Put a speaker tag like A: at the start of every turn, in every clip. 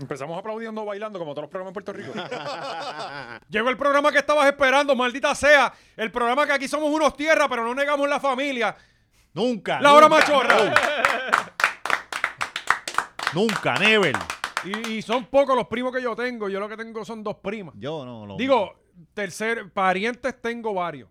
A: Empezamos aplaudiendo, bailando, como todos los programas en Puerto Rico. Llegó el programa que estabas esperando, maldita sea. El programa que aquí somos unos tierra, pero no negamos la familia.
B: Nunca.
A: La hora
B: nunca,
A: machorra.
B: Nunca, never.
A: Y, y son pocos los primos que yo tengo. Yo lo que tengo son dos primas.
B: Yo no lo.
A: Digo, tercer, parientes tengo varios.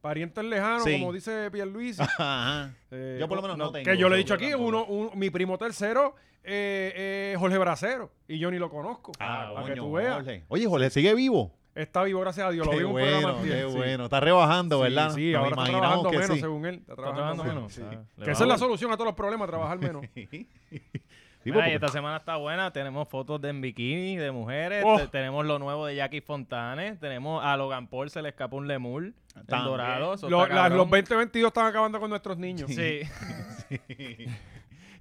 A: Parientes lejanos,
B: Sí.
A: como dice Pierluisi.
B: Ajá.
A: Eh,
B: Yo por lo menos no tengo,
A: Que yo le he dicho
B: seguro,
A: aquí,
B: tampoco.
A: uno, un- mi primo tercero eh, eh, Jorge Bracero. Y yo ni lo conozco.
B: Ah,
A: para que
B: coño,
A: tú veas.
B: Jorge. Oye, Jorge, sigue vivo.
A: Está vivo, gracias a Dios. Lo vi
B: Qué
A: en un programa
B: bueno,
A: antier,
B: qué
A: sí.
B: bueno. Está rebajando, ¿verdad?
A: Sí, sí
B: Nos
A: ahora está
B: imaginamos
A: trabajando
B: que
A: menos,
B: sí.
A: según él. Está trabajando,
C: trabajando
A: menos.
C: menos,
A: sí.
C: o sea, le
A: que esa
C: va
A: es la
C: bien.
A: solución a todos los problemas, trabajar menos.
B: Digo,
C: Mira, y
B: porque-
C: esta semana está buena. Tenemos fotos de en bikini, de mujeres.
A: Oh.
C: te- tenemos lo nuevo de Jackie Fontanes. Tenemos a Logan Paul, se le escapó un lemur. El
B: También.
C: dorado. eso
A: Lo-
C: está
A: las- los
C: cabrón.
A: 2022 están acabando con nuestros niños.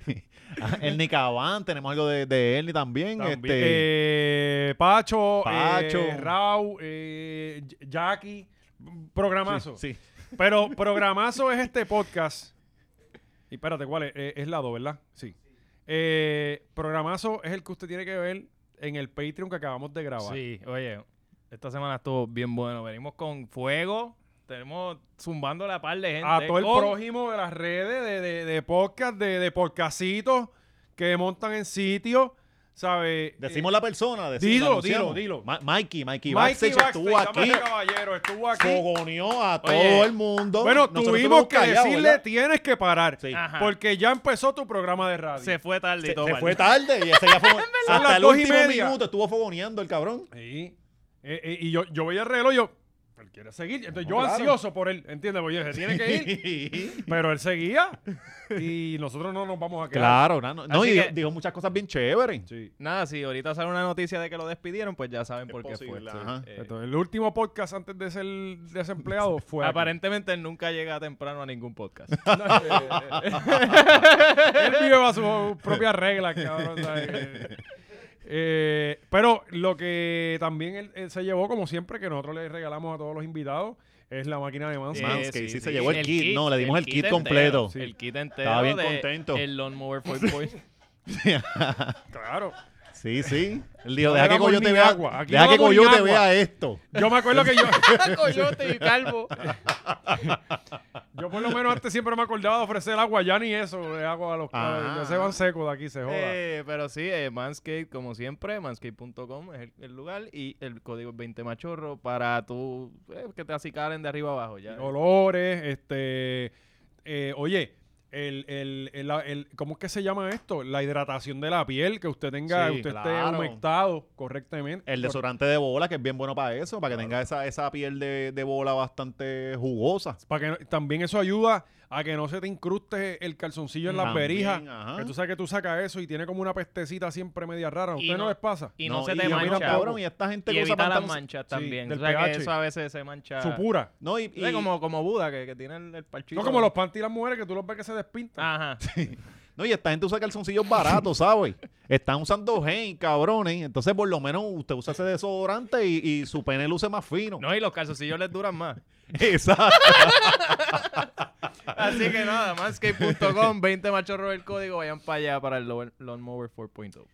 C: Sí.
B: Ah, el Nicabán, tenemos algo de, de Ernie también.
A: También.
B: Este,
A: Eh, Pacho,
B: Pacho.
A: eh, Rau, eh, Y- Jackie. mm, Programazo.
B: sí.
A: Pero programazo es este podcast. Y espérate, ¿cuál es? Eh, es la 2, ¿verdad? Sí. Eh, programazo es el que usted tiene que ver en el Patreon que acabamos de grabar.
C: Sí, oye, esta semana estuvo bien bueno. Venimos con fuego, tenemos zumbando la par de gente.
A: a todo el
C: con-
A: prójimo de las redes, de, de, de podcast, de, de podcastitos que montan en sitio, ¿sabes?
B: Decimos la persona. Decimos,
A: dilo,
B: la anunciamos.
A: dilo, dilo.
B: Ma- Mikey, Mikey,
A: Eh, Mikey
B: Backstage estuvo
A: Backstage,
B: aquí.
A: damas y caballeros, estuvo aquí.
B: Fogoneó a todo
C: Oye.
B: el mundo.
A: Bueno,
B: Nosotros
A: tuvimos
B: estuvimos
A: que
B: callados,
A: decirle,
B: ¿verdad?
A: tienes que parar.
B: Sí.
C: Ajá.
A: Porque ya empezó tu programa de radio.
C: Se fue tarde
B: Se,
C: y todo.
B: se
C: mal.
B: fue tarde y ese ya fue
A: Son las
B: hasta el
A: dos y
B: último
A: media.
B: minuto estuvo fogoneando el cabrón.
A: Sí. Eh, eh, y yo, yo veía el reloj y yo, él quiere seguir. Entonces yo
B: Claro.
A: ansioso por él, ¿entiendes? Porque yo dije, tiene que ir. Pero él seguía. Y nosotros no nos vamos a quedar.
B: claro, no, no, no,
C: Así
B: y dijo,
C: que-
B: dijo muchas cosas bien chéveres.
A: Sí.
C: Nada, si ahorita sale una noticia de que lo despidieron, pues ya saben
B: Es
C: por qué
B: posible,
C: fue.
B: ajá.
C: Eh,
A: Entonces, el último podcast antes de ser desempleado fue. aquí.
C: aparentemente él nunca llega temprano a ningún podcast.
A: Él vive a sus propias reglas, cabrón. ¿sabes? Eh, eh, pero lo que también él, él se llevó, como siempre, que nosotros le regalamos a todos los invitados, es la máquina de Manscaped.
B: Manscaped, sí, se llevó el kit. No, le dimos el kit
C: entero,
B: completo.
C: sí. El kit entero.
B: Estaba bien
C: de
B: contento.
C: El lawnmower 4.0.
A: Claro.
B: Sí, sí. Él dijo,
A: No
B: deja que
A: hagamos
B: Coyote
A: ni
B: vea,
A: agua. Aquí
B: deja
A: no
B: que
A: hagamos ni
B: Coyote
A: agua.
B: vea esto.
A: Yo me acuerdo que yo.
C: Coyote y calvo.
A: Yo por lo menos antes siempre me acordaba de ofrecer agua, ya ni eso, le hago a los
B: Ah.
A: cabros, ya se van secos de aquí, se joda.
C: Eh, pero sí, eh, Manscaped, como siempre, manscaped.com es el, el lugar y el código es 20machorro para tú eh, que te acicalen de arriba abajo. ya.
A: Olores, este... eh, oye, el, el, el- la- el- ¿cómo es que se llama esto? La hidratación de la piel, que usted tenga,
B: Sí,
A: usted esté
B: claro.
A: humectado correctamente.
B: El desodorante de bola, que es bien bueno para eso, para que tenga esa, esa piel de, de bola bastante jugosa.
A: Para que no- también eso ayuda a que no se te incruste el calzoncillo en las
B: También,
A: berijas.
B: ajá.
A: Que tú sabes que tú sacas eso y tiene como una pestecita siempre media rara. ¿A
C: Y
A: ustedes no,
C: no-
A: les pasa?
C: Y no, se
B: a
C: te
B: mí
C: mancha.
B: Cabrón, y esta gente
C: y
B: que usa
C: evita las
B: pantalones-
C: manchas
A: sí,
C: también.
A: del
C: o sea, que
A: pH.
C: eso a veces se mancha.
A: Supura.
B: No, y,
C: Sí,
B: y-
C: como, como Buda, que, que tiene el, el parchito.
A: No como los panty y las mujeres que tú los ves que se despintan.
C: Ajá.
B: no, y esta gente usa calzoncillos baratos, ¿sabes? Están usando gen, cabrones. Entonces, por lo menos, usted usa ese desodorante y, y su pene luce más fino.
C: No, y los calzoncillos les duran más.
B: Exacto.
C: Así que nada, manscape.com, 20machorro el código, vayan para allá para el lawn- Lawnmower oh. 4.0.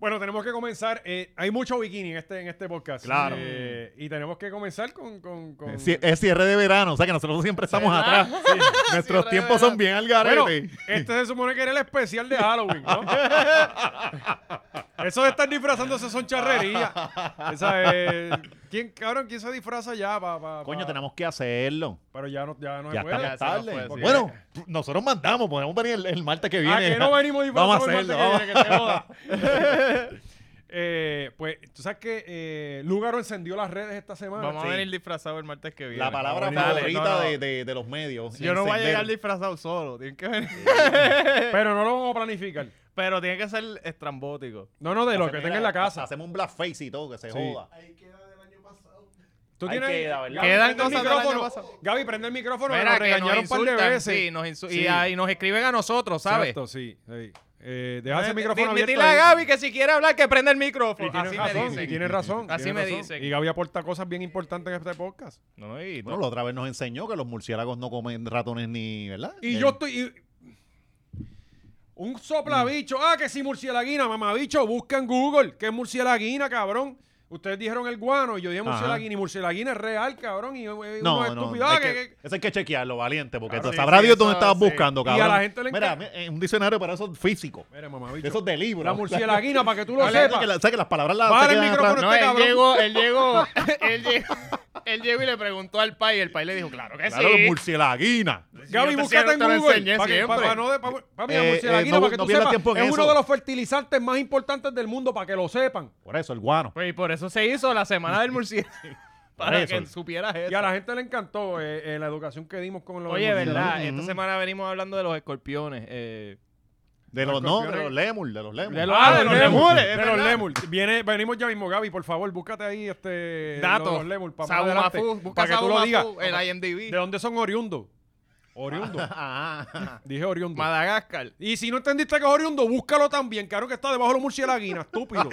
A: Bueno, tenemos que comenzar. eh, hay mucho bikini en este, en este podcast.
B: Claro.
A: Eh, y tenemos que comenzar con. con- con-
B: Ci- Es cierre de verano, o sea que nosotros siempre estamos
C: ¿Verdad?
B: atrás. Nuestros
C: Cierre de
B: tiempos
C: verano.
B: son bien al garete.
A: Bueno, este se supone que era el especial de Halloween, ¿no? Eso de estar disfrazándose son charrerías. Esa es- ¿Quién, cabrón, quién se disfraza ya? Pa, pa- pa-
B: Coño, tenemos que hacerlo.
A: Pero ya no, ya no
B: Ya
A: se puede.
B: estamos
C: se nos
B: tarde.
C: fue, sí.
B: bueno, p- nosotros mandamos, podemos venir el, el martes que
A: Ah,
B: viene.
A: que no venimos
B: Vamos a
A: disfrazados el
B: hacerlo.
A: martes que viene, que se joda. Eh, pues, tú sabes que eh, Lúgaro encendió las redes esta semana.
C: Vamos
B: sí.
C: a venir disfrazados el martes que viene.
B: La palabra
C: Dale,
B: favorita
C: no, no.
B: De, de- de los medios.
C: Yo no voy a
B: encender.
C: llegar disfrazado solo, tienen que venir.
A: Pero no lo vamos a planificar.
C: Pero tiene que ser estrambótico.
A: No, no, de lo
B: Hacemos-
A: que tenga en
B: mira,
A: la casa.
B: Hacemos un blackface y todo, que se
A: Sí.
B: joda.
A: Tú
B: Ahí
A: tienes.
B: queda, ¿verdad?
A: Gaby, prende
C: Quedan
A: el
C: cosas del año
A: micrófono.
C: pasado.
A: Gaby, prende el micrófono.
C: Mira,
A: nos
C: que nos
A: regañaron un par de
C: insultan,
A: veces.
C: sí, nos insu-
A: Sí.
C: Y, ahí nos escriben a nosotros, ¿sabes?
A: Exacto, sí. sí. Eh, deja ese micrófono
C: Dile-
A: abierto.
C: dile a
A: ahí.
C: Gaby que si quiere hablar, que prenda el micrófono.
A: Y tiene
C: Así me
A: razón,
C: dicen.
A: y tiene razón.
C: Así
A: tiene
C: me
A: razón.
C: dicen.
A: Y Gaby aporta cosas bien importantes en este podcast.
C: No, y
B: Bueno, la otra vez nos Eh, enseñó que los murciélagos no comen ratones ni, ¿verdad?
A: Y
B: Eh,
A: yo estoy. y- Un soplabicho. Ah, que si murcielaguina, mamabicho, busca en Google. ¿Qué es murcielaguina, cabrón? Ustedes dijeron el guano y yo dije
B: Ajá.
A: murcielaguina. Y murcielaguina es real, cabrón. Y eh, uno es
B: No, no,
A: estúpido. Ah,
B: es
A: que-
B: que-
A: que- Ah,
B: eso hay que chequearlo, valiente, porque
C: Claro, sí,
B: sabrá
C: sí,
B: Dios dónde
C: eso,
B: estabas
C: sí.
B: buscando,
A: Y a
B: cabrón.
A: la gente le
B: Mira,
A: encanta.
B: mi- eh, un diccionario para eso físico,
A: Mira,
B: de
A: mamabicho.
B: esos de libro.
A: La murcielaguina, para que tú lo
B: La- la-
A: sepas.
B: que la- o sea, que las palabras las
A: Baja
B: se
A: el
B: quedan
A: micrófono,
B: atrás.
A: este
D: él
A: cabrón.
D: llegó, él llegó, él llegó, él llegó y le preguntó al pai y el pai le dijo, claro
A: Eh,
D: que
B: Claro,
D: sí.
B: murcielaguina.
A: Gaby,
D: yo te
A: búscate
D: siempre
A: en
D: te lo
A: Google.
D: enseñé
A: Para que, pa-
D: siempre.
A: pa- no de- pa- pa- mira,
B: Eh, eh,
A: murcielaguina,
B: no-
A: para que
B: no
A: tú
B: pierdas
A: sepas.
B: tiempo en
A: Es uno
B: eso.
A: de los fertilizantes más importantes del mundo, para que lo sepan.
B: Por eso, el guano.
D: Pues y por eso se hizo la semana del murciélago. para
B: Eso.
D: que supieras eso.
A: Y a la gente le encantó eh, eh, la educación que dimos con los
C: Oye,
A: murciélagos.
C: ¿verdad? Esta
B: Ujú.
C: semana venimos hablando de los escorpiones. eh,
B: De los, no, de los lemur, de los lemur.
C: De los-
A: Ah,
D: Ah,
A: de
D: de
A: los
D: los
A: lemur.
D: lemures, es
A: De los
D: verdad.
A: lemur. Viene, venimos ya mismo, Gaby, por favor, búscate ahí este
D: Datos.
A: los lemur para más adelante,
D: Sabumafu, busca
A: para que tú lo
D: Sabumafu
A: digas.
D: en
A: ¿De
D: IMDb.
A: dónde son oriundos? Oriundo.
B: Ah,
A: Dije oriundo.
D: Madagascar.
A: y si no entendiste que es oriundo, búscalo también, claro que está debajo de los murciélaguinas, estúpido.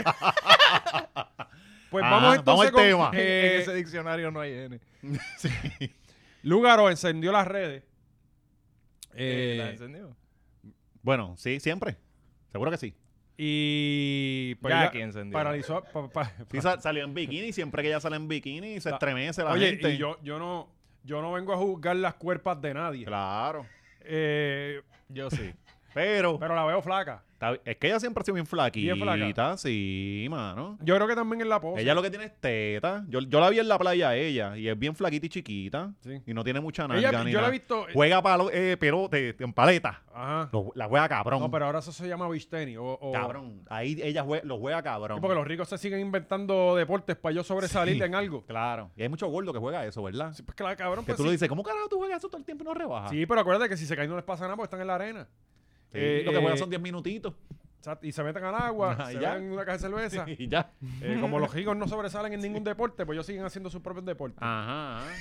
A: pues
B: Ah,
A: vamos
B: vamos
A: entonces
B: al
A: con,
B: tema.
A: eh,
D: en ese diccionario no hay
C: eh,
D: N.
A: Lugaro encendió las redes. Eh,
C: eh, ¿la encendió?
B: bueno, sí, siempre. Seguro que sí.
A: y pues,
C: Ya
A: ya
C: aquí encendió.
A: paralizó a- pa- pa-
B: Sí, sa- salió en bikini, siempre que ella sale en bikini se
A: La-
B: estremece la
A: Oye,
B: gente.
A: y yo, yo no yo no vengo a juzgar las cuerpas de nadie.
B: Claro.
A: Eh,
C: Yo sí.
B: Pero,
A: pero la veo flaca.
B: está- es que ella siempre ha sido bien flaquita,
A: flaca.
B: sí, mano.
A: Yo creo que también es la pose.
B: Ella lo que tiene es teta. Yo, yo la vi en la playa a ella y es bien flaquita y chiquita.
A: Sí.
B: Y no tiene mucha nalga
A: Ella-
B: ni
A: yo la
B: nada.
A: he visto.
B: Juega palo, eh, pero en paleta.
A: Ajá.
B: Lo- la juega cabrón.
A: No, pero ahora eso se llama beach tenis. O, o-
B: Cabrón. Ahí ella jue- lo juega cabrón.
A: Sí, porque los ricos se siguen inventando deportes para yo sobresalir
B: Sí.
A: en algo.
B: Claro. Y hay muchos gordos que juega eso, ¿verdad?
A: Sí, pues claro, cabrón.
B: que
A: pues
B: tú le
A: sí.
B: dices, ¿cómo carajo tú juegas eso todo el tiempo y no rebajas?
A: Sí, pero acuérdate que si se caen no les pasa nada porque están en la arena.
B: Sí,
A: Eh,
B: lo que
A: eh,
B: juegan son 10 minutitos.
A: Exacto, Y se meten al agua,
B: Ajá,
A: se
B: Ah, ya.
A: dan una caja de cerveza.
B: Y ya.
A: Eh, como los ricos no sobresalen en ningún deporte, pues ellos siguen haciendo sus propios deportes.
B: Ah. Ajá. ajá.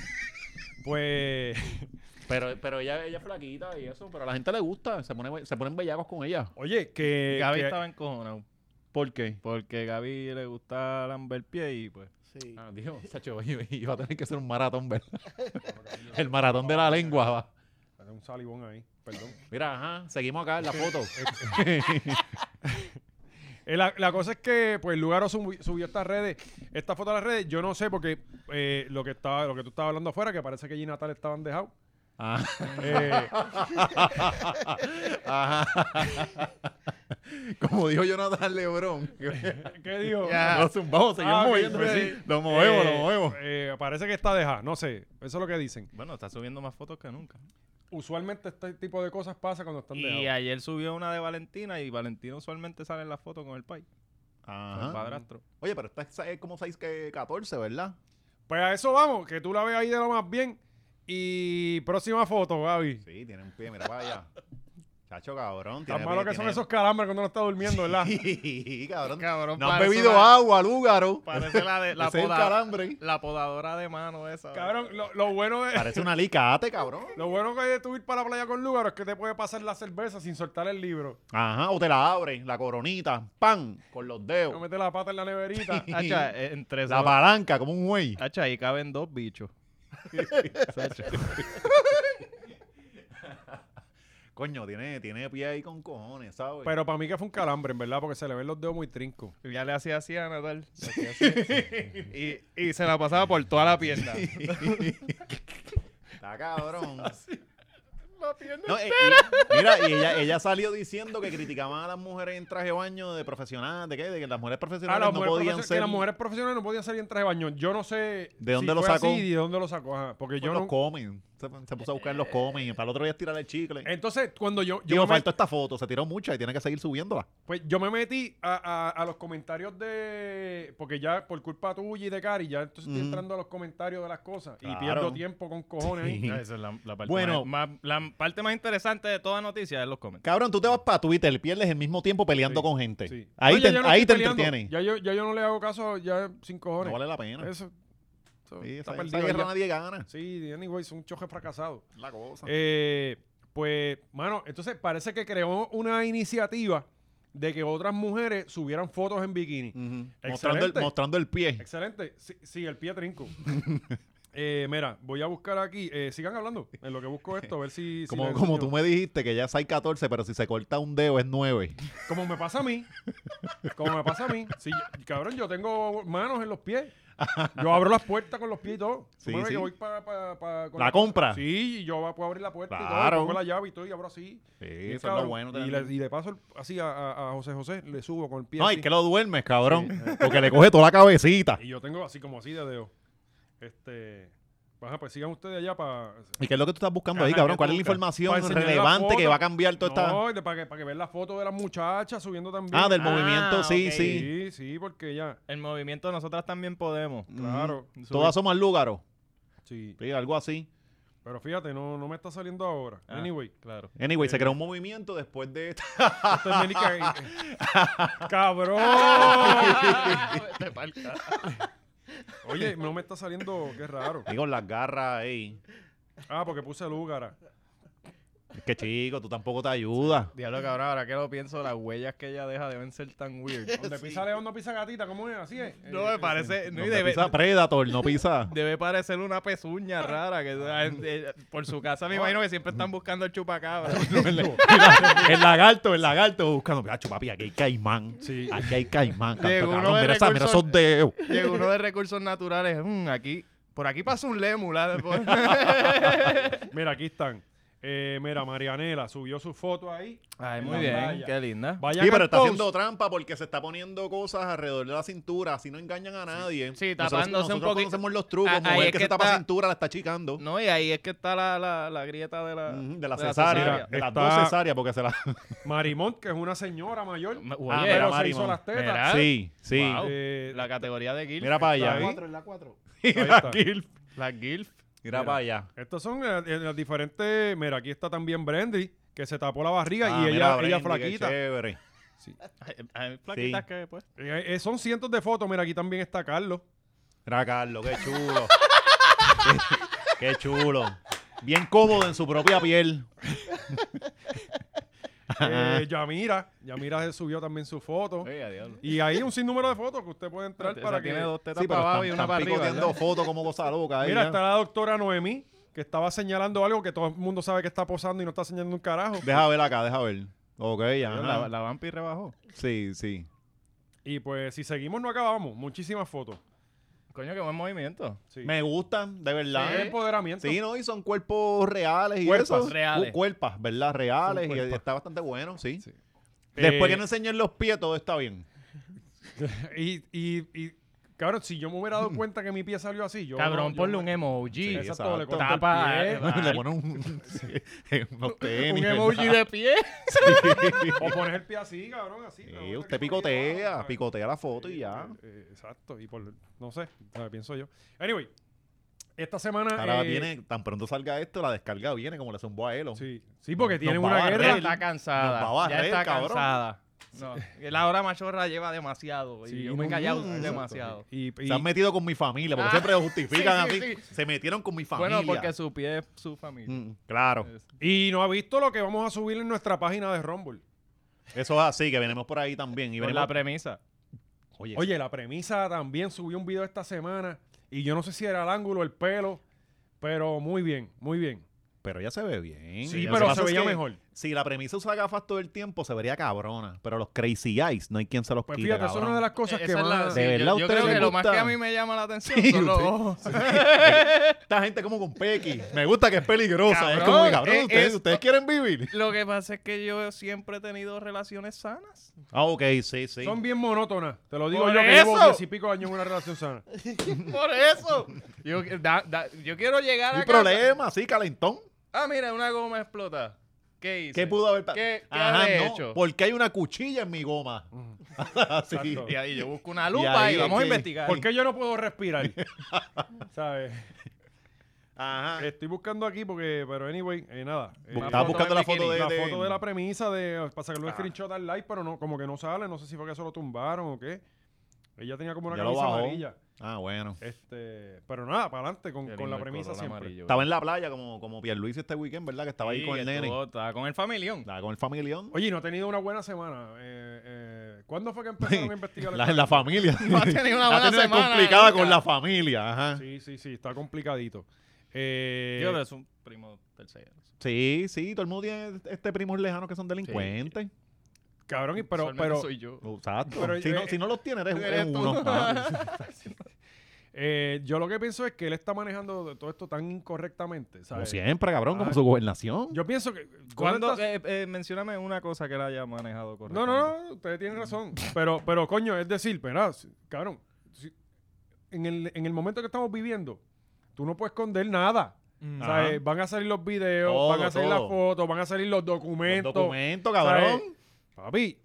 A: Pues.
B: Pero, pero ella, ella es flaquita y eso. Pero a la gente le gusta. Se, pone, se ponen bellacos con ella.
A: Oye, que.
C: Gaby
A: Eh, que-
C: estaba encojonado.
B: ¿Por qué?
C: Porque Gaby le gusta lamber pie y pues.
D: Sí.
B: Ah, Dios, Sacho, iba iba a tener que ser un maratón, ¿verdad? El maratón de la lengua. va.
A: Saca un salivón ahí, perdón.
B: Mira, ajá, seguimos acá en la foto.
A: Eh, la, la cosa es que, pues, Lugaro subi- subió estas redes, esta foto a las redes. Yo no sé porque eh, lo que estaba, lo que tú estabas hablando afuera, que parece que Gina y Natal estaban dejados.
B: Ah,
A: Eh,
B: ajá. Como dijo Jonathan Lebron.
A: ¿Qué dijo?
B: Nos zumbamos, seguimos
A: Ah, ok,
B: moviendo.
A: pues
B: sí.
A: sí.
B: Lo movemos,
A: Eh,
B: lo movemos.
A: eh, parece que está dejada, no sé. Eso es lo que dicen.
C: Bueno, está subiendo más fotos que nunca.
A: Usualmente este tipo de cosas pasa cuando están
C: Y
A: dejados.
C: ayer subió una de Valentina y Valentina usualmente sale en la foto con el pai, con el
B: Ajá.
C: padrastro.
B: Oye, pero esta es- es como 6 que 14, ¿verdad?
A: Pues a eso vamos, que tú la veas ahí de lo más bien. Y próxima foto, Gaby.
B: Sí, tiene un pie, mira para allá. Chacho, cabrón.
A: Tan
B: tiene
A: malo
B: pie,
A: que son
B: tiene-
A: esos calambres cuando uno está durmiendo, ¿verdad?
B: Sí, cabrón.
D: Cabrón,
B: No has
D: parece
B: bebido
D: una-
B: agua, Lúgaro.
D: Parece la de la
B: Ese es el
D: poda-
B: calambre.
D: la podadora de mano esa.
A: Cabrón, lo, lo bueno de...
B: Parece un alicate, cabrón.
A: Lo bueno que hay de tú ir para la playa con Lugaro es que te puede pasar la cerveza sin soltar el libro.
B: Ajá, o te la abres, la coronita, ¡pam! Con los
A: No
B: dedos.
A: mete la pata en la neverita.
C: Hacha, eh, entre
B: La
C: esos-
B: palanca, como un güey.
C: Hacha, ahí caben dos bichos. Sacho.
B: Coño, tiene, tiene pie ahí con cojones, ¿sabes?
A: Pero para mí que fue un calambre, en verdad, porque se le ven los dedos muy trincos.
D: Ya le hacía así a Natal. le hacía así. y, y se la pasaba por toda la pierna.
B: Está cabrón.
D: la pierna.
B: No, eh, y- mira, y ella, ella salió diciendo que criticaban a las mujeres en traje de baño de profesionales, ¿de qué? De que las mujeres
A: Ah,
B: profesionales
A: las,
B: no
A: mujeres
B: podían
A: profesio-
B: ser...
A: que las mujeres profesionales no podían salir en traje de baño. Yo no sé
B: ¿De dónde
A: si
B: lo
A: fue
B: sacó?
A: así y de dónde lo sacó. ajá, porque
B: Pues
A: yo
B: los
A: no...
B: comen. Se, se puso a buscar los comen. y Para el otro día es tirar el chicle.
A: Entonces, cuando yo, Eh, yo,
B: Digo,
A: me, met-
B: faltó esta foto. Se tiró mucha y tiene que seguir subiéndola.
A: pues yo me metí a, a- a los comentarios de... Porque ya por culpa tuya y de Cari, ya entonces estoy
B: Mm.
A: entrando a los comentarios de las cosas y
B: Claro.
A: pierdo tiempo con cojones. ahí.
B: Sí.
C: Ah, Esa es la, la parte
B: Bueno.
C: más, más- la parte más interesante de toda noticia es los comentarios.
B: Cabrón, tú te vas para Twitter, pierdes el mismo tiempo peleando
A: Sí,
B: con gente.
A: Sí.
B: Ahí
A: No, ya
B: te,
A: yo no
B: ahí te
A: estoy peleando.
B: entretienes.
A: Ya yo, ya yo no le hago caso ya sin
B: No
A: cojones.
B: vale la pena.
A: Eso, eso
B: Sí,
A: está
B: esa, esa
A: perdido
B: guerra
A: ya.
B: nadie gana.
A: Sí, anyway, son chojes fracasados.
B: La cosa.
A: Eh, pues, mano, entonces parece que creó una iniciativa de que otras mujeres subieran
B: Mm.
A: fotos en bikini.
B: mostrando, el,
A: excelente.
B: mostrando el pie.
A: Excelente. Sí, sí, el pie trinco. Eh, mira, voy a buscar aquí. eh, sigan hablando en lo que busco esto, a ver si. si
B: Como,
A: les
B: como
A: enseño.
B: tú me dijiste que ya es 14, pero si se corta un dedo es 9.
A: Como me pasa a mí. Como me pasa a mí. Sí, yo- cabrón, yo tengo manos en los pies. Yo abro las puertas con los pies y todo. Tú
B: Sí,
A: me ves
B: sí.
A: que voy pa- pa- pa- con
B: La compra.
A: Sí, y yo puedo abrir la puerta y todo.
B: Claro.
A: y pongo la llave y todo y abro así. Bien,
B: eso es lo
A: cabrón.
B: bueno.
A: Y le, y le paso el- así a, a- a José José, le subo con el pie.
B: No,
A: así. eh.
B: y que lo duermes, cabrón. Porque le coge toda la cabecita.
A: Y yo tengo así como así de dedo. Este. Ajá, pues sigan ustedes allá para.
B: ¿Y qué es lo que tú estás buscando ahí,
A: Ajá, Pues
B: cabrón?
A: ¿qué
B: ¿Cuál
A: tú
B: es la
A: buscas? Para
B: información
A: enseñar la
B: relevante que
A: foto.
B: va a cambiar toda esta...?
A: No, para que, para que vean la foto de las muchachas subiendo también.
B: Ah, del
C: Ah,
B: movimiento, sí,
C: ok.
B: sí.
A: Sí, sí, porque ya.
C: El movimiento nosotras también podemos.
A: Claro.
B: Todas somos lúgaros.
A: Sí.
B: Sí, algo así.
A: Pero fíjate, no, no me está saliendo ahora.
C: Ah.
A: Anyway.
C: Claro.
B: Anyway, se creó un movimiento después de esta.
A: Esto es Melica- ¡Cabrón!
D: Te palca.
A: Oye, no me está saliendo, qué raro.
B: Digo, las garras ahí.
A: Ah, porque puse lúgara.
B: Es que chico, tú tampoco te ayudas.
C: Diablo, cabrón, ahora que lo pienso, las huellas que ella deja deben ser tan weird.
A: Donde pisa león no pisa gatita, ¿cómo es? Así es.
C: No,
A: Eh,
C: me parece. No, y
B: Donde
C: debe,
B: pisa Predator, no pisa.
C: debe parecer una pezuña rara. que eh, eh, Por su casa me imagino que siempre están buscando el chupacabra.
A: eh,
B: el lagarto, el lagarto buscando. Cacho, papi, aquí hay caimán.
A: Sí.
B: Aquí hay caimán. canto,
C: Llegó uno
B: cabrón,
C: de
B: mira, esa- mira
C: recursos-
B: esos dedos.
C: Llegó uno de recursos naturales. "Mm, aquí, por aquí pasa un lémula después.
A: Mira, aquí están. Eh, mira, Marianela subió su foto ahí.
C: Ay,
A: en
C: muy
A: la
C: bien,
A: playa.
C: qué linda.
A: Vayan
B: Sí,
A: al
B: pero está
A: post.
B: haciendo trampa porque se está poniendo cosas alrededor de la cintura. Así no engañan a nadie.
C: Sí,
B: Nosotros-
C: tapándose un
B: nosotros
C: poquito.
B: conocemos los trucos.
C: Ah, ahí
B: mujer
C: es
B: que,
C: que
B: se tapa
C: está-
B: cintura la está achicando.
C: No, y ahí es que está la, la, la grieta de la,
B: Ujú, de la
C: de la
B: cesárea.
A: cesárea.
B: De las
A: Está-
B: dos cesáreas porque se la...
A: Marimont, que es una señora mayor.
C: Me-
A: pero
C: oye,
B: mira,
A: se hizo
B: Marimont.
A: las tetas.
C: Mira. Ah,
B: Sí, sí.
C: wow.
A: Eh,
C: La categoría de GILF.
B: Mira para allá.
A: Ahí.
D: es la 4.
A: ahí
B: La
A: está.
B: gilf.
C: Las GILF.
B: Mira para allá.
A: Estos son eh, eh, las diferentes. Mira, aquí está también Brandy, que se tapó la barriga
B: Ah,
A: y
B: mira,
A: ella,
B: Brandy,
A: ella
B: qué
A: flaquita.
B: Chévere.
C: Hay, hay plaquitas que pues.
A: Eh, eh, son cientos de fotos. Mira, aquí también está Carlos.
B: Mira, Carlos, qué chulo. qué chulo. Bien cómodo en su propia piel.
A: Eh, Yamira. Yamira se subió también su foto.
C: Oye, diablo.
A: Y ahí un sinnúmero de fotos que usted puede entrar
C: Esa
A: para que.
C: tiene dos tetas
B: Sí,
C: para
B: pero
C: abajo
B: están,
C: y una
B: están
C: para arriba.
B: picoteando
C: ¿verdad?
B: fotos como cosa loca ahí.
A: Mira,
B: ya.
A: está la doctora Noemí, que estaba señalando algo que todo el mundo sabe que está posando y no está señalando un carajo.
B: Deja ver acá, deja ver. Ok, ya.
C: La, la vampi rebajó.
B: Sí, sí.
A: Y pues, si seguimos, no acabamos. Muchísimas fotos.
C: Coño, qué buen movimiento.
A: Sí.
B: Me gustan, de
A: Es
B: verdad. ¿eh?
A: empoderamiento.
B: Sí, no, y son cuerpos reales y
A: Cuerpas
B: eso.
C: reales.
B: Uh, cuerpas, ¿verdad? Reales.
A: Son
B: Y
A: cuerpas.
B: está bastante bueno, sí.
A: Sí.
B: Después
A: Eh,
B: que no enseñen los pies, todo está bien.
A: Y, y, y, cabrón, si yo me hubiera
B: Mm.
A: dado cuenta que mi pie salió así, yo.
C: Cabrón,
A: yo-
C: ponle un emoji.
B: Sí,
A: Exacto, le
B: exacto.
A: corto el
C: Tapa,
A: pie.
C: eh,
B: Le ponen un, unos tenis.
C: un
B: ¿verdad?
C: emoji de pie.
A: O pones el pie así, cabrón, así. la
B: Sí,
A: vuelta que
B: usted
A: está aquí,
B: picotea,
A: ¿sabes?
B: picotea la foto
A: Sí,
B: y ya.
A: eh, eh, exacto, y por, no sé, ¿sabes? pienso yo. Anyway, esta semana...
B: Ahora
A: eh,
B: viene, tan pronto salga esto, la descarga viene como le zumbó a Elon.
A: Sí, sí porque
B: Nos-
A: tienen
B: nos va
A: una
B: a
A: guerra.
B: barrer.
C: está cansada.
B: Nos va a
C: ya
B: barrer,
C: está
B: cabrón.
C: cansada. No, la hora machorra lleva demasiado.
A: Sí,
C: y yo me he callado
B: mm,
C: demasiado.
A: Y, y-
B: Se han metido con mi familia, porque
C: Ah,
B: siempre lo justifican
C: sí, sí,
B: así. Se metieron con mi familia.
C: Bueno, porque su pie es su familia.
B: Mm, claro,
C: Es-
A: y no ha visto lo que vamos a subir en nuestra página de Rumble.
B: eso es así, que venimos por ahí también. Y
C: con la
B: venimos...
C: premisa.
B: Oye,
A: Oye, la premisa también subió un video esta semana y yo no sé si era el ángulo, el pelo, pero muy bien, muy bien.
B: pero ya se ve bien.
A: Sí,
B: Lo que
A: pero
B: pasa
A: se
B: es
A: veía
B: que
A: mejor.
B: Si la premisa usa gafas todo el tiempo, se vería cabrona. Pero los crazy eyes, no hay quien se los
A: Pues
B: quite,
A: fíjate, eso es una de las cosas
C: Eh, Esa
A: que
C: es la-
A: más...
B: De
C: sí,
B: verdad,
C: yo, yo
B: ¿ustedes
C: creo
B: les
C: que lo más
B: gusta?
C: que a mí me llama la atención
B: Sí,
C: son los
B: usted-
C: ojos.
B: Esta gente como con Pequi. Me gusta que es peligrosa. es
C: Cabrón,
B: como, que, cabrón,
C: es-
B: ustedes,
C: es-
B: ustedes quieren vivir.
C: Lo que pasa es que yo siempre he tenido relaciones sanas.
B: Ah, ok, sí, sí.
A: Son bien monótonas, te lo digo
C: Por
A: yo que llevo
C: eso.
A: diez y pico años en una relación sana.
C: Por eso. Yo, da- da- yo quiero llegar
B: Sin
C: a
B: problema, sí, calentón.
C: Ah, mira, una goma explota. ¿Qué hice?
B: ¿Qué pudo haber pasado?
C: ¿Qué- qué habré hecho?
B: Porque hay una cuchilla en mi goma. Así.
A: Exacto.
C: Y ahí yo busco una
B: Y
C: lupa
B: ahí
C: y,
B: es
C: vamos a
B: que-
C: investigar.
A: ¿Por qué yo no puedo respirar? ¿Sabes?
B: Ajá.
A: Estoy buscando aquí porque, pero anyway, eh, nada. Eh,
C: Una
B: Estaba
C: foto
B: buscando
C: en
B: la foto
C: bikini.
B: de,
A: la
B: de- Ah.
A: foto de la premisa de para sacarle un screenshot al like, pero no, como que no sale, no sé si fue que eso lo tumbaron o qué. Ella tenía como una
B: Ya lo
A: camisa
B: bajó.
A: amarilla.
B: Ah, bueno.
A: Este, pero nada, para adelante con,
C: Qué
A: con
C: lindo
A: la
C: el
A: premisa
C: color
A: siempre.
C: amarillo,
B: Estaba en la playa como, como Pierluisi este weekend, ¿verdad? Que estaba ahí
C: Sí,
B: con el
C: que
B: nene.
C: estuvo- Estaba con el familión.
B: Estaba con el familión.
A: Oye, no ha tenido una buena semana. Eh, eh, ¿Cuándo fue que empezaron a investigar
B: La,
A: el
B: la familia.
D: Ha tenido una
B: La
D: buena
B: tiene
D: semana,
B: complicada con
D: nunca.
B: la familia. Ajá.
A: Sí,
B: Sí.
A: sí, sí, está complicadito. Eh,
C: Yo creo que es un primo tercero.
B: sí, todo el mundo tiene este primos lejanos que son delincuentes.
A: cabrón, y pero,
D: Usualmente
A: pero
D: soy yo.
B: Exacto.
A: Pero,
B: si, no,
A: eh,
B: si no los tienes, eres,
D: eres
B: eres
D: tú.
B: uno. mano.
A: eh, yo lo que pienso es que él está manejando todo esto tan incorrectamente.
B: como
A: ¿sabes?
B: siempre, cabrón, como
A: Ah.
B: su gobernación.
A: Yo pienso que.
C: ¿Cuándo?
A: ¿cuántas-
C: eh, eh, mencióname una cosa que él haya manejado
A: No,
C: correctamente.
A: no, no, ustedes tienen razón. Pero, pero coño, es decir, pero, si- cabrón, si- en, el, en el momento que estamos viviendo, tú no puedes esconder nada. O sea,
B: Mm. Ajá.
A: eh, van a salir los videos,
B: Todo,
A: van a salir
B: todo.
A: las fotos, van a salir los documentos.
B: Los documentos,
A: O sea,
B: cabrón.
A: eh, papi,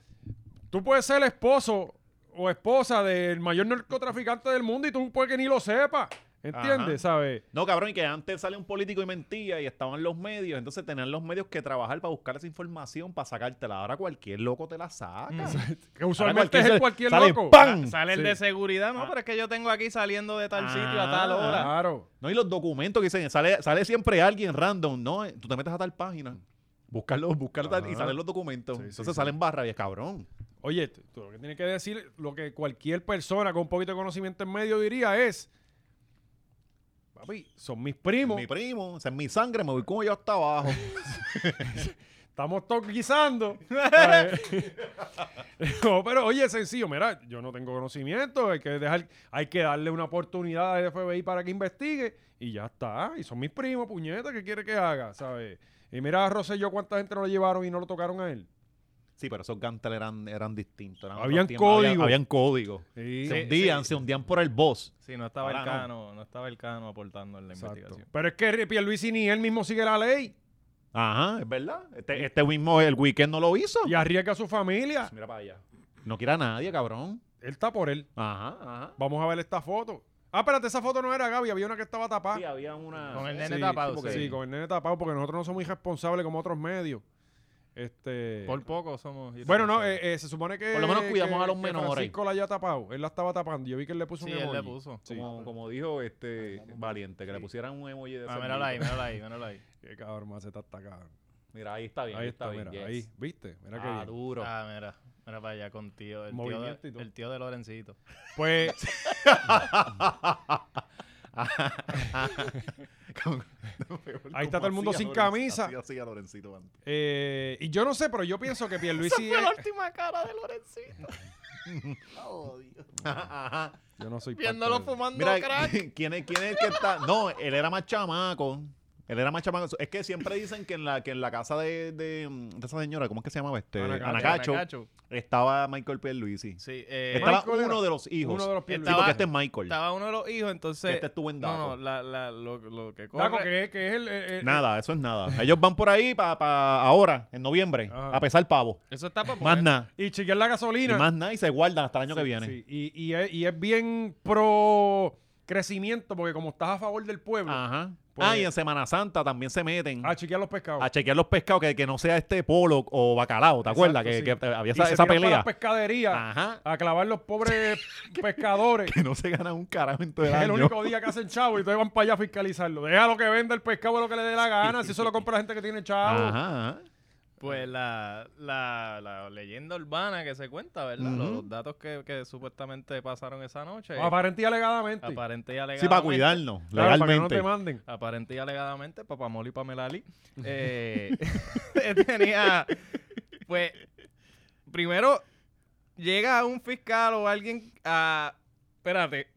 A: tú puedes ser el esposo o esposa del mayor narcotraficante del mundo y tú puedes que ni lo sepas. ¿Entiendes? ¿Sabes?
B: No, cabrón, y que antes sale un político y mentía y estaban los medios, entonces tenían los medios que trabajar para buscar esa información, para sacártela. Ahora cualquier loco te la saca.
A: Que usualmente Mm. es el cualquier
B: sale,
A: loco.
B: ¡pam!
D: Sale el
A: Sí.
D: de seguridad, no,
B: Ah.
D: pero es que yo tengo aquí saliendo de tal
B: Ah.
D: sitio a tal hora.
A: Claro.
B: No, y los documentos que dicen, sale, sale siempre alguien random, ¿no? eh, Tú te metes a tal página, buscarlo, buscarlo tal- y
A: Ajá.
B: salen los documentos.
A: Sí, sí,
B: entonces
A: sí.
B: salen barra y es cabrón.
A: Oye, tú tú lo que tienes que decir, lo que cualquier persona con un poquito de conocimiento en medio diría es, papi, son mis primos,
B: Mi primo, esa es mi sangre, me voy como yo hasta abajo.
A: estamos todos guisando. ¿sabes? no, pero oye, es sencillo, mira, yo no tengo conocimiento, hay que dejar, hay que darle una oportunidad al FBI para que investigue y ya está. Y son mis primos, puñetas, ¿qué quiere que haga? ¿Sabes? Y mira a Rosselló cuánta gente lo llevaron y no lo tocaron a él.
B: sí, pero esos gantel eran, eran distintos. eran otros
A: Habían
B: tiempos, había-
A: código.
B: Habían, código.
A: Sí.
B: se hundían, se hundían por el boss.
C: Sí, no estaba
B: Ahora
C: el
B: no.
C: cano, no. estaba el cano aportando en la
A: Exacto.
C: investigación.
A: Pero es que Pierluisi ni él mismo sigue la ley
B: Ajá, es verdad. Este, este mismo, el weekend no lo hizo.
A: y arriesga a su familia.
B: Pues Mira para allá. No quiere a nadie, cabrón.
A: Él está por él.
B: Ajá, ajá.
A: Vamos a ver esta foto. Ah, espérate, esa foto no era Gaby, había una que estaba tapada.
B: Sí, había una.
D: Con el
A: Sí,
D: nene tapado.
A: sí, porque-
D: sí.
A: sí, con el nene tapado, porque nosotros no somos irresponsables como otros medios. Este.
C: Por poco somos.
A: bueno, no,
C: irresponsables.
A: eh, eh, se supone que.
B: Por lo menos cuidamos
A: que-
B: a los
A: que
B: menores.
A: Francisco la haya tapado. Él la estaba tapando. Yo vi que él le puso
C: sí,
A: un
C: él le
A: emoji.
C: puso.
B: Como, como dijo este valiente, que le pusieran un emoji de
C: Ah,
B: ese
C: míralo ahí,
B: mismo.
C: míralo ahí, míralo ahí.
A: Qué cabrón, más se está atacando.
B: Mira, ahí está bien.
A: Ahí está,
B: bien,
A: mira.
B: yes.
A: Ahí, ¿viste? Mira que
B: ah,
A: bien.
B: duro.
C: Ah, mira. Mira para allá con tío. El, tío
A: Movimiento
C: de,
A: y todo.
C: el tío de Lorencito.
A: Pues. Ahí está todo el mundo sin camisa.
B: Así a Lorencito antes.
A: eh, y yo no sé, pero yo pienso que Pierluisi. es-
D: última cara de Lorencito. Oh, Dios.
B: Ajá.
A: Yo no soy parte
D: Viéndolo
A: de-
D: fumando
B: Mira,
D: crack.
B: ¿quién es, ¿quién es el que está? No, él era más chamaco. Él era más chamaco. Es que siempre dicen que en la, que en la casa de, de, de esa señora, ¿cómo es que se llamaba este?
A: Anacacho.
B: Anacacho.
C: Anacacho.
B: Estaba Michael Pierluisi.
C: Sí, eh,
B: Estaba
A: Michael era-
B: uno de los hijos.
A: Uno de los
B: Sí,
A: Pierluisi.
B: porque
A: Estaba-
B: este es Michael.
C: Estaba uno de los hijos, entonces.
B: Este estuvo en Daco.
C: No, no, la, la, lo, lo que corre.
A: Daco, que, es- que es el. el- el-
B: Nada, eso es nada. Ellos van por ahí para ahora, en noviembre,
A: Ajá.
B: a pesar pavo.
C: Eso está para
B: Más nada.
A: Y chequear la
B: Y
A: gasolina.
B: más nada y se guardan hasta el año que
A: Sí,
B: viene.
A: sí. Y, y es, y es bien pro crecimiento, porque como estás a favor del pueblo,
B: Ajá.
A: Pues- Ah,
B: ah, y en Semana Santa también se meten
A: a chequear los pescados.
B: a chequear los pescados, que, que no sea este polo o bacalao,
A: Exacto,
B: ¿te acuerdas? Que,
A: sí.
B: que había
A: Y
B: esa,
A: se
B: esa
A: tiran para
B: pelea. Ah.
A: las pescaderías
B: Ajá.
A: a clavar los pobres pescadores.
B: Que no se gana un carajo en todo el
A: Es el
B: año.
A: único día que hacen chavo y ustedes van para allá a fiscalizarlo. Deja lo que venda el pescado lo que le dé la gana. Si eso lo compra la gente que tiene chavo.
B: Ajá. ajá.
C: Pues la, la, la leyenda urbana que se cuenta, ¿verdad?
B: Ujú.
C: Los, los datos que, que supuestamente pasaron esa noche.
A: Aparente y alegadamente.
C: aparente y alegadamente.
B: Sí, para cuidarnos,
A: Claro, para que no
B: legalmente.
A: te manden.
C: Aparente y alegadamente, Papamoli y Pamela Ali. eh, tenía. Pues. Primero, llega un fiscal o alguien a. Espérate,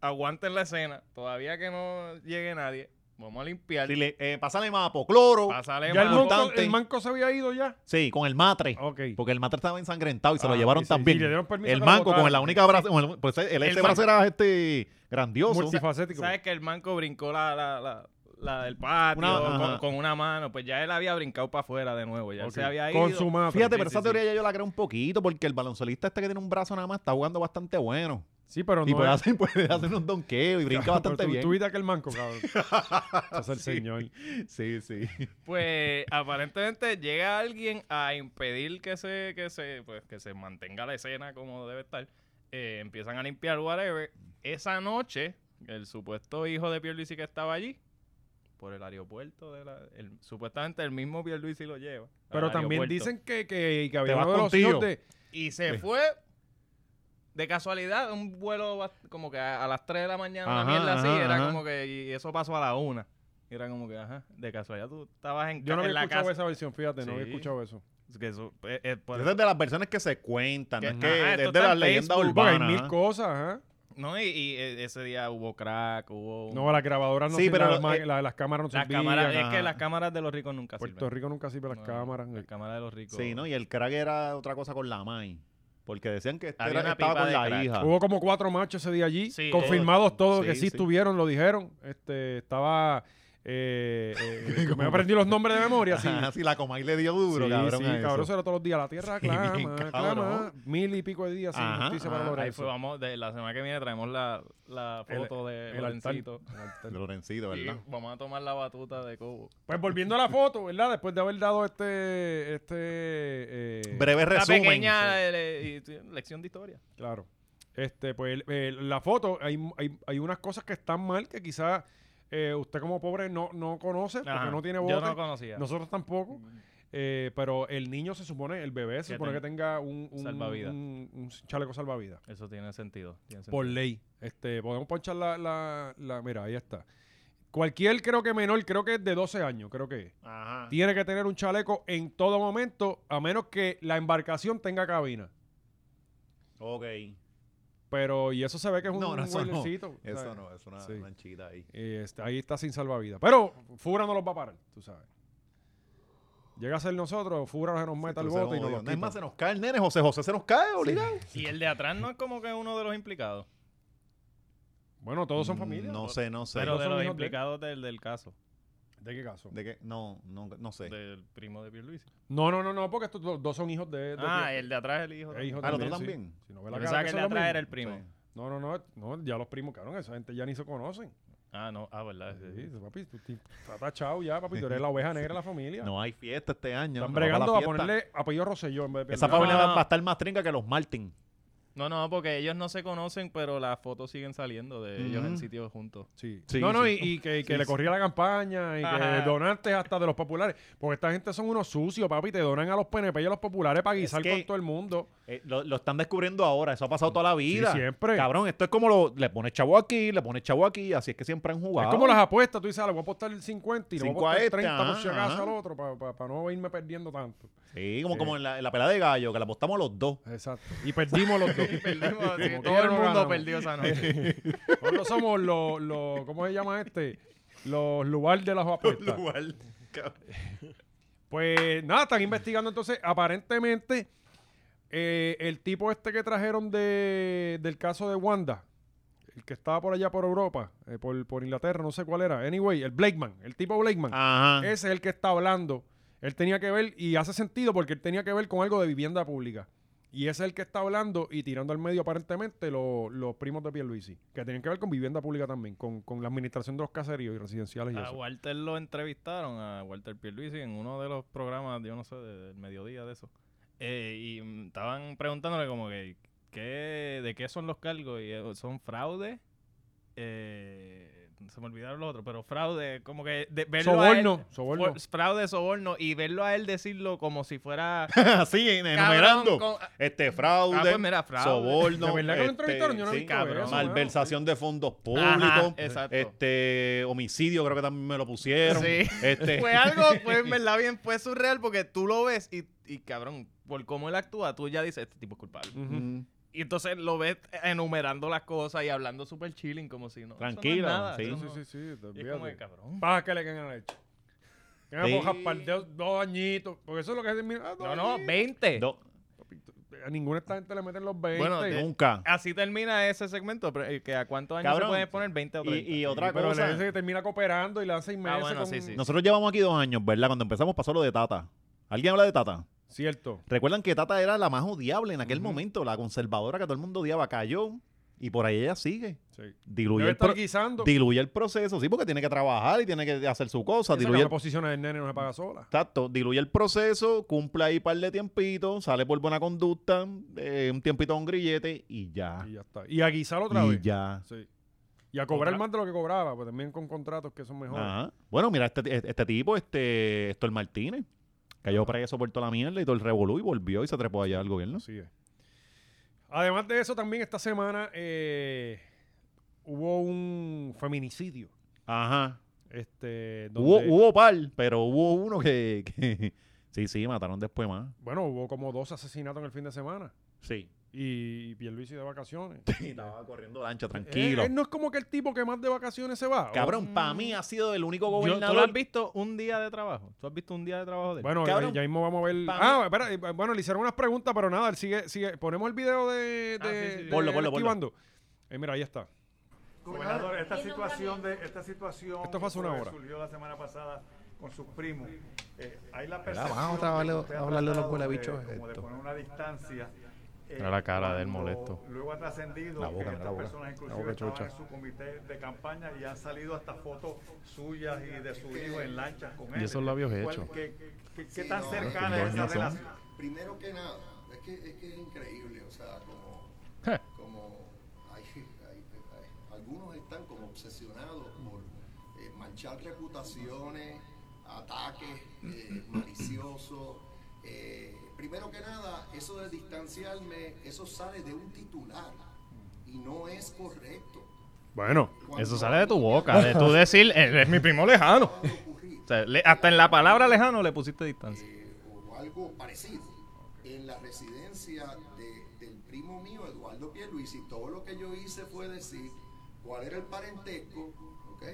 C: aguanten la escena. Todavía que no llegue nadie. Vamos a limpiar.
B: Si le- eh, pásale mapo, cloro.
C: Pasarle
A: Ya el
C: mano.
A: manco,
B: importante.
A: el manco se había ido ya.
B: Sí, con el matre.
A: Ok.
B: Porque el matre estaba ensangrentado y se
A: Ah,
B: lo llevaron
A: y sí,
B: también.
A: y le dieron permiso que
B: el
A: lo
B: manco con
A: botaran.
B: la única brazo. con el- por eso el,
C: El
B: ese
C: man-
B: brazo era este grandioso.
A: Multifacético.
C: ¿Sabes que el manco brincó la, la, la, la del patio
B: Una-
C: con,
B: ajá.
C: con una mano? Pues ya él había brincado para afuera de nuevo. Ya él
A: Ok.
C: se había ido.
A: Con su madre.
B: Fíjate,
C: Sí,
B: pero
C: sí,
B: esa
C: sí.
B: teoría ya yo la creo un poquito porque el baloncelista este que tiene un brazo nada más está jugando bastante bueno.
A: Sí, pero
B: y
A: no. es-
B: puede, hacer, puede hacer unos donkeos y brinca
A: Cabrón, pero
B: bastante
A: tú-
B: bien.
A: Tú viste aquel manco, cabrón. Eso es el señor.
B: Sí, sí.
C: Pues aparentemente llega alguien a impedir que se, que se, pues, que se mantenga la escena como debe estar. Eh, empiezan a limpiar whatever. Esa noche, el supuesto hijo de Pierluisi que estaba allí, por el aeropuerto, de la- el- supuestamente el mismo Pierluisi lo lleva. al
A: Pero también
C: aeropuerto.
A: dicen que, que, que había
B: vas
A: uno de los
B: contigo.
A: hijos de...
C: Y se fue de casualidad, un vuelo va- como que a, a las 3 de la mañana,
B: Ajá,
C: una mierda así,
B: ajá,
C: era
B: ajá.
C: como que, y eso pasó a la 1. Y era como que, ajá, de casualidad tú estabas en,
A: Yo no
C: ca- en
A: había
C: la
A: escuchado
C: casa.
A: esa versión, fíjate, no había
C: Sí.
A: escuchado eso. pues,
C: Es que eso, eh, eh, por-
B: Esa es de las versiones que se cuentan,
C: Que-
B: es que
C: Ajá, esto
B: es de
C: está
B: las
C: en
B: leyendas
C: Facebook.
A: Porque hay
B: urbanas.
A: mil
B: ajá.
A: cosas, ajá.
C: no, y, y, eh, ese día hubo crack, hubo... un-
A: No, las grabadoras no
B: Sí,
A: sirven,
B: pero
A: las, ma-
B: eh,
A: la- las cámaras no
C: las
A: servían.
C: cámaras, es
B: ajá.
C: que las cámaras de los ricos nunca
A: Puerto
C: sirven.
A: Rico nunca sirve las
C: No,
A: cámaras. eh.
C: Las cámaras de los ricos.
B: Sí, ¿no? Y el crack era otra cosa con la mai. Porque decían que este
C: Había
B: era-
C: una
B: estaba
C: pipa
B: con
C: de
B: la
C: crack.
B: hija.
A: Hubo como cuatro machos ese día allí,
C: Sí,
A: confirmados todos
B: Ah. Sí,
A: que sí,
B: sí.
A: estuvieron, lo dijeron. Este, estaba... eh, eh, me aprendí los nombres de memoria, sí.
B: Ajá, sí, la Comay le dio duro,
A: sí,
B: cabrón.
A: sí,
B: a eso.
A: cabrón, eso era todos los días. La tierra
B: Sí,
A: clama,
B: bien
A: clama.
B: cabrón.
A: Mil y pico de días sin
B: Ajá,
A: justicia para
B: ajá,
A: lograr
C: Ahí
A: eso.
C: fue, vamos, de, la semana que viene traemos la, la
A: El-
C: foto de
A: el altar.
C: Lorencito.
A: El altar.
B: De Lorencito,
C: Y
B: ¿verdad?
C: vamos a tomar la batuta de Cobo.
A: Pues volviendo a la foto, ¿verdad? Después de haber dado este... este eh,
B: Breve
C: La
B: resumen.
C: pequeña eh, eh, lección de historia.
A: Claro. Este, pues el- el- la foto, hay, hay, hay unas cosas que están mal que quizás eh, usted como pobre no, no conoce
C: Ajá.
A: porque no tiene
C: Yo
A: voz.
C: no conocía. Mm.
A: Nosotros tampoco. Eh, pero el niño se supone, el bebé se
C: Que
A: supone que tenga un, un-
C: Salvavidas.
A: un- un chaleco salvavidas.
C: Eso tiene sentido. tiene
A: Por
C: sentido.
A: ley. Este, podemos ponchar la, la, la- Mira, ahí está. Cualquier, creo que menor, creo que es de 12 años, creo que es.
B: Ajá.
A: Tiene que tener un chaleco en todo momento, a menos que la embarcación tenga cabina.
B: Ok.
A: Pero, y eso se ve que es un
B: No, no, eso no.
A: whalercito,
B: Eso
A: ¿sabes?
B: no, es una
A: Sí.
B: manchita ahí.
A: Y este, ahí está sin salvavidas. Pero Fura no los va a parar, tú sabes. Llega a ser nosotros, Fura se nos mete al
B: Entonces,
A: bote y nos
B: como Dios,
A: los
B: no es
A: quita.
B: más, se nos cae el nene. José José se nos cae, obligado.
C: Y el de atrás no es como que uno de los implicados.
A: Bueno, todos son familia.
B: Mm, No sé, no sé.
C: Pero
A: Todos
C: de
A: son
C: los
A: hijos de él.
C: implicados del, del caso.
A: ¿De qué caso?
B: ¿De qué? No, no, no sé.
C: Del primo de Pierluisi.
A: No, no, no, no, porque estos do- dos, son hijos de... de
C: Ah,
A: de-
C: el de atrás es el hijo.
A: es hijo
B: Ah, ¿el otro
A: sí.
B: también?
A: Si no ve la cara
C: Pensaba
A: que
C: que el
A: son
C: de
A: los
C: atrás era el
A: mismos.
C: primo.
B: Sí.
A: No, no, no, no, ya los primos, cabrón, esa gente ya ni se conocen.
C: Ah, no. Ah, verdad. sí,
A: Sí,
C: sí.
A: papi, tú te- está tachado ya, papi, tú eres la oveja negra de la familia.
B: No hay fiesta este año.
A: Están
B: no va para la
A: bregando a
B: fiesta.
A: ponerle Ah. apellido Rosselló en vez de
B: Esa
A: Pierluisi.
B: familia
C: No,
B: va
C: no.
B: a estar más trinca que los Martin.
C: No, no, porque ellos no se conocen, pero las fotos siguen saliendo de ellos en
B: Ujú.
C: sitios juntos.
A: Sí.
B: Sí,
A: no, no,
B: sí.
A: y, y que, y que
B: Sí,
A: le
B: sí.
A: corría la campaña y
C: Ajá.
A: que donantes hasta de los populares. Porque esta gente son unos sucios, papi. Te donan a los PNP y a los populares para guisar
B: que-
A: con todo el mundo.
B: Eh, lo, lo están descubriendo ahora, eso ha pasado toda la vida.
A: siempre.
B: Cabrón, esto es como lo, le pones chavo aquí, le pones chavo aquí, así es que siempre han jugado.
A: Es como las apuestas. Tú dices, ah, le voy a apostar el 50 y le voy a
B: Cinco a
A: apostar
B: este,
A: 30 por si
B: ajá,
A: acaso
B: ajá.
A: al otro para no irme perdiendo tanto.
B: Sí, como, como en, la, en la pelada de gallo, que la apostamos los dos.
A: Exacto. Y perdimos los dos.
C: Perdimos,
A: Como
C: sí,
A: que
C: todo
A: ya
C: el
A: no
C: mundo
A: ganamos.
C: perdió esa noche.
A: Nosotros somos los, los- ¿cómo se llama este? Los lugares de las apuestas. Pues nada, están investigando entonces. Aparentemente, eh, el tipo este que trajeron de, del caso de Wanda, el que estaba por allá por Europa, eh, por, por Inglaterra, no sé cuál era. Anyway, el Blakeman, el tipo Blakeman.
C: Ah.
B: Ajá.
A: Ese es el que está hablando. Él tenía que ver, y hace sentido porque él tenía que ver con algo de vivienda pública. Y ese es el que está hablando y tirando al medio aparentemente lo- los primos de Pierluisi, que tienen que ver con vivienda pública también, con, con la administración de los caseríos y residenciales y
C: A
A: eso.
C: Walter lo entrevistaron, a Walter Pierluisi, en uno de los programas, yo no sé, de- del mediodía de eso. Eh, y mm, estaban preguntándole como que, ¿qué, ¿de qué son los cargos? Y eh, son fraude, eh, se me olvidaron los otros, pero fraude, como que de- verlo a él-
A: Soborno, soborno.
C: for- fraude, soborno, y verlo a él decirlo como si fuera...
B: Así, en- enumerando.
C: Cabrón, con-
B: Este fraude,
C: Ah, pues mira, fraude.
B: soborno,
A: De verdad que lo
B: este,
A: entrevistaron, yo no he visto
C: cabrón.
A: eso, ¿eh? mano.
B: malversación de fondos
C: Ajá,
B: públicos,
C: exacto.
B: este homicidio creo que también me lo pusieron.
C: Sí.
B: Este,
A: Pues,
C: Fue algo, fue en verdad bien, fue surreal porque tú lo ves y, y cabrón, por cómo él actúa, tú ya dices, este tipo es culpable.
A: Ujú.
B: mm,
C: Y entonces lo ves enumerando las cosas y hablando súper chilling como si no. eso no es
B: Tranquilo,
C: nada,
B: sí.
C: eso
A: Sí,
C: no-
A: sí, sí, sí, te
C: Y es como
A: olvídate.
C: que, cabrón.
A: Paja que le caen a la leche. Que me
B: Sí.
A: mojas pal dedo, dos añitos. Porque eso es lo que es. mira, ah, dos
C: No, no,
A: añitos.
C: 20.
B: do-
A: A ninguna de esta gente le meten los 20.
C: Bueno, de-
B: nunca.
C: Así termina ese segmento, pero, eh, que a cuántos años
B: Cabrón.
C: se puede poner 20 o 30.
B: Y, y otra
A: Ah, pero le
B: cosa,
A: dice que termina cooperando y le dan seis meses.
C: bueno,
A: con-
C: sí, sí.
B: nosotros llevamos aquí dos años, ¿verdad? Cuando empezamos pasó lo de Tata. ¿Alguien habla de Tata?
A: Cierto.
B: Recuerdan que Tata era la más odiable en aquel
A: Ujú.
B: momento, la conservadora que todo el mundo odiaba, cayó y por ahí ella sigue.
A: Sí.
B: Diluye
A: Debe
B: el, pro-
A: estar guisando.
B: diluye el proceso, sí, porque tiene que trabajar y tiene que hacer su cosa.
A: Esa que
B: Diluye el,
A: la posición del nene no se paga sola.
B: exacto, diluye el proceso, cumple ahí par de tiempitos, sale por buena conducta, eh, un tiempito a un grillete y ya.
A: Y ya está. Y a guisar otra
B: Ah. y
A: vez.
B: ya.
A: Sí. Y a cobrar
C: Otra-
A: más de lo que cobraba, pues también con contratos que son mejores.
B: Ajá. Bueno, mira, este, este tipo, este, Héctor Martínez, cayó preso por toda la mierda y todo el revolú y volvió y se trepó allá al gobierno.
A: Así es. Además de eso, también esta semana eh, hubo un feminicidio.
B: Ajá.
A: Este, donde-
B: Hubo, hubo par, pero hubo uno que, que- Sí, sí, mataron después más.
A: Bueno, hubo como dos asesinatos en el fin de semana.
B: Sí.
A: Y Pierluisi de vacaciones.
B: Estaba corriendo lancha,
A: Eh,
B: tranquilo.
A: él no es como que el tipo que más de vacaciones se va. ¿o?
B: Cabrón, para mí ha sido el único
C: Yo- ¿Tú lo
B: gobernador.
C: has visto un día de trabajo? ¿Tú has visto un día de trabajo de él?
A: Bueno,
B: Cabrón,
A: eh, ya mismo vamos a ver.
B: pa'
A: Ah, espera, eh, bueno, le hicieron unas preguntas, pero nada, él sigue, sigue. Ponemos el video de. de,
C: Ah, sí, sí, sí.
A: de
B: Ponlo,
A: él
B: ponlo, ponlo.
A: esquivando. Eh, mira, ahí está.
E: Gobernador, esta situación de esta situación
A: Esto fue hace una hora.
E: surgió la semana pasada con sus primos. Eh, hay
F: Mira, vamos
E: la
F: a
E: percepción que
F: trabarle-
E: usted ha
F: hablarle a los
E: tratado
F: huelebichos
E: de, como de
F: esto.
E: poner una distancia. eh,
C: Mira la cara del
E: cuando
C: molesto.
E: Luego ha trascendido
F: La
E: que
F: boca, mira
E: estas
F: la boca.
E: personas
F: La
E: inclusive
F: boca
E: estaban
F: chocha.
E: en su comité de campaña y han salido hasta fotos suyas y de su hijo en lanchas con él.
C: Y esos labios
E: ¿Cuál-
C: hechos.
E: ¿Qué, qué- qué tan
G: no,
E: cercana
B: qué
E: es esa
B: coño son.
E: relación?
G: Primero que nada, es que es, que es increíble, o sea, como, como hay, hay- hay- algunos están como obsesionados por eh, manchar reputaciones, ataques eh, maliciosos. Eh, primero que nada, eso de distanciarme, eso sale de un titular y no es correcto.
A: Bueno.
C: Eso sale de tu boca, de tú decir, "Él es mi primo lejano.
G: Acaba de ocurrir.
C: O sea, le- hasta en la palabra lejano le pusiste distancia.
G: eh, o algo parecido en la residencia de- del primo mío, Eduardo Pierluisi. Todo lo que yo hice fue decir cuál era el parentesco, ¿ok?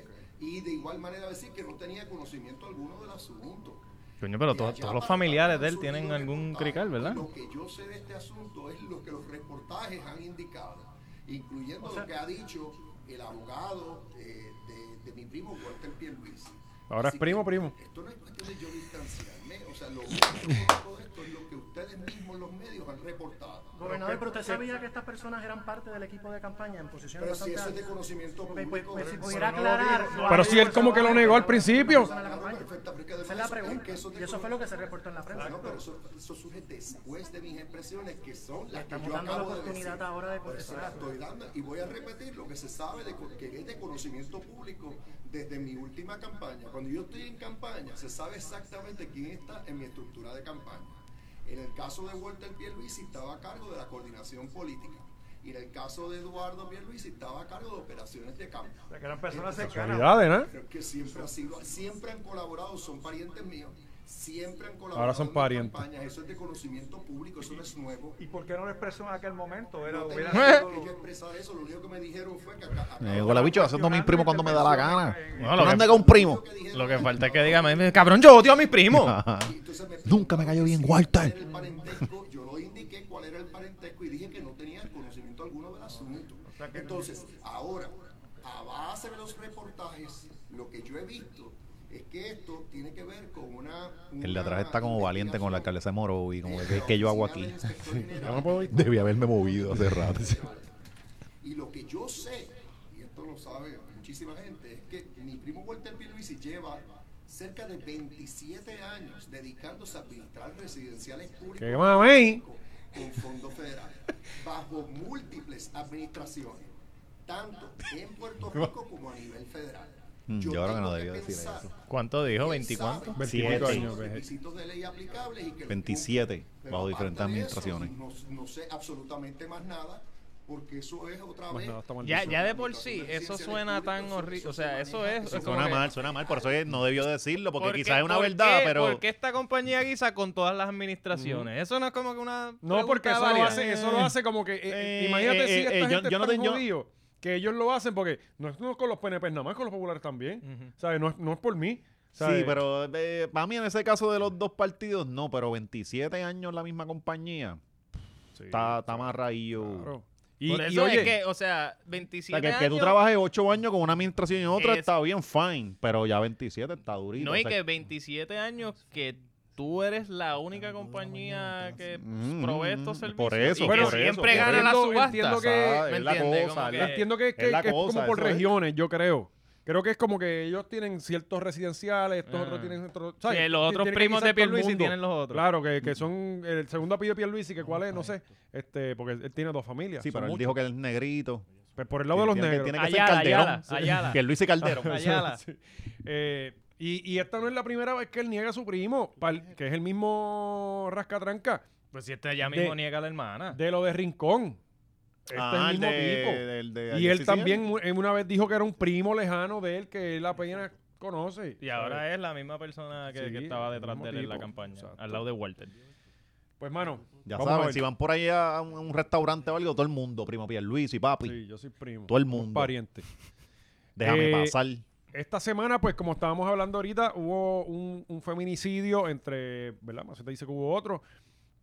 G: Y de igual manera decir que no tenía conocimiento alguno del asunto.
C: Coño, pero
G: De
C: to-
G: allá
C: todos los
G: para acá
C: familiares de
G: han
C: él tienen
G: surgido
C: algún
G: reportajes.
C: crical, ¿verdad?
G: Lo que yo sé de este asunto es lo que los reportajes han indicado, incluyendo lo que ha dicho el abogado eh, de, de mi primo Walter Pierluisi.
A: Ahora es
G: que
A: primo, primo.
G: Esto no es cuestión de yo distanciarme, o sea, lo único que conozco de esto es lo que ustedes mismos los medios han reportado.
E: Pero
H: Gobernador, pero usted
E: que-
H: sabía que estas personas eran parte del equipo de campaña en posición
G: Pero si eso es de conocimiento
H: Pues, pues,
G: público,
H: pues, si
G: pero-
H: pudiera
E: no lo
H: aclarar.
E: digo,
H: lo
A: Pero
H: ha
A: si él
H: dicho,
A: como que lo negó al principio.
H: persona de la campaña.
G: Perfecto, porque
H: Esa es la
G: además eso-
H: pregunta.
G: que eso es de
H: Y eso fue lo que se
G: conocimiento-
H: reportó en la prensa.
G: No, pero eso, eso surge después de mis expresiones que son las que
H: Estamos
G: yo
H: dando la
G: acabo de
H: oportunidad
G: decir.
H: ahora de
G: Por eso la
H: contestar.
G: estoy dando y voy a repetir lo que se sabe de, co- que es de conocimiento público desde mi última campaña. Cuando yo estoy en campaña, se sabe exactamente quién está en mi estructura de campaña. En el caso de Walter Pierluisi estaba a cargo de la coordinación política. Y en el caso de Eduardo Pierluisi estaba a cargo de operaciones de campo.
E: O sea, que eran personas cercanas.
A: Casualidades, ¿no?
G: Creo que siempre ha sido, siempre han colaborado, son parientes míos, siempre han colaborado.
A: Ahora son
G: en mis
A: parientes.
G: campañas, Eso es de conocimiento público, eso no es nuevo.
E: ¿Y por qué no lo expresó en aquel momento? Era,
G: No tenía
E: hubiera
G: nada
E: sido-
G: que
B: Eh,
G: expresar eso, lo único que me dijeron fue que acá. acá-
F: Eh, Hola, bicho, haciendo mis primos cuando me da la gana.
C: Bueno,
F: No
C: lo,
F: anda
C: que,
F: con un primo.
G: dijeron-
C: lo que falta es que diga, "Me- cabrón, yo odio a mis primos.
B: Ajá.
G: y entonces me
F: Nunca me cayó bien
G: preguntaron
F: Walter.
G: que si cuál era el parentesco, yo lo indiqué cuál era el parentesco y dije que no tenía conocimiento alguno del asunto. Entonces, ahora, a base de los reportajes, lo que yo he visto es que esto tiene que ver con una.
B: El de atrás está como valiente con la
G: calidad
B: alcaldesa de Moro y como que, que yo hago aquí. Debí haberme movido hace rato.
G: Y lo que yo sé, y esto lo sabe muchísima gente, es que mi primo Walter Pierluisi lleva cerca de 27 años dedicándose a administrar residenciales públicos
A: ¡Qué mamey!
G: con fondos federales, bajo múltiples administraciones, tanto en Puerto Rico como a nivel federal.
B: Mm, yo creo que no
G: tengo
B: debió decir
G: pensar
B: eso.
C: ¿Cuánto dijo?
G: quién
C: ¿20
G: sabe
C: cuánto?
G: cuáles
B: Siete.
G: son los
A: años, veje.
G: requisitos de ley aplicables y que los
B: 27
G: pero
B: bajo
G: aparte
B: diferentes
G: de
B: administraciones.
G: eso, no, no sé absolutamente más nada, porque eso es otra
A: Más
G: vez.
A: Pues nada, está mal
C: Ya,
A: dicho.
C: ya de por sí, eso suena tan horrible. O sea, eso es. es como
B: Suena
C: que-
B: mal, suena mal, por eso es- no debió decirlo, porque
C: ¿por
B: quizás
C: qué-
B: es una
C: por
B: verdad,
C: qué-
B: pero
C: ¿Por qué esta compañía guisa con todas las administraciones? Eso no es como que una.
A: No, porque
C: pregunta
A: eso lo,
C: válida.
A: hace, eso lo hace como que. eh, eh,
B: Eh,
A: imagínate
B: eh,
A: si esta
B: eh, yo-
A: gente
B: yo no
A: es tan
B: te- yo-
A: jodido que ellos lo hacen porque no es no es con los PNP, nada más con los populares también.
C: Ujú.
A: ¿Sabes? No es, no es por mí.
B: sí,
A: ¿sabes?
B: pero eh, para mí en ese caso de los dos partidos, no, pero 27 años la misma compañía,
A: Sí,
B: está, está más raído.
A: claro.
C: Y,
A: Y,
C: por
A: y
C: eso
A: oye,
C: es que, o sea,
B: O sea,
C: 27
B: que, que tú
C: años-
B: trabajes 8 años con una administración y otra
C: este Es-
B: está bien, fine, pero ya 27 está durito.
C: No,
B: o
C: y
B: sea,
C: que 27 años que tú eres la única compañía que pues,
B: Mm,
C: provee estos
B: mm,
C: servicios.
B: por eso,
C: y
A: por
C: que
A: eso,
C: siempre
A: por
C: gana la
A: eso.
C: subasta.
A: Entiendo que-
B: esa
C: ¿me
B: es la
C: entiendes?
B: cosa,
C: Como
B: es
C: que-
B: la-
A: entiendo que,
B: es
A: que-
B: la
A: que es como
B: cosa,
A: por
B: eso es.
A: regiones, yo creo. Creo que es como que ellos tienen ciertos residenciales, estos
C: Ah.
A: otros tienen otros.
C: Sí,
A: ¿sabes?
C: los otros
A: Tiene que
C: primos
A: guisar
C: de
A: todo el
C: Pierluisi
A: mundo.
C: tienen los otros.
A: Claro, que, que son. El segundo apellido de Pierluisi, que cuál es, no sé. este Porque él tiene dos familias.
B: Sí,
A: son
B: pero él
A: muchos.
B: dijo que él es negrito.
A: Pues por el lado de los
B: Tiene que-
A: negros.
B: Tiene que ser
C: Ayala,
B: Calderón.
C: Ayala, Ayala.
B: Que Luis y Calderón.
C: Ayala.
A: Eh, y, y esta no es la primera vez que él niega a su primo, pal- que es el mismo rascatranca
C: Pues si este ya
A: De-
C: mismo niega a la hermana.
A: de lo de Rincón. Este
B: Ah,
A: es el mismo
B: de-
A: tipo.
B: del- de
A: y él
B: ICCN.
A: también mu- eh, una vez dijo que era un primo lejano de él que él apenas conoce. Eh,
C: Y ahora es la misma persona que,
A: Sí,
C: que estaba
A: el
C: detrás
A: mismo
C: de él en la
A: tipo.
C: campaña,
A: Exacto.
C: al lado de Walter.
A: Pues, mano,
B: Ya
A: vamos a
B: saben,
A: ver.
B: si van por ahí a un, a un restaurante o algo, todo el mundo, primo Luis y papi,
A: Sí, yo soy primo.
B: Todo el
A: somos
B: mundo.
A: Pariente.
B: déjame
A: Eh,
B: pasar.
A: Esta semana, pues como estábamos hablando ahorita, hubo un, un feminicidio entre, ¿verdad? Maceta dice que hubo otro,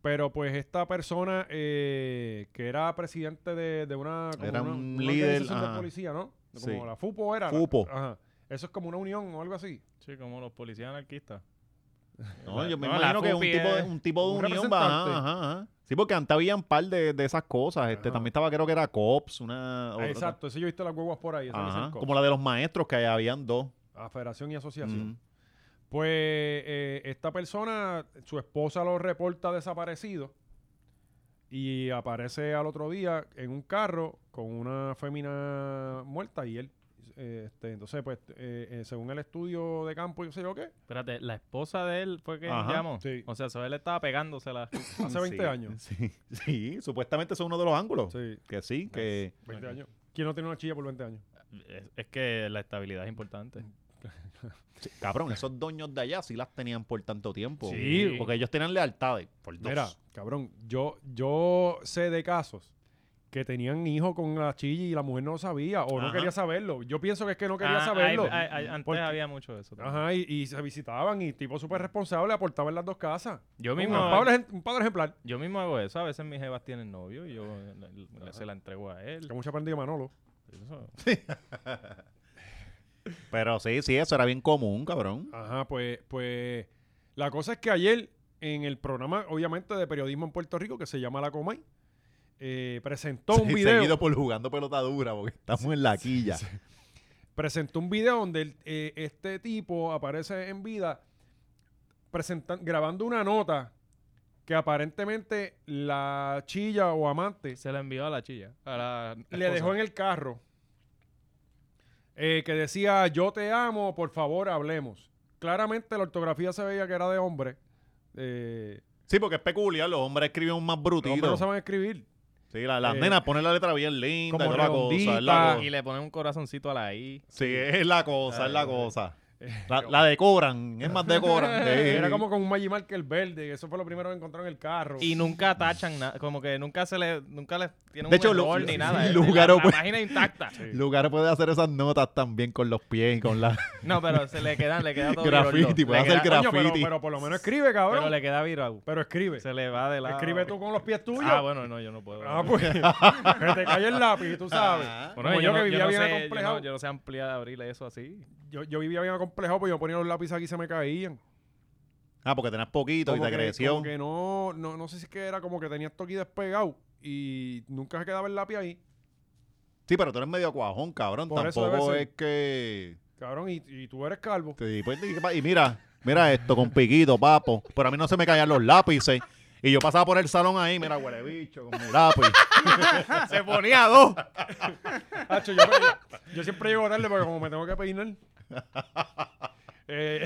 A: pero pues esta persona eh, que era presidente de, de una, como
B: Era
A: una-
B: un
A: una
B: líder,
A: organización de
B: ajá.
A: policía, ¿no? Como
B: Sí.
A: la FUPO era. la-
B: FUPO.
A: ajá. Eso es como una unión o algo así.
C: Sí, como los policías anarquistas.
B: No, yo me
C: no, la
B: imagino que es un
C: Fupi
B: tipo, de,
C: es
B: un tipo de
A: un
B: unión va,
A: representante.
B: ajá, ajá. Sí, porque antes había un par de, de esas cosas. Este,
A: Ajá.
B: También estaba, creo que era COPS, una... otra-
A: Exacto, eso yo he visto las huevas por ahí. eso le
B: Ah, Ajá,
A: dicen cosas.
B: Como la de los maestros, que habían dos.
A: Ah, federación y asociación.
B: Mm.
A: Pues eh, esta persona, su esposa lo reporta desaparecido y aparece al otro día en un carro con una fémina muerta y él. eh, este, entonces, pues, eh, eh, según el estudio de campo, yo sé yo qué,
C: Espérate, la esposa de él fue que
B: Ajá,
C: llamó.
A: sí.
C: O sea, so, él estaba pegándosela.
A: hace 20
B: Sí,
A: años.
B: Sí, sí, supuestamente eso es uno de los ángulos.
A: Sí,
B: Que sí, que...
A: 20 años. ¿Quién no tiene una chilla por 20 años?
C: es, es que la estabilidad es importante.
B: Sí, cabrón, esos dueños de allá sí las tenían por tanto tiempo.
A: Sí.
B: Porque ellos tenían lealtades por dos.
A: Mira, cabrón, yo, yo sé de casos que tenían hijos con la chilla y la mujer no lo sabía o no
B: Ajá.
A: quería saberlo. Yo pienso que es que no quería
C: Ah,
A: saberlo.
C: ay, ay, ay, antes
A: Porque-
C: había mucho de eso. también.
A: Ajá, y, y se visitaban y tipo súper responsable aportaba en las dos casas.
C: Yo
A: Un
C: mismo,
B: eh.
A: padre, ejem- un padre ejemplar.
C: yo mismo hago eso. A veces mis jevas tienen novio y yo eh, la- la- se la entrego a él.
A: Que mucho aprendido Manolo.
C: Eso-
B: Pero sí, sí, eso era bien común, cabrón.
A: Ajá, pues, pues la cosa es que ayer en el programa, obviamente, de periodismo en Puerto Rico, que se llama La Comay, eh, presentó un
B: Sí,
A: video.
B: Seguido por jugando pelota dura, porque estamos en la quilla.
A: Presentó un video donde el- eh, este tipo aparece en vida presentan- grabando una nota que aparentemente la chilla o amante
C: se la envió a la chilla. A la
A: le dejó en el carro eh, que decía yo te amo, por favor hablemos. Claramente la ortografía se veía que era de hombre. Eh,
B: Sí, porque es peculiar, los hombres escriben un
A: los
B: más
A: hombres
B: brutito.
A: no saben escribir.
B: sí, la- las
A: eh,
B: nenas ponen la letra bien linda,
A: como
B: y toda la cosa, es la
A: redondita.
B: cosa.
C: Ah, Y le ponen un corazoncito a la I.
B: Sí, es la cosa, es
A: Eh,
B: la cosa. La, la decoran, es más decoran. sí.
A: Era como con un Magimark el verde. Eso fue lo primero que encontró en el carro.
C: Y nunca tachan nada, como que nunca se le, nunca le tiene
B: De
C: un
B: hecho, lu-
C: error ni nada. es-
B: lugar
C: la, la
B: opu-
C: página intacta.
B: Lugar puede hacer esas notas también con los pies y con la
C: No, pero se le quedan, le queda todo
B: graffiti.
C: viroldo.
B: Puede
C: Le
B: hacer
C: queda-
A: Coño, pero,
B: graffiti.
A: pero por lo menos escribe, cabrón.
C: Pero
A: Pero,
C: le queda virado.
A: escribe.
C: Se le va de lado.
A: Escribe tú con los pies tuyos.
C: Ah, bueno, no, yo no puedo.
A: Ah, pues. que te cae el lápiz, tú sabes.
C: Bueno,
A: Como yo,
C: no-
A: que vivía
C: no
A: bien
C: sé, yo
A: acomplejado.
C: no- Yo no sé ampliar, abrir eso así.
A: Yo, yo vivía bien acomplejado, pues yo ponía los lápices aquí y se me caían.
B: Ah, porque tenías poquito y
A: Como
B: te
A: que-
B: creció.
A: como que no, no, no sé si es que era como que tenía esto aquí despegado y nunca se quedaba el lápiz ahí,
B: Sí, pero tú eres medio cuajón, cabrón.
A: Por eso
B: Tampoco
A: debe
B: es
A: ser.
B: que.
A: cabrón, y, y tú eres calvo.
B: Sí, pues, y pa- y mira, mira esto con piquito, papo. Pero a mí no se me caían los lápices. Y yo pasaba por el salón ahí, mira, huele bicho, con mi lápiz.
C: Se ponía dos.
A: Hacho, yo, yo siempre llego tarde porque como me tengo que peinar. Eh,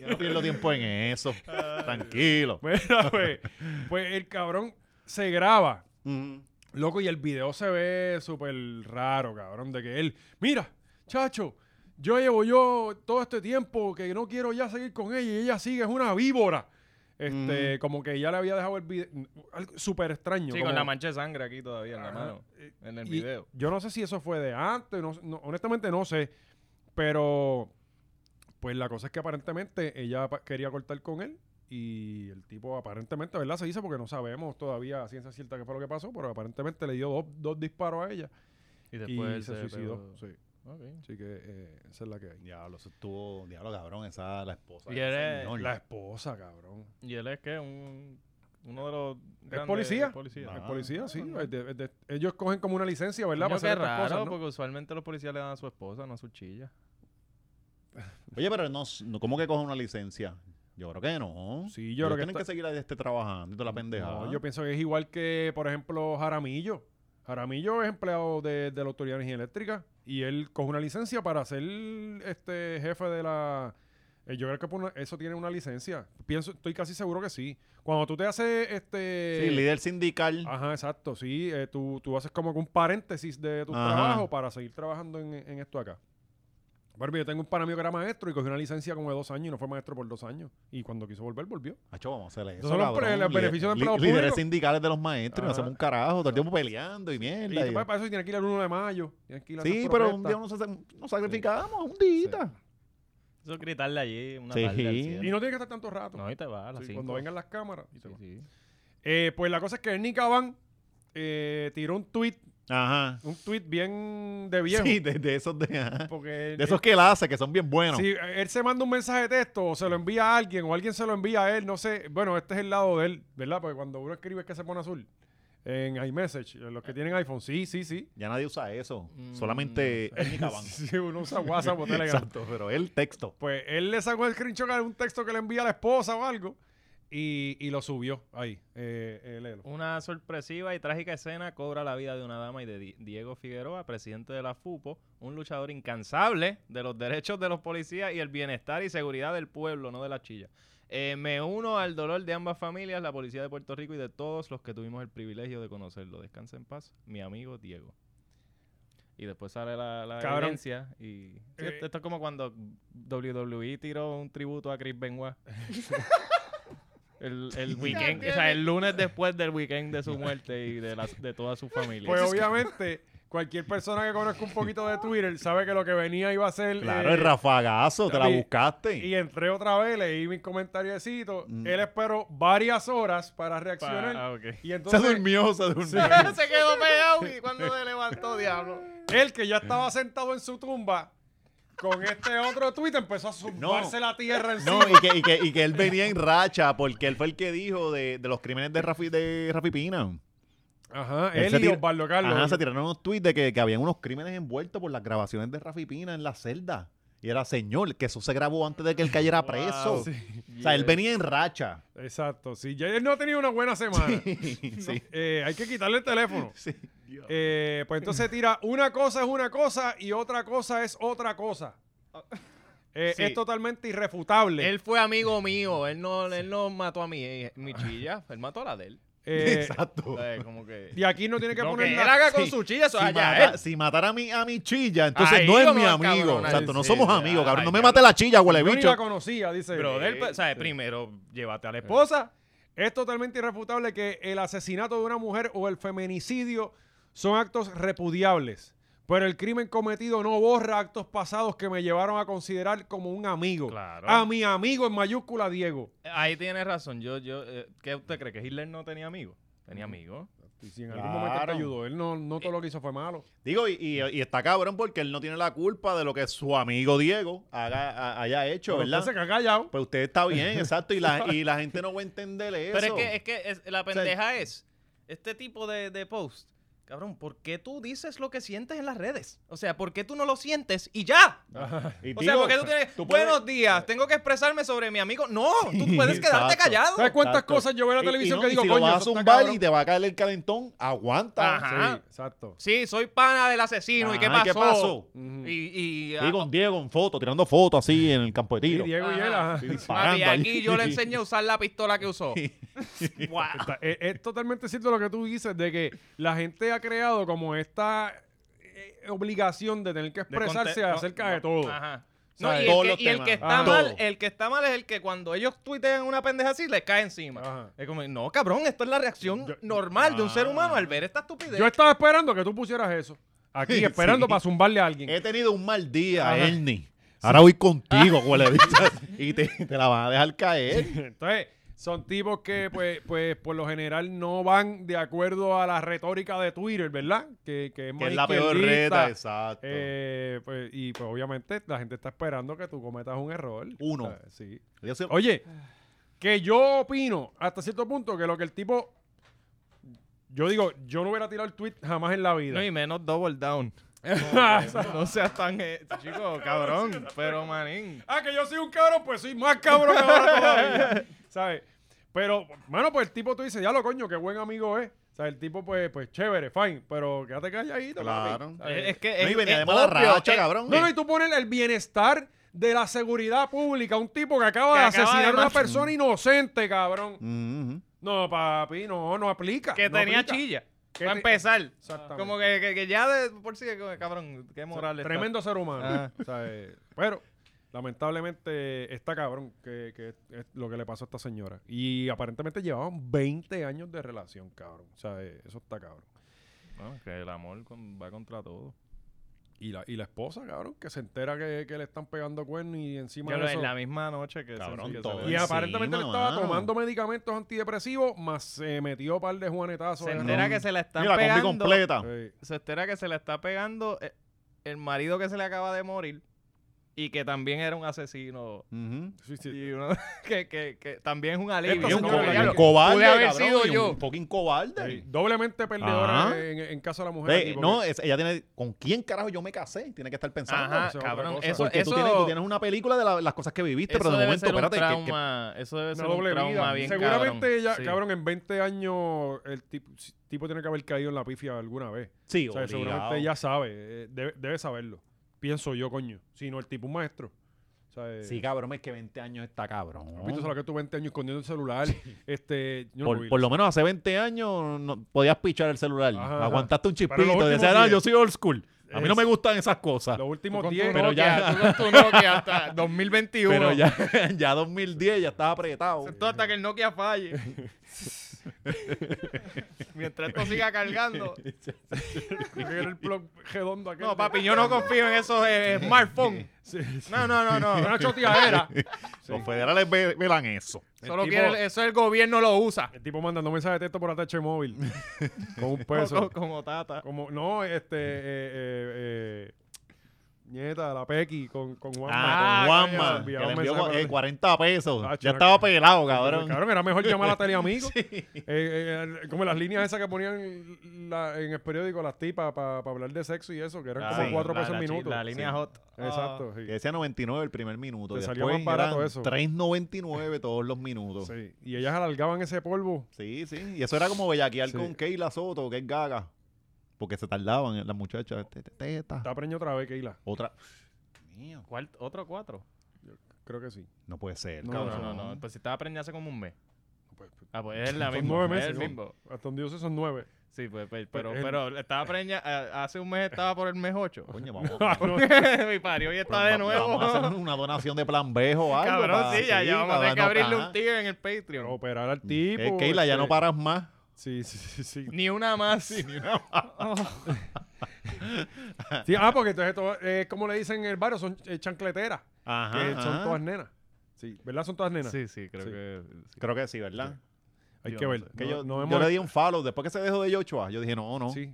B: Yo no pierdo tiempo en eso. Tranquilo.
A: mira, pues, pues el cabrón se graba,
B: Mm.
A: loco, y el video se ve súper raro, cabrón, de que él, mira, chacho, yo llevo yo todo este tiempo que no quiero ya seguir con ella y ella sigue, es una víbora. Este, como que ya le había dejado el video, algo súper extraño.
C: Sí,
A: como- Eh,
C: con la mancha de sangre aquí todavía en la mano. En el
A: Y
C: video.
A: Yo no sé si eso fue de antes, no- no- honestamente no sé, pero pues la cosa es que aparentemente ella pa- quería cortar con él y el tipo aparentemente, ¿verdad? Se dice porque no sabemos todavía a ciencia cierta qué fue lo que pasó, pero aparentemente le dio dos, dos disparos a ella
C: Y
A: y
C: después
A: se, suicidó. Sí,
C: Ok.
A: así que eh, esa es la que hay.
B: Diablo, eso estuvo. Diablo, cabrón, esa la esposa.
C: Y
B: del
C: eres-
B: señor.
A: La esposa, cabrón.
C: Y él es que un, uno de los. grandes
A: policía?
C: policías.
A: El
B: Ah,
A: policía, sí. es de- es de- ellos cogen como una licencia, ¿verdad?
C: Coño,
A: Para hacer
C: qué
A: estas
C: raro,
A: cosas, ¿no?
C: porque usualmente los policías le dan a su esposa, no a su chilla.
B: Oye, pero no, no- ¿cómo que coge una licencia? Yo creo que no.
A: Sí, yo creo
B: Ellos
A: que
B: Tienen
A: está-
B: que seguir ahí, este, trabajando y toda la pendejada.
A: No, yo pienso que es igual que, por ejemplo, Jaramillo. Jaramillo es empleado de, de la Autoridad de Energía Eléctrica y él coge una licencia para ser este jefe de la Eh, yo creo que por una- eso tiene una licencia. Pienso, estoy casi seguro que sí. Cuando tú te haces este.
B: Sí, líder sindical.
A: Ajá, exacto. Sí, eh, tú, tú haces como que un paréntesis de tu
B: Ajá.
A: trabajo para seguir trabajando en, en esto acá. Bueno, yo tengo un pana mío que era maestro y cogió una licencia como de dos años y no fue maestro por dos años. Y cuando quiso volver, volvió.
B: Hacho, vamos a hacerle eso.
A: Esos son los
B: cabrón.
A: pre- los
B: Líder-
A: beneficios del
B: li-
A: empleado
B: Líderes
A: público.
B: sindicales de los maestros, y no
A: Ajá.
B: hacemos un carajo, todo el tiempo peleando y mierda.
A: Ah. Y
B: y-
A: después para eso tiene que ir al 1 de mayo. Tiene que ir a hacer
B: Sí, pero un
A: protestas.
B: día nos, hace- nos sacrificamos, un día.
I: Eso es gritarle allí una
B: Sí.
I: tarde al
A: Y
I: cielo.
A: no tiene que estar tanto rato.
I: No, y te va a las
A: Sí,
I: cinco.
A: cuando vengan las cámaras. y
I: Sí,
A: se va.
I: sí.
A: Eh, pues la cosa es que Ernie Caban eh, tiró un tweet,
B: Ajá.
A: un tweet bien de viejo.
B: Sí, de, de esos de, ajá.
A: porque él-
B: de esos que él hace, que son bien buenos.
A: Si él se manda un mensaje de texto o se lo envía a alguien o alguien se lo envía a él, no sé. Bueno, este es el lado de él, ¿verdad? Porque cuando uno escribe es que se pone azul. En iMessage, los
I: Eh.
A: que tienen iPhone, sí, sí, sí.
B: Ya nadie usa eso.
C: Mm,
B: Solamente él y Cabán.
A: Sí, uno usa WhatsApp o Telegram.
B: Exacto, pero el texto.
A: Pues él le sacó el screenshot a un texto que le envía a la esposa o algo y, y lo subió ahí. Eh, eh, léelo.
C: Una sorpresiva y trágica escena cobra la vida de una dama y de Di- Diego Figueroa, presidente de la FUPO, un luchador incansable de los derechos de los policías y el bienestar y seguridad del pueblo, no de la chilla. Eh, me uno al dolor de ambas familias, la policía de Puerto Rico y de todos los que tuvimos el privilegio de conocerlo. Descansa en paz, mi amigo Diego. Y después sale la, la
A: Cabrón.
C: evidencia y... sí,
A: Eh.
C: esto- esto es como cuando WWE tiró un tributo a Chris Benoit. El, el weekend, o sea, el lunes después del weekend de su muerte y de, la- de toda su familia.
A: Pues obviamente, cualquier persona que conozca un poquito de Twitter sabe que lo que venía iba a ser.
B: Claro,
A: eh,
B: el rafagazo, te la
A: y-
B: buscaste.
A: Y entré otra vez, leí mis comentariecitos.
B: Mm.
A: Él esperó varias horas para
C: Pa-
A: reaccionar.
C: ah, ok.
A: Y
B: se
A: entonces,
B: durmió, se durmió.
C: Se quedó pegado y cuando se levantó, diablo.
A: él que
B: Eh.
A: ya estaba sentado en su tumba, con este otro tweet empezó a zumbarse la tierra encima.
B: No, y que, y, que, y que él venía en racha porque él fue el que dijo de, de los crímenes de Rafi, de Rafi Pina.
A: Ajá,
B: Él
A: él,
B: se
A: y
B: tira-
A: Osvaldo Carlos.
B: Ajá, se tiraron unos tweets de que, que habían unos crímenes envueltos por las grabaciones de Rafi Pina en la celda. Y era señor, que eso se grabó antes de que él cayera preso. O sea, él venía en racha.
A: Exacto, sí. Ya él no ha tenido una buena semana.
B: sí.
A: Eh, hay que quitarle el teléfono.
B: Sí.
A: Eh, pues entonces tira, una cosa es una cosa y otra cosa es otra cosa. Eh,
C: Sí.
A: Es totalmente irrefutable.
C: Él fue amigo mío, él no, él no mató a mi, eh, mi chilla, él mató a la de él.
A: Eh,
B: Exacto.
C: O sea, como que...
A: y aquí no tiene que
C: Lo
A: poner
C: que él
A: nada.
C: haga con
B: Sí.
C: su chilla, eso
B: si,
C: es allá
B: mata-
C: él.
B: si matara a mi, a mi chilla, entonces
C: Ahí
B: no es
C: vamos
B: mi
C: a
B: amigo.
C: encabronar,
B: Exacto, no
C: sí,
B: somos
C: ya,
B: amigos, cabrón.
C: ay,
B: No me
C: ya.
B: mate la chilla, huele
A: Yo ni
B: bicho.
A: la conocía, dice.
C: Pero
A: Eh,
C: él, o sea, pues, primero llévate a la esposa.
A: esposa, es totalmente irrefutable que el asesinato de una mujer o el feminicidio son actos repudiables. Pero el crimen cometido no borra actos pasados que me llevaron a considerar como un amigo.
C: Claro.
A: A mi amigo en mayúscula Diego.
C: Ahí tienes razón, yo, yo, eh, ¿qué usted cree? ¿Que Hitler no tenía amigos? Tenía amigos.
A: Y si en algún momento te
B: Claro.
A: ayudó, él no, no todo lo que hizo fue malo.
B: Digo, y, y- y está cabrón porque él no tiene la culpa de lo que su amigo Diego haga, a- haya hecho,
A: Pero
B: ¿verdad?
A: usted se ha callado.
B: Pues usted está bien, exacto. Y la, y la gente no va a entender eso.
C: Pero es que, es que es- la pendeja es este tipo de, de post. Cabrón, ¿por qué tú dices lo que sientes en las redes? O sea, ¿por qué tú no lo sientes y ya?
B: Y
C: O sea,
B: digo,
C: ¿por qué tú tienes
B: puedes-
C: buenos días? Tengo que expresarme sobre mi amigo. No, tú puedes quedarte
B: exacto.
C: callado.
A: ¿Sabes cuántas
B: Exacto.
A: cosas yo veo en
B: y-
A: la
B: y
A: televisión
B: no,
A: que
B: y
A: digo,
B: si
A: coño,
B: lo vas a
A: eso está
B: zumbar
A: cabrón"?
B: y te va a caer el calentón, aguanta.
C: Ajá.
A: Sí, exacto.
C: Sí, soy pana del asesino. ¿Y qué
B: Ajá,
C: pasó?
B: ¿y qué pasó?
A: Ujú.
C: Y, ah, y,
B: Y con Diego en foto, tirando fotos así en el campo de
A: Y
B: tiro.
A: Diego y
C: Ajá.
A: él, ajá.
B: Sí,
C: papi,
B: disparando allí.
C: aquí yo le enseñé a usar la pistola que usó. Guau.
A: Está- es, es totalmente cierto lo que tú dices de que la gente ha creado como esta eh, obligación de tener que expresarse
C: conte- no,
A: acerca de
C: no,
A: todo.
C: Ajá. No,
B: ¿Sabes?
C: y,
B: Todos
C: el
B: los
C: que, y el
B: temas.
C: que está
A: Ajá.
C: mal,
B: Todo.
C: el que está mal es el que cuando ellos tuitean una pendeja así, les cae encima.
A: Ajá.
C: Es como, no, cabrón, esto es la reacción normal de un ser humano al ver esta estupidez.
A: Yo estaba esperando que tú pusieras eso. Aquí, esperando
B: Sí. Eh.
A: para zumbarle a alguien.
B: He tenido un mal día,
A: Ajá.
B: Ernie. Ahora voy contigo, huele bicho. Y te, te la van a dejar caer.
A: Entonces, son tipos que, pues, pues, por lo general no van de acuerdo a la retórica de Twitter, ¿verdad? Que, que es
B: Que
A: más
B: es la peor
A: izquierdista.
B: reta, exacto.
A: Eh, pues, y pues obviamente la gente está esperando que tú cometas un error.
B: Uno.
A: O sea, sí.
B: Yo sé-
A: Oye, que yo opino hasta cierto punto que lo que el tipo. Yo digo, yo no hubiera tirado el tweet jamás en la vida.
C: No, y menos double down. No seas tan eh, chico, cabrón. Pero manín.
A: ah, que yo soy un cabrón, pues soy más cabrón que ahora todavía. ¿Sabes? Pero, mano, pues el tipo tú dices, ya lo coño, qué buen amigo es. O sea, el tipo, pues, pues chévere, fine, pero quédate calladito. papi. eh,
B: Claro.
A: ¿Sabes?
C: Eh, Es que
B: Eh, No, y
C: es-
B: venía
C: es
B: de mala
C: obvio,
B: racha,
C: es-
B: cabrón.
A: No, no, y tú pones el bienestar de la seguridad pública, un tipo que acaba
C: Que
A: de
C: acaba de
A: asesinar a una
C: matar.
A: persona inocente, cabrón.
B: Mm, mm.
A: No, papi, no, no aplica.
C: Que
A: no
C: tenía
A: aplica.
C: chilla.
A: Que
C: Para
A: te-
C: empezar.
A: Exactamente.
C: Como que, que- que ya de por sí, que- cabrón, qué moral está.
A: Tremendo ser humano.
C: Ah.
A: O sea, eh, pero lamentablemente está cabrón que, que es lo que le pasó a esta señora. Y aparentemente llevaban 20 años de relación, cabrón. O sea, eh, eso está cabrón.
C: Bueno, que el amor con- va contra todo.
A: Y la, y la esposa, cabrón, que se entera que, que le están pegando cuernos y encima
C: Ya
A: de
C: lo-
A: eso-
C: en la misma noche que se-
B: Cabrón,
C: que se-
B: todo
A: Y
B: encima,
A: aparentemente le estaba
B: mano.
A: tomando medicamentos antidepresivos, más se metió un par de
C: se,
A: juanetazos. de
C: entera
A: ron.
C: que se la están
B: Mira, la combi
C: pegando.
B: completa.
A: Sí.
C: Se entera que se la está pegando eh, el marido que se le acaba de morir y que también era un asesino.
B: Ujú.
A: Sí, sí.
C: Y uno que, que, que también es un alivio.
A: Esta
B: Es
A: Yo
B: un,
A: no
B: co-
A: lo
B: un
A: haría.
B: cobarde,
C: Pude haber
B: cabrón,
C: sido
B: y un
C: yo.
B: fucking cobarde.
A: Sí. Doblemente perdedora
B: Ajá.
A: en, en caso de la mujer.
B: Ah. Ve,
A: aquí, porque-
B: no, es- ella tiene. ¿Con quién carajo yo me casé? Tiene que estar pensando.
A: eso
C: Ajá,
A: es otra
C: cabrón.
A: cosa.
C: Eso,
B: Porque
C: eso,
B: tú, tienes, tú tienes una película de la- las cosas que viviste,
C: eso
B: pero de
C: debe
B: momento,
C: ser un
B: espérate. que- que-
C: trauma, Eso debe
A: Una
C: ser un
A: doble
C: trauma
A: vida.
C: bien
A: Seguramente
C: cabrón.
A: ella,
C: Sí.
A: cabrón, en 20 años el tipo, si- tipo tiene que haber caído en la pifia alguna vez.
B: sí,
A: O sea,
B: obligado.
A: seguramente ella sabe, eh, debe, debe saberlo. Pienso yo, coño. Si no, el tipo un maestro. O sea, eh,
B: Sí, cabrón, es que 20 años está cabrón.
A: Papito, solo que tú 20 años escondiendo el celular. Este, yo no
B: Por,
A: vi.
B: por lo menos hace 20 años no- podías pichar el celular.
A: Ajá, ajá.
B: Aguantaste un
A: Pero los
B: chispito y decías,
A: últimos
B: "Ah, yo
A: días-
B: soy old school. A mí no
A: Es-
B: me gustan esas cosas.
A: Los últimos
D: con
A: 10.
B: Pero ya,
C: Tú con tu Nokia hasta 2021.
B: pero ya, ya 2010 ya estaba apretado.
C: Todo hasta que el Nokia falle. Mientras esto siga cargando.
A: Era el plug redondo aquel.
C: No, papi, yo no confío en esos eh, smartphones.
A: Sí, sí.
C: No, no, no, no.
A: Una choteadera.
B: Los federales ve- velan eso.
C: Solo
A: tipo-
C: quiere, el- eso el gobierno lo usa.
A: El tipo mandando mensajes de texto por atache móvil. con un peso.
C: Como, como tata.
A: Como, no, este. eh, eh, eh, nieta, la Pequi con, con Juan
B: Ah,
C: Ah,
B: con
A: coño,
B: Juanma. Que
A: enviaba
B: le
A: un
B: envió
A: mensaje
B: con-
A: para-
B: eh, 40 pesos.
A: Ah,
B: ya
A: chino,
B: estaba pelado,
A: Cabrón.
B: cabrón.
A: era mejor llamar a Teleamigos. Eh, eh, eh, como las líneas esas que ponían la- en el periódico las tipas para hablar de sexo y eso, que eran
B: Ah,
A: como
B: sí,
A: cuatro
I: la-
A: pesos
I: la
A: el
I: chi-
A: minuto.
I: La línea hot.
A: Exacto, sí.
B: Que decía 99 el primer minuto.
A: Te
B: y
A: salía
B: después
A: más barato
B: eran
A: eso.
B: 3.99 todos los minutos.
A: Sí. Y ellas alargaban ese polvo.
B: Sí, sí. Y eso era como bellaquear
A: Sí.
B: con Keila Soto, que es gaga. Porque se tardaban eh, las muchachas. Te- te- teta.
A: Está preño otra vez, Keila.
B: Otra. Mío,
C: Ah. ¿Cuál- ¿Otro cuatro?
A: Creo que sí.
B: no puede ser,
A: No,
C: No,
B: cabrón.
C: no, no, no. Pues si estaba aprendiendo hace como un mes.
A: Pues, pues,
C: Ah, pues es la
A: Son
C: misma.
A: nueve
C: es
A: meses.
C: el
A: ¿no?
C: mismo.
A: Hasta donde yo sé son nueve.
C: Sí, pues, pues, pero,
A: Pues, el-
C: pero estaba preña, a- hace un mes estaba por el mes 8.
B: Coño, vamos,
C: Mi parió y está de
B: va-
C: nuevo.
B: Vamos a hacer una donación de plan B o algo.
C: Cabrón,
B: pa-
C: sí, ya, ya vamos
B: pa
C: a tener que
B: darnos
C: abrirle
B: caja.
C: un tío en el
A: Pero
C: Patreon.
A: operar al tipo.
B: Eh, Keila, ya
A: este,
B: no paras más.
A: Sí, sí, sí. sí.
C: Ni una más. ni una
A: Sí, ah, porque entonces esto, eh, como le dicen en el barrio, son eh, chancleteras.
B: Ajá.
A: que son
B: ajá.
A: todas nenas. Sí, ¿verdad? Son todas nenas.
C: Sí, sí, creo
A: Sí.
C: que.
B: Creo que sí, ¿verdad?
A: Hay
C: Yo
A: que
C: no
A: ver.
C: sé.
B: Que
A: No-
B: yo,
A: no
B: yo
A: hemos-
B: le di un follow. Después que se dejó de Yochoa, yo dije, no, no.
A: Sí,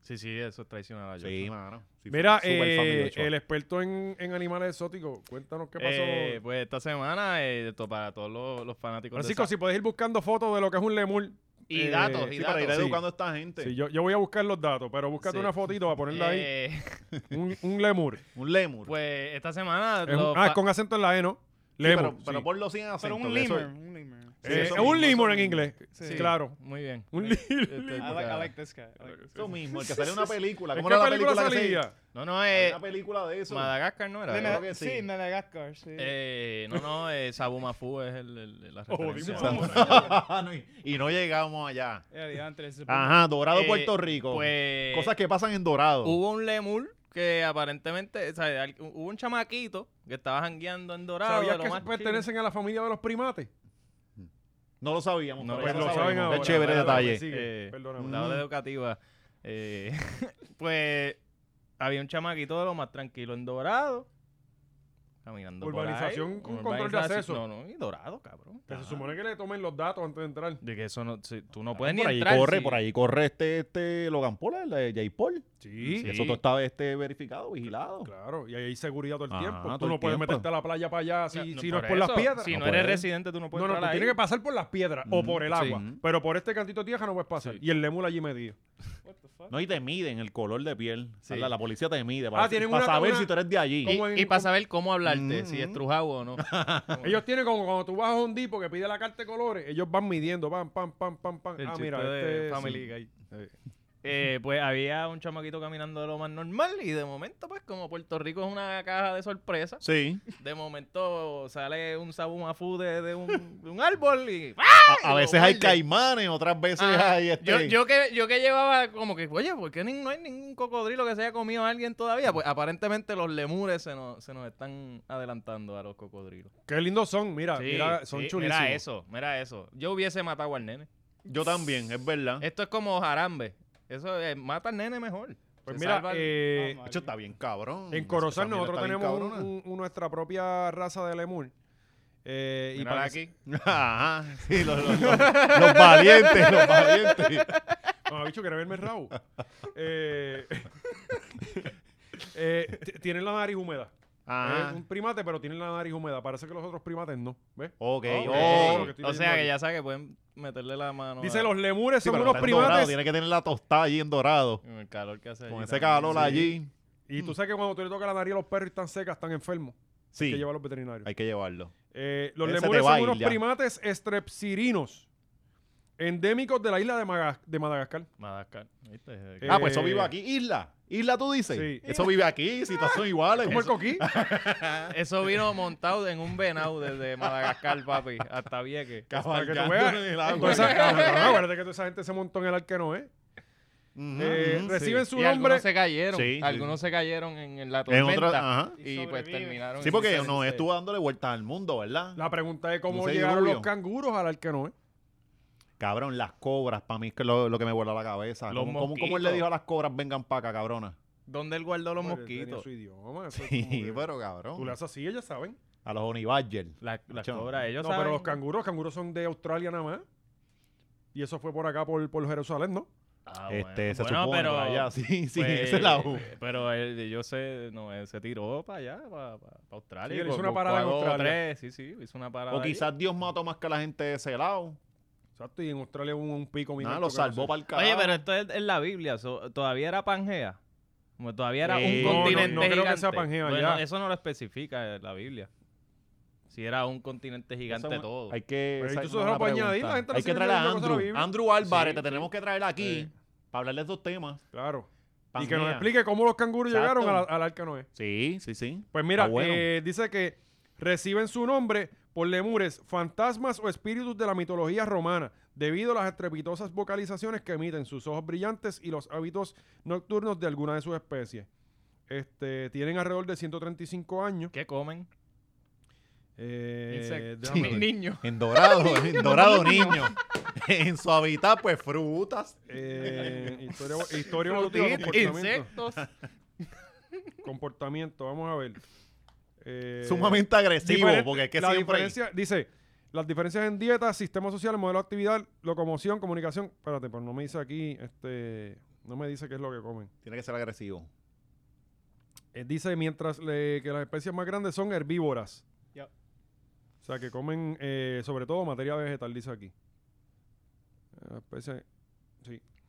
C: Sí, sí, eso es traicionar a
B: Sí,
C: Joshua.
B: mano. Sí,
A: Mira,
B: fue super
A: eh,
B: fan de Yochoa.
A: el experto en, en animales exóticos, cuéntanos qué pasó.
C: Eh, pues esta semana, eh, esto para todos los, los fanáticos. de
A: Francisco,
C: esa-
A: si puedes ir buscando fotos de lo que es un lemur.
C: Y
A: eh,
C: datos, y
B: Sí, para ir
A: sí.
C: datos.
B: educando a esta gente.
A: Sí, yo, yo voy a buscar los datos, pero búscate
C: Sí.
A: una fotito para ponerla ahí.
C: Eh,
A: Un, un lemur.
B: Un lemur.
C: pues esta semana.
A: Es un-
C: los
A: ah,
C: fa-
A: es con acento en la E, ¿no?
B: Sí,
A: Lemur.
B: pero, pero
A: sí.
B: ponlo sin acento.
D: Pero un
B: que eso-
D: lemur, un lemur.
B: sí,
A: Eh,
B: eso
A: es un
B: mismo,
A: lemur
B: eso
A: en inglés.
C: sí,
A: Claro.
C: Muy bien.
A: Un
C: Este,
D: I
C: porque-
D: like, I like this guy. I like this guy.
B: Eso mismo, el que sale en una película.
A: ¿En
B: ¿Cómo
A: qué
B: era la
A: película
B: película que se-
A: salía?
C: No, no,
B: Hay
C: eh,
B: Una película de eso.
C: Madagascar no era.
D: De
C: ¿verdad?
D: Mada-
B: que
D: sí.
B: sí.
D: Madagascar, sí.
C: Eh, no, no, eh, Sabumafu es el, el- el- la
A: Oh,
B: Sí,
C: referencia.
B: Ah, no, y, y no llegamos allá.
D: Era de antes.
B: Ajá, Dorado,
C: Eh,
B: Puerto Rico.
C: Pues, Uh,
B: Cosas que pasan en Dorado.
C: Hubo un lemur que aparentemente, o sea, al- hubo un chamaquito que estaba jangueando en Dorado.
A: ¿Sabías
C: de lo
A: que
C: más
A: pertenecen a la familia de los primates?
B: no lo sabíamos.
C: No,
B: pero
C: pues
B: ya
C: lo
B: sabemos.
C: saben ahora.
B: Qué chévere
C: Bueno,
B: detalle.
C: pues sí.
A: Sigue,
C: Eh,
A: perdóname.
C: chill. La hora educativa. eh, pues, había un chamaquito de lo más tranquilo en Dorado. Caminando por ahí.
A: Urbanización con control de
C: Urbanización-
A: acceso.
C: No, no, y Dorado, cabrón.
A: Que se
C: Ajá.
A: supone que le tomen los datos antes de entrar.
C: De que eso no, si- tú
A: Ah,
C: no puedes
B: Por
C: ni
B: ahí
C: entrar.
B: corre,
C: si-
B: por ahí corre este, este Logan Paul, el de J. Paul.
A: Sí.
B: Eso todo está este, verificado, vigilado.
A: Claro, y ahí hay seguridad todo el
B: Ajá,
A: tiempo. Tú
B: Ah, todo el
A: no puedes
B: tiempo.
A: meterte a la playa para allá si,
C: O sea,
A: si no es
C: por
A: por las
C: eso,
A: piedras.
C: Si no,
B: No
C: eres
B: puedes.
C: residente, tú no puedes
A: no, no,
C: entrar
A: tú
C: ahí.
A: tienes que pasar por las piedras o
B: Mm,
A: por el
C: sí.
A: agua.
B: Mm.
A: Pero por este cantito de tierra no puedes pasar.
C: Sí.
A: Y el lemur allí medido.
D: What the fuck?
B: No, y te miden el color de piel.
C: Sí.
B: La, la policía te mide para,
A: Ah, tienen
B: para
A: una-
B: saber
A: una-
B: si tú eres de allí.
A: ¿Cómo?
C: Y,
A: como en-
C: y para saber cómo hablarte,
B: Mm.
C: si es trujado o no.
A: Ellos tienen como cuando tú vas a un tipo que pide la carta de colores, ellos van midiendo, pam, pam, pam, pam, pam.
C: El
A: ah,
C: chiste
A: mira,
C: de
A: este.
C: Family
A: sí.
C: Guy.
A: Sí.
C: eh, pues había un chamaquito caminando de lo más normal y de momento, pues como Puerto Rico es una caja de sorpresas,
B: Sí.
C: de momento sale un sabumafú de, de un, de un árbol y ¡ah!
B: A, a
C: lo
B: veces hay
C: muerde.
B: caimanes, otras veces
A: Ah,
C: Ajá.
B: hay este.
C: Yo, yo que, yo que llevaba como que, oye, ¿por qué ni- no hay ningún cocodrilo que se haya comido a alguien todavía? Pues aparentemente los lemures se nos, se nos están adelantando a los cocodrilos.
A: Qué lindos son, mira, mira, son
C: sí,
A: chulísimos.
C: Ah, Mira eso, mira eso. Yo hubiese matado al nene.
B: Yo también, es verdad.
C: Esto es como jarambe. Eso eh, mata al nene mejor.
A: Pues
C: Se
A: mira,
C: salva el-
A: eh,
B: De hecho, está bien cabrón.
A: en Corozal nosotros tenemos un- un- nuestra propia raza de lemur. Eh, y
C: mírala
A: para que-
C: aquí.
B: Ajá. Sí, los, los- los- los valientes, los valientes.
A: No, bicho, quiere verme el rabo. Eh, eh, t- tienen la nariz húmeda. ¿eh?
B: Ajá.
A: Es un primate, pero tienen la nariz húmeda. Parece que los otros primates no. ¿Ves?
B: Ok,
A: Ok.
B: oh.
A: lo que estoy
C: o
A: leyendo
C: sea
A: aquí.
C: que ya sabes que pueden meterle la mano.
A: Dice,
C: a-
A: los lemures
B: Sí,
A: son
B: pero
A: unos
B: está en dorado,
A: primates.
B: tiene que tener la tostada allí en dorado.
C: con el calor que hace.
B: Con
C: allí
B: ese
C: también.
B: calor allí.
A: Y tú sabes que cuando tú le tocas la nariz a los perros y están secas, están enfermos. Hay
B: Sí,
A: que llevarlos veterinarios.
B: hay que llevarlo.
A: Eh, los
B: Ese te
A: lemures
B: va
A: son
B: a ir
A: unos
B: ya.
A: primates estrepsirinos, endémicos de la isla de, Maga- de Madagascar.
C: Madagascar. ¿Viste?
A: Eh,
B: Ah, pues eso vive aquí. Isla. Isla, tú dices.
A: Sí.
B: Eso vive aquí, si todos son iguales.
A: ¿Cómo el coquí?
C: pues, Eso vino montado en un venado desde Madagascar, papi, hasta Vieques.
A: Para que tú
B: Cabalgando
A: veas.
B: en el
A: Toda
B: agua.
A: esa- cabrón, acuérdate que toda esa gente se montó en el arque Noé.
B: Ujú,
A: Eh,
B: ujú,
A: reciben
B: Mm, sí.
A: su
C: y
A: nombre.
C: algunos se cayeron.
B: Sí, sí,
C: algunos se cayeron en, en la
B: En
C: tormenta.
B: otra, ajá.
C: Y, pues terminaron.
B: Sí,
C: en
B: porque
C: ese-
B: no
C: ese-
B: estuvo dándole vueltas al mundo, ¿verdad?
A: La pregunta es cómo
B: No sé,
A: llegaron
B: diluvio.
A: los canguros al arque Noé.
B: Cabrón, las cobras, para mí es que lo, lo que me vuela la cabeza.
C: Los
B: ¿Cómo, cómo- cómo él
C: mosquitos.
B: le dijo a las cobras, vengan para acá, cabrona?
C: ¿Dónde él guardó los
A: Porque Pues, él tenía
C: mosquitos?
A: su idioma. eso es como
B: Sí,
A: que-
B: pero
A: Tú le
B: cabrón.
A: haces así, ellas saben.
B: A los Onibadger.
C: La, la
B: Chon.
C: cobra, ellos
A: no,
C: saben.
A: pero los canguros, los canguros son de Australia nada más. Y eso fue por acá, por, por Jerusalén, ¿no?
C: Ah, bueno.
B: este, se
C: Bueno,
B: supone,
C: pero,
B: por allá. Sí, sí,
C: pues,
B: esa es la U.
C: Pero él, yo sé, no, él se tiró para allá, para, Australia.
A: Sí, él hizo
C: bu-
A: una
C: buscó
A: parada
C: a
A: en
C: dos o
A: Australia.
C: tres, Sí, sí, hizo una parada.
B: O
C: allí.
B: quizás Dios mató más que la gente de ese lado.
A: Exacto, y en Australia hubo un pico bien
B: Nada,
A: alto
B: lo
A: que no
B: salvó
A: sé.
B: para el carajo.
C: Oye, pero esto es, es la Biblia, so- todavía era Pangea. Como todavía era
B: Eh,
C: un
B: no, no,
C: continente
A: no creo que
C: gigante.
A: sea Pangea,
C: Bueno,
A: ya.
C: Eso no lo especifica eh, la Biblia. Si era un continente gigante
B: Eso-
C: todo.
B: Hay que.
A: Pero
B: esa
A: tú
B: es
A: solo
B: una
A: lo puedes
B: pregunta.
A: añadir, la gente no
B: Hay
A: sigue
B: que traer a
A: leyendo cosas de la
B: Andrew.
A: Biblia.
B: Andrew Álvarez, te
A: sí.
B: tenemos que traer aquí
A: Sí.
B: para hablar de estos temas.
A: Claro. Y que
B: Pangea.
A: nos explique cómo los canguros
B: Exacto.
A: llegaron al, al arca Noé.
B: Sí, sí, sí.
A: Pues mira,
B: Ah, bueno.
A: eh, dice que reciben su nombre por lemures, fantasmas o espíritus de la mitología romana, debido a las estrepitosas vocalizaciones que emiten sus ojos brillantes y los hábitos nocturnos de alguna de sus especies. Este, tienen alrededor de 135 años.
C: ¿Qué comen?
A: Eh,
C: Insectos.
A: déjame ver.
C: Niño.
B: En dorado, en dorado niño. en su hábitat, pues frutas.
A: Eh, historia historia evolutiva, comportamiento.
C: Insectos.
A: Comportamiento, vamos a ver. Eh,
B: sumamente agresivo,
A: diferen-
B: porque es que
A: la
B: siempre. hay-
A: diferencia, dice, las diferencias en dieta, sistema social, modelo de actividad, locomoción, comunicación. Espérate, pero no me dice aquí, este, no me dice qué es lo que comen.
B: Tiene que ser agresivo.
A: Eh, dice, mientras le- que las especies más grandes son herbívoras.
I: Yep.
A: O sea, que comen eh, sobre todo materia vegetal, dice aquí. Eh, especies-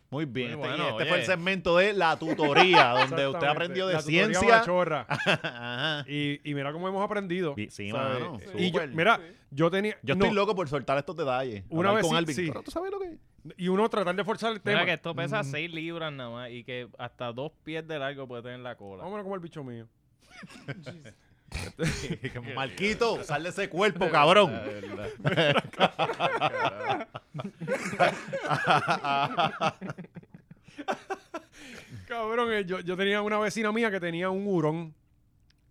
B: Muy bien.
C: Muy
B: este
C: bueno,
B: este fue el
C: oye.
B: segmento de la tutoría, donde usted
A: Exactamente.
B: aprendió de
A: La tutoría
B: ciencia.
A: machorra.
B: Ajá.
A: Y, y mira cómo hemos aprendido.
B: Y- Sí,
A: ¿sabes?
B: mano.
A: y yo,
B: súper.
A: mira, yo tenía...
B: Yo
A: no,
B: estoy loco por soltar estos detalles.
A: Una vez
B: Hablar con
A: sí,
B: Alvin.
A: sí.
B: Pero tú sabes lo que es.
A: Y uno tratar de forzar el tema.
C: Mira que mm. esto pesa 6 libras nada más y que hasta dos pies de largo puede tener la cola.
A: Vámonos como el bicho mío.
B: Marquito, sal de ese cuerpo, cabrón.
A: Cabrón, eh, yo, yo tenía una vecina mía que tenía un hurón.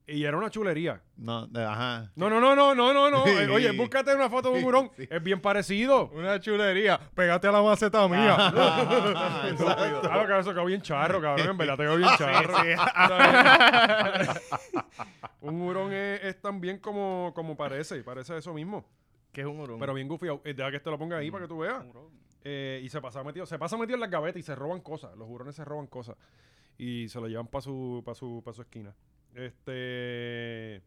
A: Y era una chulería.
B: No, de- ajá.
A: No, no, no, no, no, no, no. Eh, Oye, búscate una foto de un hurón. Es bien parecido. Ah,
D: Una chulería. Pégate a la maceta mía.
B: Ajá, exacto.
A: Claro, cabrón, eso quedó bien charro, cabrón. En verdad, te quedó bien
D: Ah,
A: charro. un hurón es, es tan bien como, como parece. Parece eso mismo.
C: Que es un Mm. hurón.
A: Pero bien gufiado. Eh, deja que te lo ponga ahí para que tú veas. Eh, y se pasa metido, se pasa metido en las gavetas y se roban cosas. Los hurones se roban cosas. Y se lo llevan para su, pa' su, pa' su esquina. Este.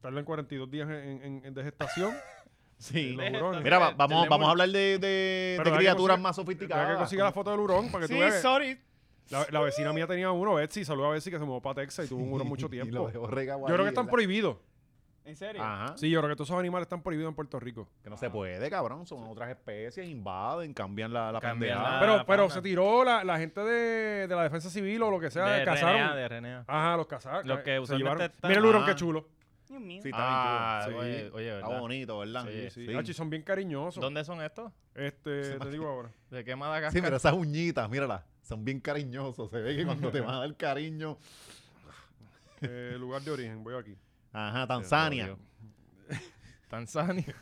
A: Tardan 42 días en, en- en- de gestación.
B: Sí.
A: los hurones.
B: Mira, va-
C: Tenemos-
B: vamos, vamos a hablar de, de-
A: Pero hay que
B: de criaturas
A: conseguir-
B: más
A: Tengo que
B: sofisticadas.
A: consiga la foto del hurón para que tú veas.
D: sorry.
A: La, la vecina mía tenía uno, Betsy. Saluda a Betsy que se mudó para Texas y tuvo un hurón mucho
B: Y lo
A: tiempo.
B: dejó regado
A: Yo creo
B: ahí,
A: que están
B: ¿verdad?
A: prohibidos.
D: ¿En serio?
C: ¿Ah?
B: Ajá.
A: Sí, yo creo que todos esos animales están prohibidos en Puerto Rico.
B: Que no se puede, cabrón. Son otras especies, invaden, cambian la, la
C: Cambian
B: pendeja.
C: la- Ah,
A: pero pero
C: fauna.
A: se tiró la, la gente de, de la defensa civil o lo que sea,
C: de
A: cazaron.
C: RNA, de RNA.
A: Ajá, los cazaron.
C: Los que usualmente están-
A: Mira el hurón,
B: Ah.
A: qué chulo.
I: Dios mío.
B: Sí, está
C: Ah,
B: bien chulo.
C: oye,
B: Sí.
C: oye,
B: Está
C: ¿verdad?
B: bonito, ¿verdad?
C: Sí,
A: Ah, Sí. Hachi, son bien cariñosos.
C: ¿Dónde son estos?
A: Este, te digo ahora.
C: ¿De qué Madagascar?
B: Sí, pero esas uñitas, míralas. Son bien cariñosos. Se ve que cuando te van a dar cariño.
A: Eh, lugar de origen, voy aquí.
B: Ajá, Tanzania.
C: Dios. Tanzania.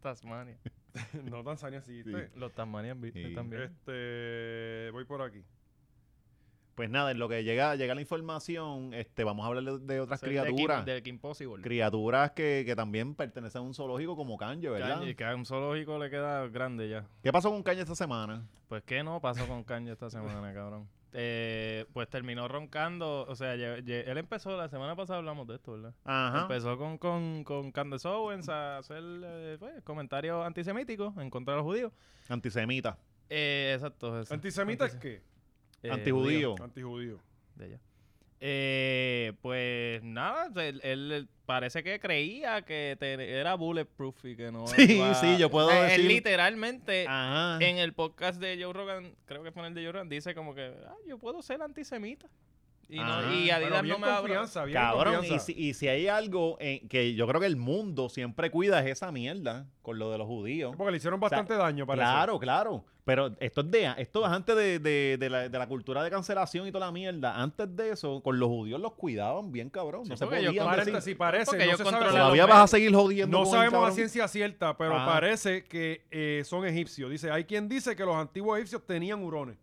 C: Tasmania.
A: no, Tanzania sí.
B: Sí.
A: este.
C: Los Tasmanian viste
B: Sí.
C: también.
A: Este, voy por aquí.
B: Pues nada, en lo que llega, llega la información, este, vamos a hablar de, de otras
C: Soy de
B: criaturas.
C: Kim- Del Kim Possible.
B: Criaturas que, que también pertenecen a un zoológico como Kanye, ¿verdad?
C: Kanye, que a un zoológico le queda grande ya.
B: ¿Qué pasó con Kanye esta semana?
C: Pues, ¿qué no pasó con Kanye esta semana, cabrón? Eh, pues terminó roncando. O sea, lle- lle- él empezó, la semana pasada hablamos de esto, ¿verdad?
B: Ajá.
C: Empezó con, con, con Candace Owens a hacer eh, pues, comentarios antisemíticos en contra de los judíos.
B: Antisemita.
C: Eh, exacto. eso.
A: ¿Antisemita es
C: Antis-
A: qué?
C: eh,
B: antijudío.
A: Antijudío.
C: de allá. Eh, pues nada, o sea, él, él parece que creía que te- era bulletproof y que no.
B: Sí, sí, yo puedo
C: Eh, él
B: decir- Ah.
C: literalmente
B: Ajá.
C: Eh, en el podcast de Joe Rogan, creo que fue en el de Joe Rogan, dice como que ah, yo puedo ser antisemita. Y, no,
B: Ajá,
C: Ah, y
A: Pero
C: Adidas
A: bien
C: no me abra.
A: confianza, bien
B: Cabrón, y
A: confianza.
B: si, y si hay algo en- que yo creo que el mundo siempre cuida es esa mierda con lo de los judíos.
A: Porque le hicieron bastante daño para
B: Claro, claro. Pero esto es de, esto es antes de, de- de la, de la cultura de cancelación y toda la mierda. Antes de eso, con los judíos los cuidaban bien, cabrón. No
C: Sí,
B: se
C: porque yo
B: podían
A: Parece,
B: decir-
A: sí, parece.
C: Porque
A: no
C: yo
A: se sabe-
C: controlaba-
B: Todavía vas a seguir jodiendo.
A: No
B: con el
A: sabemos a
B: cabrón. Ah.
A: ciencia cierta, pero
B: Ajá.
A: parece que eh, son egipcios. Dice, hay quien dice que los antiguos egipcios tenían hurones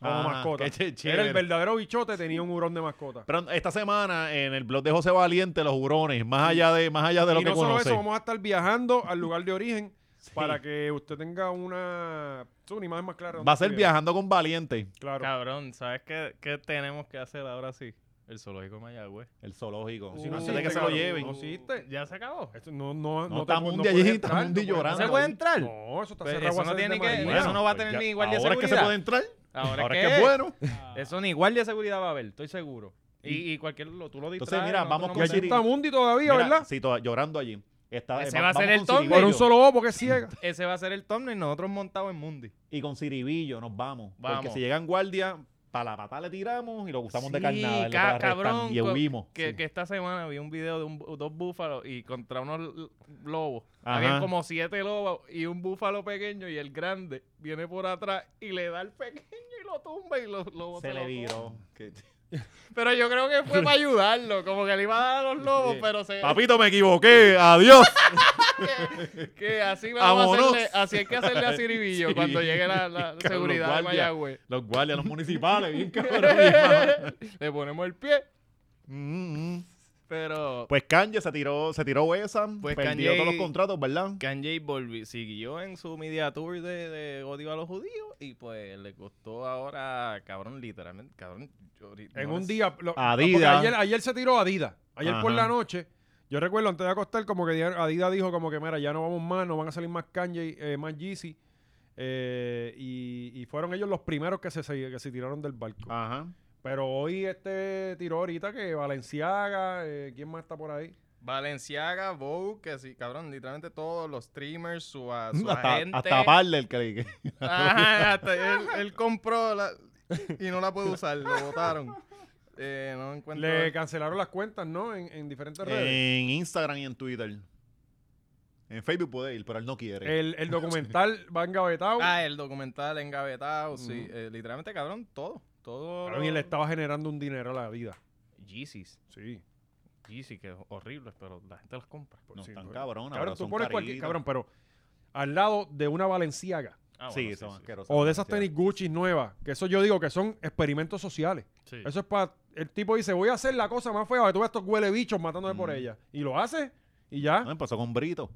A: como
B: Ah,
A: mascota.
B: qué ch-
A: Era
B: chévere.
A: el verdadero bichote, tenía un hurón de mascota.
B: Pero esta semana en el blog de José Valiente, los hurones, más allá de, más allá de lo
A: y
B: que
A: no solo
B: conoce.
A: eso, vamos a estar viajando al lugar de origen para que usted tenga una, una imagen más clara. de dónde
B: Va a ser
A: estuvieron.
B: viajando con Valiente.
A: Claro.
C: Cabrón, ¿sabes qué, qué tenemos que hacer ahora sí? El zoológico de Mayagüez.
B: El zoológico.
A: Si no
B: Antes
A: existe,
B: de que se lo
A: cabrón,
B: lleven.
A: No existe.
C: Ya se acabó.
A: Esto no, no,
B: No,
A: no
B: está
A: te-
B: Mundi
A: puedes
B: allí, está
A: entrar,
B: Mundi
A: puedes
B: llorando.
C: ¿No se
A: entrar.
C: puede entrar?
A: No, eso está
C: Pues
A: cerrado.
C: eso
A: hace
C: no tiene
A: desde
C: que-
A: María.
C: eso no va a tener
B: pues ya-
C: ni guardia de
B: Ahora es que se
C: seguridad.
B: puede entrar.
C: Ahora,
B: Ahora
C: es
B: es que es bueno.
C: Ah. Eso ni guardia de seguridad va a haber, estoy seguro. Y, y cualquier lo, tú lo distraes.
B: Entonces, mira,
C: no,
B: vamos
A: Y
C: tú
B: con
C: no
A: allí
B: Siri.
A: está Mundi todavía,
B: Mira,
A: ¿verdad?
B: Sí, to- llorando allí. Está,
C: Ese
B: eh,
C: va a
B: vamos
C: ser el
B: con
C: torneo.
A: Por
B: Ciribillo.
A: un solo ojo que es ciega.
C: me- Ese va a ser el thumbnail, nosotros montados en Mundi.
B: Y con Ciribillo nos vamos. Porque
C: Vamos.
B: si llegan guardia, para la patada le tiramos y lo usamos de
C: Sí,
B: carnada. es lo que
C: ca-
B: la arrestan,
C: cabrón,
B: Y
C: co-
B: huimos.
C: Que,
B: Sí.
C: que esta semana vi un video de un bu- dos búfalos y contra unos l- lobos.
B: Ajá.
C: Habían como siete lobos y un búfalo pequeño y el grande viene por atrás y le da al pequeño y lo tumba y los lobos
B: Se
C: se
B: le
C: lo comen.
B: viró.
C: Pero yo creo que fue para ayudarlo, como que le iba a dar a los lobos, pero se
B: Papito, me equivoqué. Adiós.
C: que así vamos a
B: Vámonos.
C: hacerle, así hay que hacerle a Ciribillo
B: Sí.
C: cuando llegue la, la
B: Cabrón,
C: seguridad de
B: guardia.
C: Mayagüez.
B: Los guardias, los municipales, bien cabrón. bien mamá.
C: le ponemos el pie,
B: Mm,
A: Mm-hmm.
B: mm.
C: pero
B: Pues Kanye se tiró, se tiró esa,
C: Pues
B: perdió
C: Kanye-
B: todos los contratos, ¿verdad?
C: Kanye volvi- siguió en su media tour de, de odio a los judíos y pues le costó ahora, cabrón, literalmente, cabrón. yo ahorita
A: En
C: no
A: un
C: les-
A: día. lo-
B: Adidas.
A: porque Ayer, ayer se tiró Adidas. Ayer por
B: Ajá.
A: la noche. Yo recuerdo antes de acostar, como que dijeron- Adidas dijo como que, mira, ya no vamos más, no van a salir más Kanye, eh, más Yeezy. Eh, y, y fueron ellos los primeros que se, se- que se tiraron del barco.
B: Ajá.
A: Pero hoy este tiró ahorita que Valenciaga, eh, ¿quién más está por ahí?
C: Balenciaga, Vogue, que sí, cabrón, literalmente todos los streamers, su, a- su
B: Hasta,
C: agente.
B: hasta parle el que que-
C: Ajá, hasta él, él compró la- y no la puede usar, lo botaron. Eh, no encuentro.
A: Le cancelaron las cuentas, ¿no? En, en diferentes redes.
B: En Instagram y en Twitter. En Facebook puede ir, pero él no quiere.
A: El, el documental va engavetado.
C: Ah, el documental engavetado, sí. eh, literalmente, cabrón, todo. Todo.
A: Mm. Cabrón, y le estaba generando un dinero a la Adidas.
C: Yeezys.
A: Sí.
C: Yeezys, que es horrible, pero la gente los compra.
A: Por
B: no
A: sí,
B: están
A: por-
B: cabrón, ahora
A: Cabrón, tú
B: son
A: pones cualquier.
B: caritas.
A: Cabrón, pero al lado de una Valenciaga.
C: Ah,
B: sí,
C: bueno,
B: son asquerosas.
A: O de esas tenis Gucci nuevas, que eso yo digo que son experimentos sociales.
C: Sí.
A: Eso es para. El tipo dice: Voy a hacer la cosa más fea, que tú ves estos huele bichos matándome
B: Mm.
A: por ella. Y lo hace, y ya.
B: No, empezó con Brito.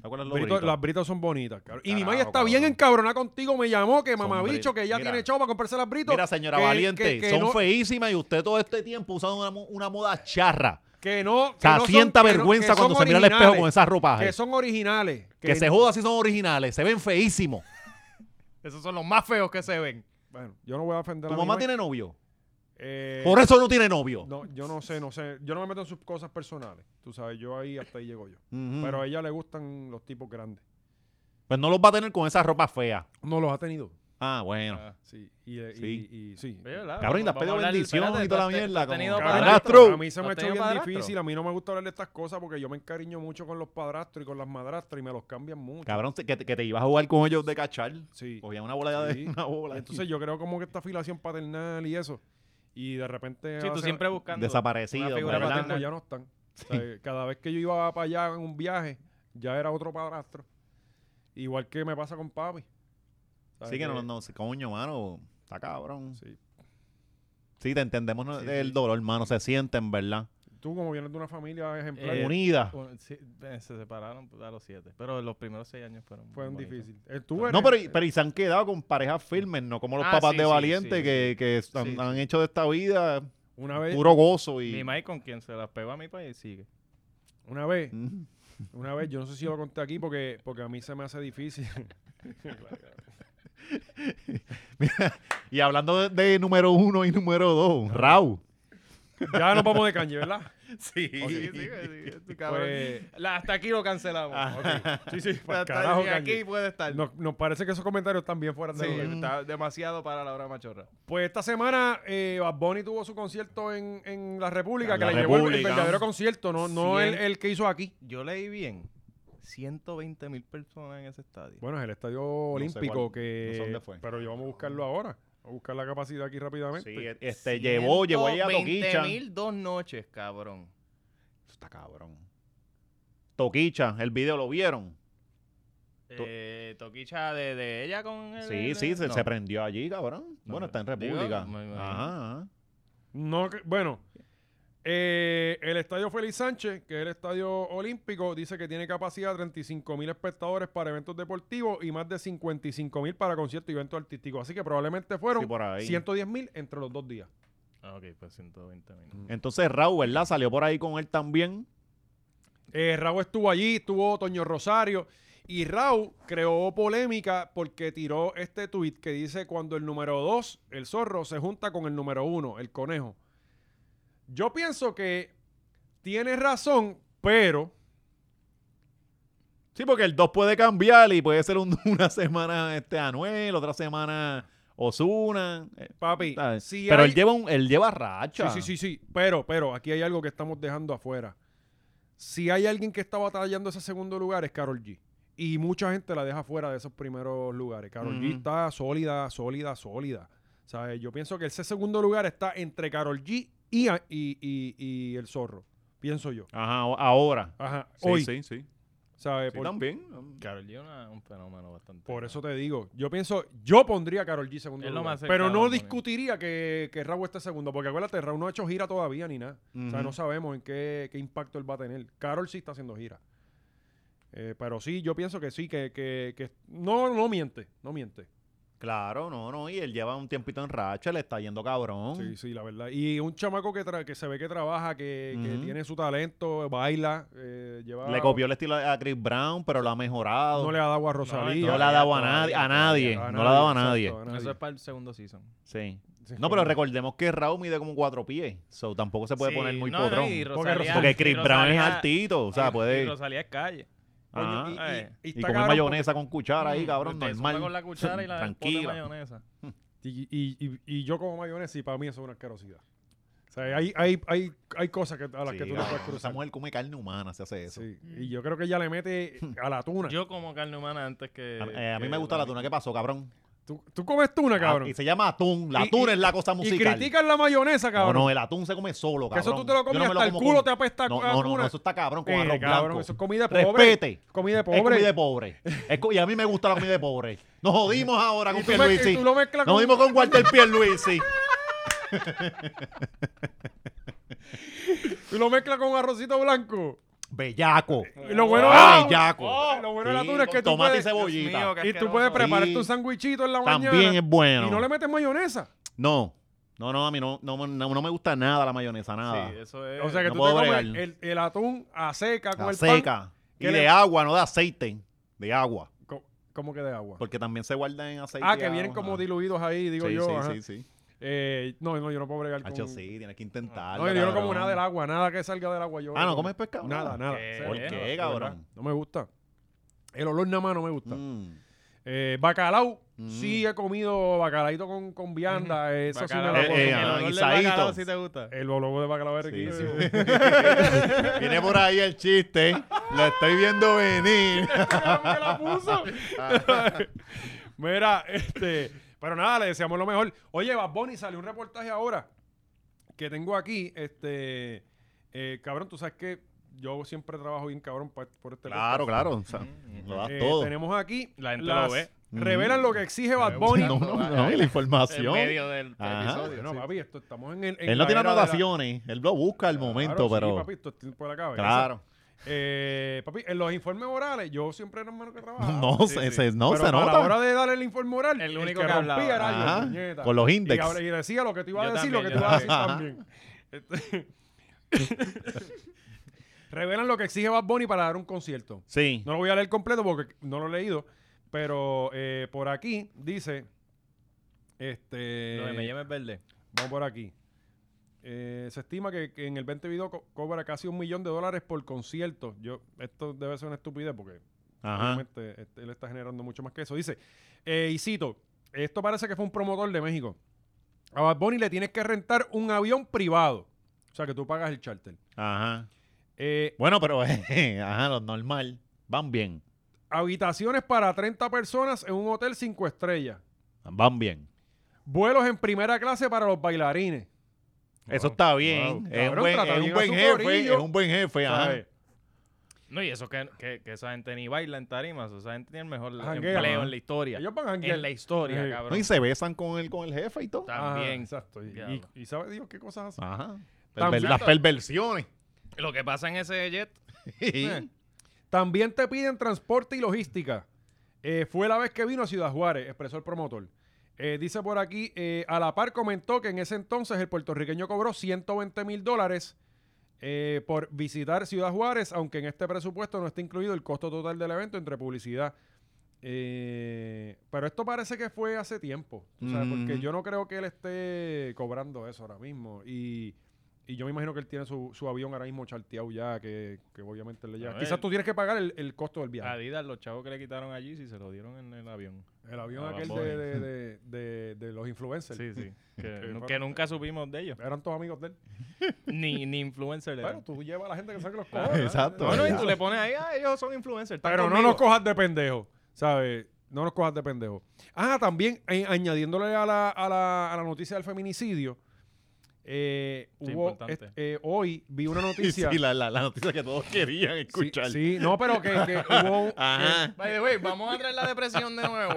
B: ¿Te acuerdas de los
A: Brito-
B: Brito?
A: Las britas son bonitas, cabrón. Y mi
B: Carajo,
A: maya está
B: cabrón.
A: bien encabronada contigo. Me llamó que mamabicho,
B: Brito.
A: que ella
B: Mira.
A: tiene chavo para comprarse las britas.
B: Mira, señora
A: que-
B: Valiente,
A: que- que
B: son
A: no-
B: feísimas y usted todo este tiempo usando una, mo- una moda charra.
A: Que no.
B: O
A: que
B: sea,
A: no son-
B: sienta
A: que no-
B: vergüenza
A: que
B: cuando
A: son
B: se mira al espejo con
A: originales,
B: esas ropas.
A: Que son originales.
B: Que se joda si son originales, se ven feísimos.
C: Esos son los más feos que se ven.
A: Bueno, yo no voy a ofender
B: ¿Tu
A: a mi
B: mamá
A: maya.
B: tiene novio?
A: Eh,
B: Por eso no tiene novio.
A: no, yo no sé, no sé. Yo no me meto en sus cosas personales. Tú sabes, yo ahí hasta ahí llego yo.
B: Ujú.
A: Pero a ella le gustan los tipos grandes.
B: Pues no los va a tener con esa ropa fea.
A: No los ha tenido.
B: Ah, bueno.
A: Sí. Y, eh, y-
B: Sí.
A: y- y- sí.
B: Cabrón, y le has pedido bendición y toda la mierda, como- Cabrón,
A: Padrastro. A mí se
C: ¿No
A: me ha
C: has
A: hecho
C: tenido
A: bien
C: padrastro?
A: difícil. A mí no me gusta hablar de estas cosas porque yo me encariño mucho con los padrastros y con las madrastras y me los cambian mucho.
B: Cabrón, te- que, te- que te ibas a jugar con ellos de cachar.
A: Sí.
B: Cogían una bola
A: Sí.
B: de una bola.
A: Entonces yo creo como que esta filación paternal y eso. Y de repente...
C: Sí, tú
A: hace-
C: siempre buscando.
B: Desaparecido.
C: Una figura
A: Ahora
B: ¿verdad?
C: paterna.
A: mismo ya no están. O sea, eh, cada vez que yo iba para allá en un viaje, ya era otro padrastro. Igual que me pasa con papi. O sea,
B: Sí, que no, no, coño, mano. Está cabrón. Sí,
A: sí.
B: te entendemos ¿no?
A: Sí,
B: el
A: sí.
B: dolor, mano. Se sienten, ¿verdad?
A: Tú como vienes de una familia ejemplar,
C: Eh,
B: Unida.
C: Un- sí, eh, se separaron a los siete. Pero los primeros seis años fueron. muy
A: fueron
C: bonitos.
A: difícil. Eh, tú eres-
B: No, pero, y- pero y se han quedado con parejas firmes, ¿no? Como los
C: Ah,
B: papás
C: sí,
B: de
C: sí,
B: Valiente
C: sí,
B: que, que han,
C: Sí, sí.
B: han hecho de esta vida
A: una vez,
B: puro gozo y...
C: Mi Mike con quien se las pegó a mi país sigue.
A: una vez,
B: Mm.
A: una vez, yo no sé si lo conté aquí porque, porque a mí se me hace difícil.
B: Y hablando de, de número uno y número dos, Raúl.
A: ya nos vamos de caña, ¿verdad?
B: Sí.
C: Sí, sí, sí, sí, cabrón.
A: Pues,
C: La- hasta aquí lo cancelamos.
B: Ah, pues,
C: Pues,
A: ok. Sí, sí, pa'l
C: Hasta
A: carajo,
C: aquí
A: Kanye.
C: puede estar.
A: Nos, nos parece que esos comentarios están bien fuera de
C: Sí,
B: Mm.
A: lugar.
C: está demasiado para la hora machorra.
A: Pues esta semana eh, Bad Bunny tuvo su concierto en, en la República,
B: En
A: que
B: la
A: le llevó el- el,
B: República.
A: verdadero concierto, no, no el,
C: Cien-
A: el que hizo aquí.
C: Yo leí bien. 120 mil personas en ese estadio.
A: Bueno, es el Estadio Olímpico,
B: cuál-
A: que...
B: no sé dónde fue.
A: Pero yo vamos a buscarlo ahora, a buscar la capacidad aquí rápidamente.
B: Sí, este, llevó, llevó ella a Toquicha.
C: mil dos noches, cabrón.
B: Está cabrón. Toquicha, el video lo vieron. To-
C: Eh, toquicha de, de ella con el,
B: Sí,
C: el-
B: sí, se,
C: no.
B: se prendió allí, cabrón.
C: No,
B: bueno, está en
C: digo,
B: República.
C: me imagino.
B: Ajá, ajá.
A: No, que- bueno, eh, el Estadio Félix Sánchez, que es el Estadio Olímpico, dice que tiene capacidad de 35 mil espectadores para eventos deportivos y más de 55 mil para conciertos y eventos artísticos. Así que probablemente fueron
B: Sí, por ahí.
A: 110 mil entre los dos días.
C: Ah, ok, pues 120 mil.
B: Entonces Raúl, ¿verdad? Salió por ahí con él también.
A: Eh, Raúl estuvo allí, estuvo Toño Rosario. Y Raúl creó polémica porque tiró este tuit que dice: Cuando el número 2, el zorro, se junta con el número 1, el conejo. Yo pienso que tiene razón, pero.
B: Sí, porque el 2 puede cambiar y puede ser un- una semana este Anuel, otra semana Osuna. Eh,
A: Papi, si
B: Pero
A: hay-
B: él lleva un, él lleva racha.
A: Sí, sí, sí, sí. Pero, pero, aquí hay algo que estamos dejando afuera. Si hay alguien que está batallando ese segundo lugar, es Carol G. Y mucha gente la deja fuera de esos primeros lugares. Carol G
B: Ujú.
A: está sólida, sólida, sólida. ¿Sabes? Yo pienso que ese segundo lugar está entre Carol G y, a- y- y- y el zorro. Pienso yo.
B: Ajá, o- ahora.
A: Ajá.
B: Sí,
A: Hoy.
B: sí, sí.
A: ¿Sabes?
B: Sí,
A: por,
B: también.
C: Carol G es una- un fenómeno bastante.
A: por
C: grande.
A: eso te digo. Yo pienso, yo pondría a Carol G segundo
C: Es lo
A: lugar.
C: más cercano
A: pero no
C: para mí.
A: discutiría que, que Raúl esté segundo. Porque acuérdate, Raúl no ha hecho gira todavía ni nada. O sea,
B: Ujú.
A: no sabemos en qué, qué impacto él va a tener. Carol sí está haciendo gira. Eh, pero sí, yo pienso que sí, que, que- que- no, no miente, no miente.
B: Claro, no, no. Y él lleva un tiempito en racha, le está yendo cabrón.
A: Sí, sí, la verdad. Y un chamaco que, tra- que se ve que trabaja, que, que
B: Ujú.
A: tiene su talento, baila, eh, lleva...
B: Le copió el estilo a Chris Brown, pero lo ha mejorado.
A: No le ha dado a Rosalía.
B: No
C: todavía,
B: le ha dado a nadie,
C: todavía,
B: a nadie,
A: todavía.
B: no le ha dado a
A: Exacto,
B: nadie.
A: a nadie.
C: Eso es para el segundo season.
B: Sí.
A: Sí.
B: No, pero recordemos que Raúl mide como cuatro pies, so tampoco se puede
C: Sí,
B: poner muy
C: no, no,
B: potrón.
C: y
A: Porque
C: Rosalía-
B: porque
C: y
B: Chris Brown es
C: Rosalía-
B: altito, o sea,
C: y-
B: puede
C: Y Rosalía es calle.
A: Coño,
B: Ajá.
A: y- y-
C: Eh.
A: y
B: Ah, y,
A: está pues,
B: comer
A: cabrón
B: mayonesa con cuchara ahí,
C: Mm,
B: cabrón,
C: usted
B: normal.
C: suma con la cuchara y la del pote de
B: Tranquila.
C: mayonesa.
A: Y, y- y- y yo como mayonesa y para mí eso es una asquerosidad. O sea, hay, hay, hay, hay cosas que, a las
B: Sí,
A: que tú no
B: cabrón,
A: puedes
B: esa
A: cruzar.
B: mujer come carne humana, se hace eso.
A: Sí, Y yo creo que ella le mete a la tuna.
C: Yo como carne humana antes que.
B: A, eh, a mí
C: que
B: me gusta la tuna, ¿qué pasó, cabrón?
A: ¿Tú, tú comes tuna,
B: Ah,
A: cabrón.
B: y se llama atún, la
A: Y-
B: tuna
A: y-
B: es la cosa
A: Y
B: musical.
A: critican la mayonesa,
B: no,
A: cabrón.
B: no, el atún se come solo,
A: Que
B: cabrón.
A: eso tú te lo
B: Yo
A: comes
B: no me
A: hasta el
B: como
A: culo,
B: con-
A: te apesta
B: No,
A: a
B: no, no,
A: tuna.
B: no, eso está cabrón con
A: Eh,
B: arroz
A: cabrón,
B: blanco.
A: eso es comida de pobre.
B: Respete.
A: Comida de
B: Es
A: pobre.
B: comida de pobre. Es co- y a mí me gusta la comida de pobre. Nos jodimos ahora con
A: tú mez-
B: Pierluisi.
A: y tú lo mezclas
B: Nos
A: con-
B: jodimos con Walter Pierluisi.
A: Y lo mezclas con arrocito blanco.
B: Bellaco.
A: Y lo bueno
B: Ah,
A: es-
B: bellaco.
A: Oh, lo bueno de la
B: Sí,
A: tuna es
B: con
A: que tú
B: tomate
A: puedes-
B: y
C: Dios
B: cebollita.
C: mío, qué
A: Y tú puedes
C: asqueroso.
A: prepararte
B: Sí.
A: un sandwichito en la mañana.
B: También es bueno.
A: Y no le metes mayonesa.
B: No, no, no, a mí no, no, no- no me gusta nada la mayonesa, nada.
C: Sí, eso es.
A: Eh, O sea que
B: no
A: tú te
B: puedo
A: comes
B: bregar.
A: el, el atún a seca con
B: La
A: el pan.
B: seca. Y
A: ¿Qué
B: de
A: le-
B: agua, no de aceite. De agua.
A: Co- ¿Cómo que de agua?
B: Porque también se guarda en aceite.
A: Ah,
B: y
A: que vienen
B: agua.
A: como diluidos ahí, digo
B: Sí,
A: yo.
B: sí,
A: ajá.
B: sí, sí.
A: Eh, no, no, yo no puedo bregar con...
B: Hacho, sí, tienes que intentarlo.
A: No, yo no como
B: cabrón.
A: nada del agua, nada que salga del agua. Yo
B: Ah, ¿no comes pescado?
A: Nada, nada.
C: ¿Qué?
A: cero.
B: ¿Por
C: Eh,
B: qué, cabrón?
A: No me gusta. El olor nada más no me gusta.
B: Mm.
A: Eh, bacalao,
B: Mm.
A: sí he comido bacalaito con, con vianda. Esa sí me la
C: Bacalao.
A: puedo
B: Eh, eh,
A: comer.
B: ah,
C: olor del
B: guisadito.
C: bacalao sí te gusta.
A: El bolobo de bacalao es
B: Sí,
A: riquísimo.
B: sí. Viene por ahí el chiste. Lo estoy viendo venir.
A: Cabrón, que la puso. Mira, este, pero nada, le deseamos lo mejor. Oye, Bad Bunny, salió un reportaje ahora que tengo aquí, este, eh, cabrón, tú sabes que yo siempre trabajo bien cabrón pa- por este
B: Claro,
A: podcast.
B: claro. o sea, lo das
A: Eh,
B: todo.
A: Tenemos aquí,
C: La gente
A: las-
C: lo ve.
A: revelan lo que exige Bad Bunny.
B: No, no, no. y la
C: En
B: información.
C: medio del
B: Ajá.
C: episodio.
A: No, papi, esto estamos en el. en
B: Él no
A: la
B: tiene
A: era de la-
B: anotaciones. Él lo busca al
A: Claro,
B: momento,
A: Sí,
B: pero.
A: papi, pues, esto es por la cabeza.
B: Claro.
A: Eh, papi, en los informes orales, yo siempre era el hermano que trabajaba.
B: No, se, se- no
A: Pero
B: se
A: a la hora
B: nota.
A: de dar el informe oral,
C: El
A: el
C: único
A: que,
C: que
A: rompía
C: hablaba.
A: era yo,
B: Ajá,
A: puñeta.
B: con los
A: Y
B: índex.
A: habla- Y, decía lo que te iba a
C: Yo
A: decir, lo
C: también,
A: que te
C: yo
A: iba a decir
B: también.
A: también. Este- Revelan lo que exige Bad Bunny para dar un concierto.
B: Sí.
A: No lo voy a leer completo porque no lo he leído, pero eh, por aquí dice... Este,
C: Lo de me llames verde.
A: Vamos por aquí. Eh, se estima que, que en el 20 video co- cobra casi un millón de dólares por concierto. Yo, esto debe ser una estupidez porque
B: Ajá.
A: obviamente este, él está generando mucho más que eso. Dice, eh, y cito, esto parece que fue un promotor de México. A Bad Bunny le tienes que rentar un avión privado. O sea, que tú pagas el charter.
B: Ajá.
A: Eh,
B: Bueno, pero. ajá, lo normal. Van bien.
A: habitaciones para 30 personas en un hotel 5 estrellas.
B: Van bien.
A: Vuelos en primera clase para los bailarines.
B: Eso está bien.
A: Wow.
B: Es, un
A: Cabrón,
B: buen,
A: trata
B: es un
A: bien a
B: buen
A: su
B: jefe.
A: corillo.
B: Es un buen jefe. Ajá.
A: ¿sabes?
C: No, y eso que, que, que esa gente ni baila en tarimas. Esa gente tiene el mejor
A: Janguea,
C: empleo
A: ajá.
C: en la historia.
A: Ellos van a janguear.
C: En la historia,
A: Sí.
B: No,
C: cabrón.
B: y se besan con el, con el jefe y todo.
A: Ajá,
C: También.
A: exacto. Y, y,
C: Diablo.
A: y sabe Dios qué cosas hace.
B: Ajá.
A: También-
B: Perver- las perversiones.
C: Lo que pasa en ese jet.
A: Eh,
B: Sí.
A: También te piden transporte y logística. Eh, fue la vez que vino a Ciudad Juárez, expresó el promotor. Eh, dice por aquí, eh, a la par comentó que en ese entonces el puertorriqueño cobró 120 mil dólares eh, por visitar Ciudad Juárez, aunque en este presupuesto no está incluido el costo total del evento entre publicidad. Eh, pero esto parece que fue hace tiempo, tú sabes, porque
B: Ujú.
A: yo no creo que él esté cobrando eso ahora mismo. Y, y yo me imagino que él tiene su, su avión ahora mismo charteado ya, que, que obviamente le llega.
C: ver.
A: Quizás tú tienes que pagar el, el costo del viaje.
C: Adidas, los chavos que le quitaron allí, si se lo dieron en el avión.
A: El avión
C: Ah,
A: aquel
C: Bad Bunny.
A: de, de, de, de- de los influencers.
C: Sí, sí.
A: Que
C: Que,
A: fueron-
C: que nunca supimos de ellos.
A: Eran todos amigos de él.
C: Ni, ni influencers.
A: Pero
C: eran.
A: tú llevas a la gente que saque los
B: Claro,
A: cojones.
B: Ah,
A: ¿eh?
B: exacto.
A: Bueno,
C: Bueno,
A: y
C: y
A: tú-
C: tú le pones ahí, ah, ellos son influencers. están
A: pero no
C: conmigo".
A: nos cojas de pendejo, ¿sabes? No nos cojas de pendejo. Ah, también eh, añadiéndole a la, a la, a la noticia del feminicidio, eh,
C: Sí,
A: hubo,
C: importante.
A: est- eh, hoy vi una noticia.
B: Sí, la, la, la noticia que todos querían
A: Sí,
B: escuchar.
A: sí, Eh, no, pero que, que hubo.
B: Ajá.
C: By the way, vamos a traer la depresión de nuevo.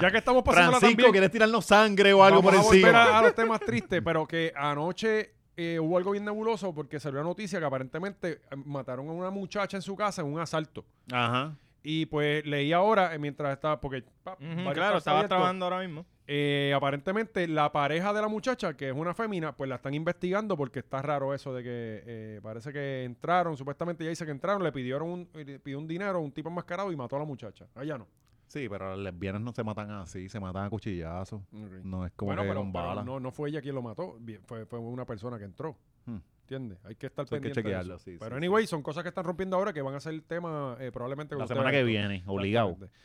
A: Ya que estamos pasando
B: Francisco, ¿quieres tirarnos sangre o algo
A: Vamos
B: por
A: a volver
B: encima?
A: a, a los temas tristes, pero que anoche eh, hubo algo bien nebuloso porque salió la noticia que aparentemente eh, mataron a una muchacha en su casa en un asalto.
B: Ajá.
A: Y pues leí ahora, eh, mientras estaba, porque... pa,
C: Ujú,
A: varios
C: claro,
A: casos
C: estaba
A: abiertos,
C: trabajando ahora mismo.
A: eh, aparentemente la pareja de la muchacha, que es una fémina, pues la están investigando porque está raro eso de que eh, parece que entraron, supuestamente ella dice que entraron, le pidieron un, eh, le pidió un dinero, un tipo enmascarado y mató a la muchacha. Allá no.
B: Sí, pero las lesbianas no se matan así, se matan a cuchillazos. No es como
A: Bueno,
B: que
A: pero,
B: con
A: pero
B: balas.
A: no, no fue ella quien lo mató, bien, fue, fue una persona que entró.
B: Hmm.
A: ¿Entiendes? Hay que estar
B: Eso hay que
A: pendiente de
B: chequearlo,
A: eso.
B: sí,
A: Pero
B: sí,
A: anyway, son cosas que están rompiendo ahora que van a ser el tema eh, probablemente...
B: la
A: cuando
B: semana que
A: ustedes-
B: viene, obligado.
A: Exactamente.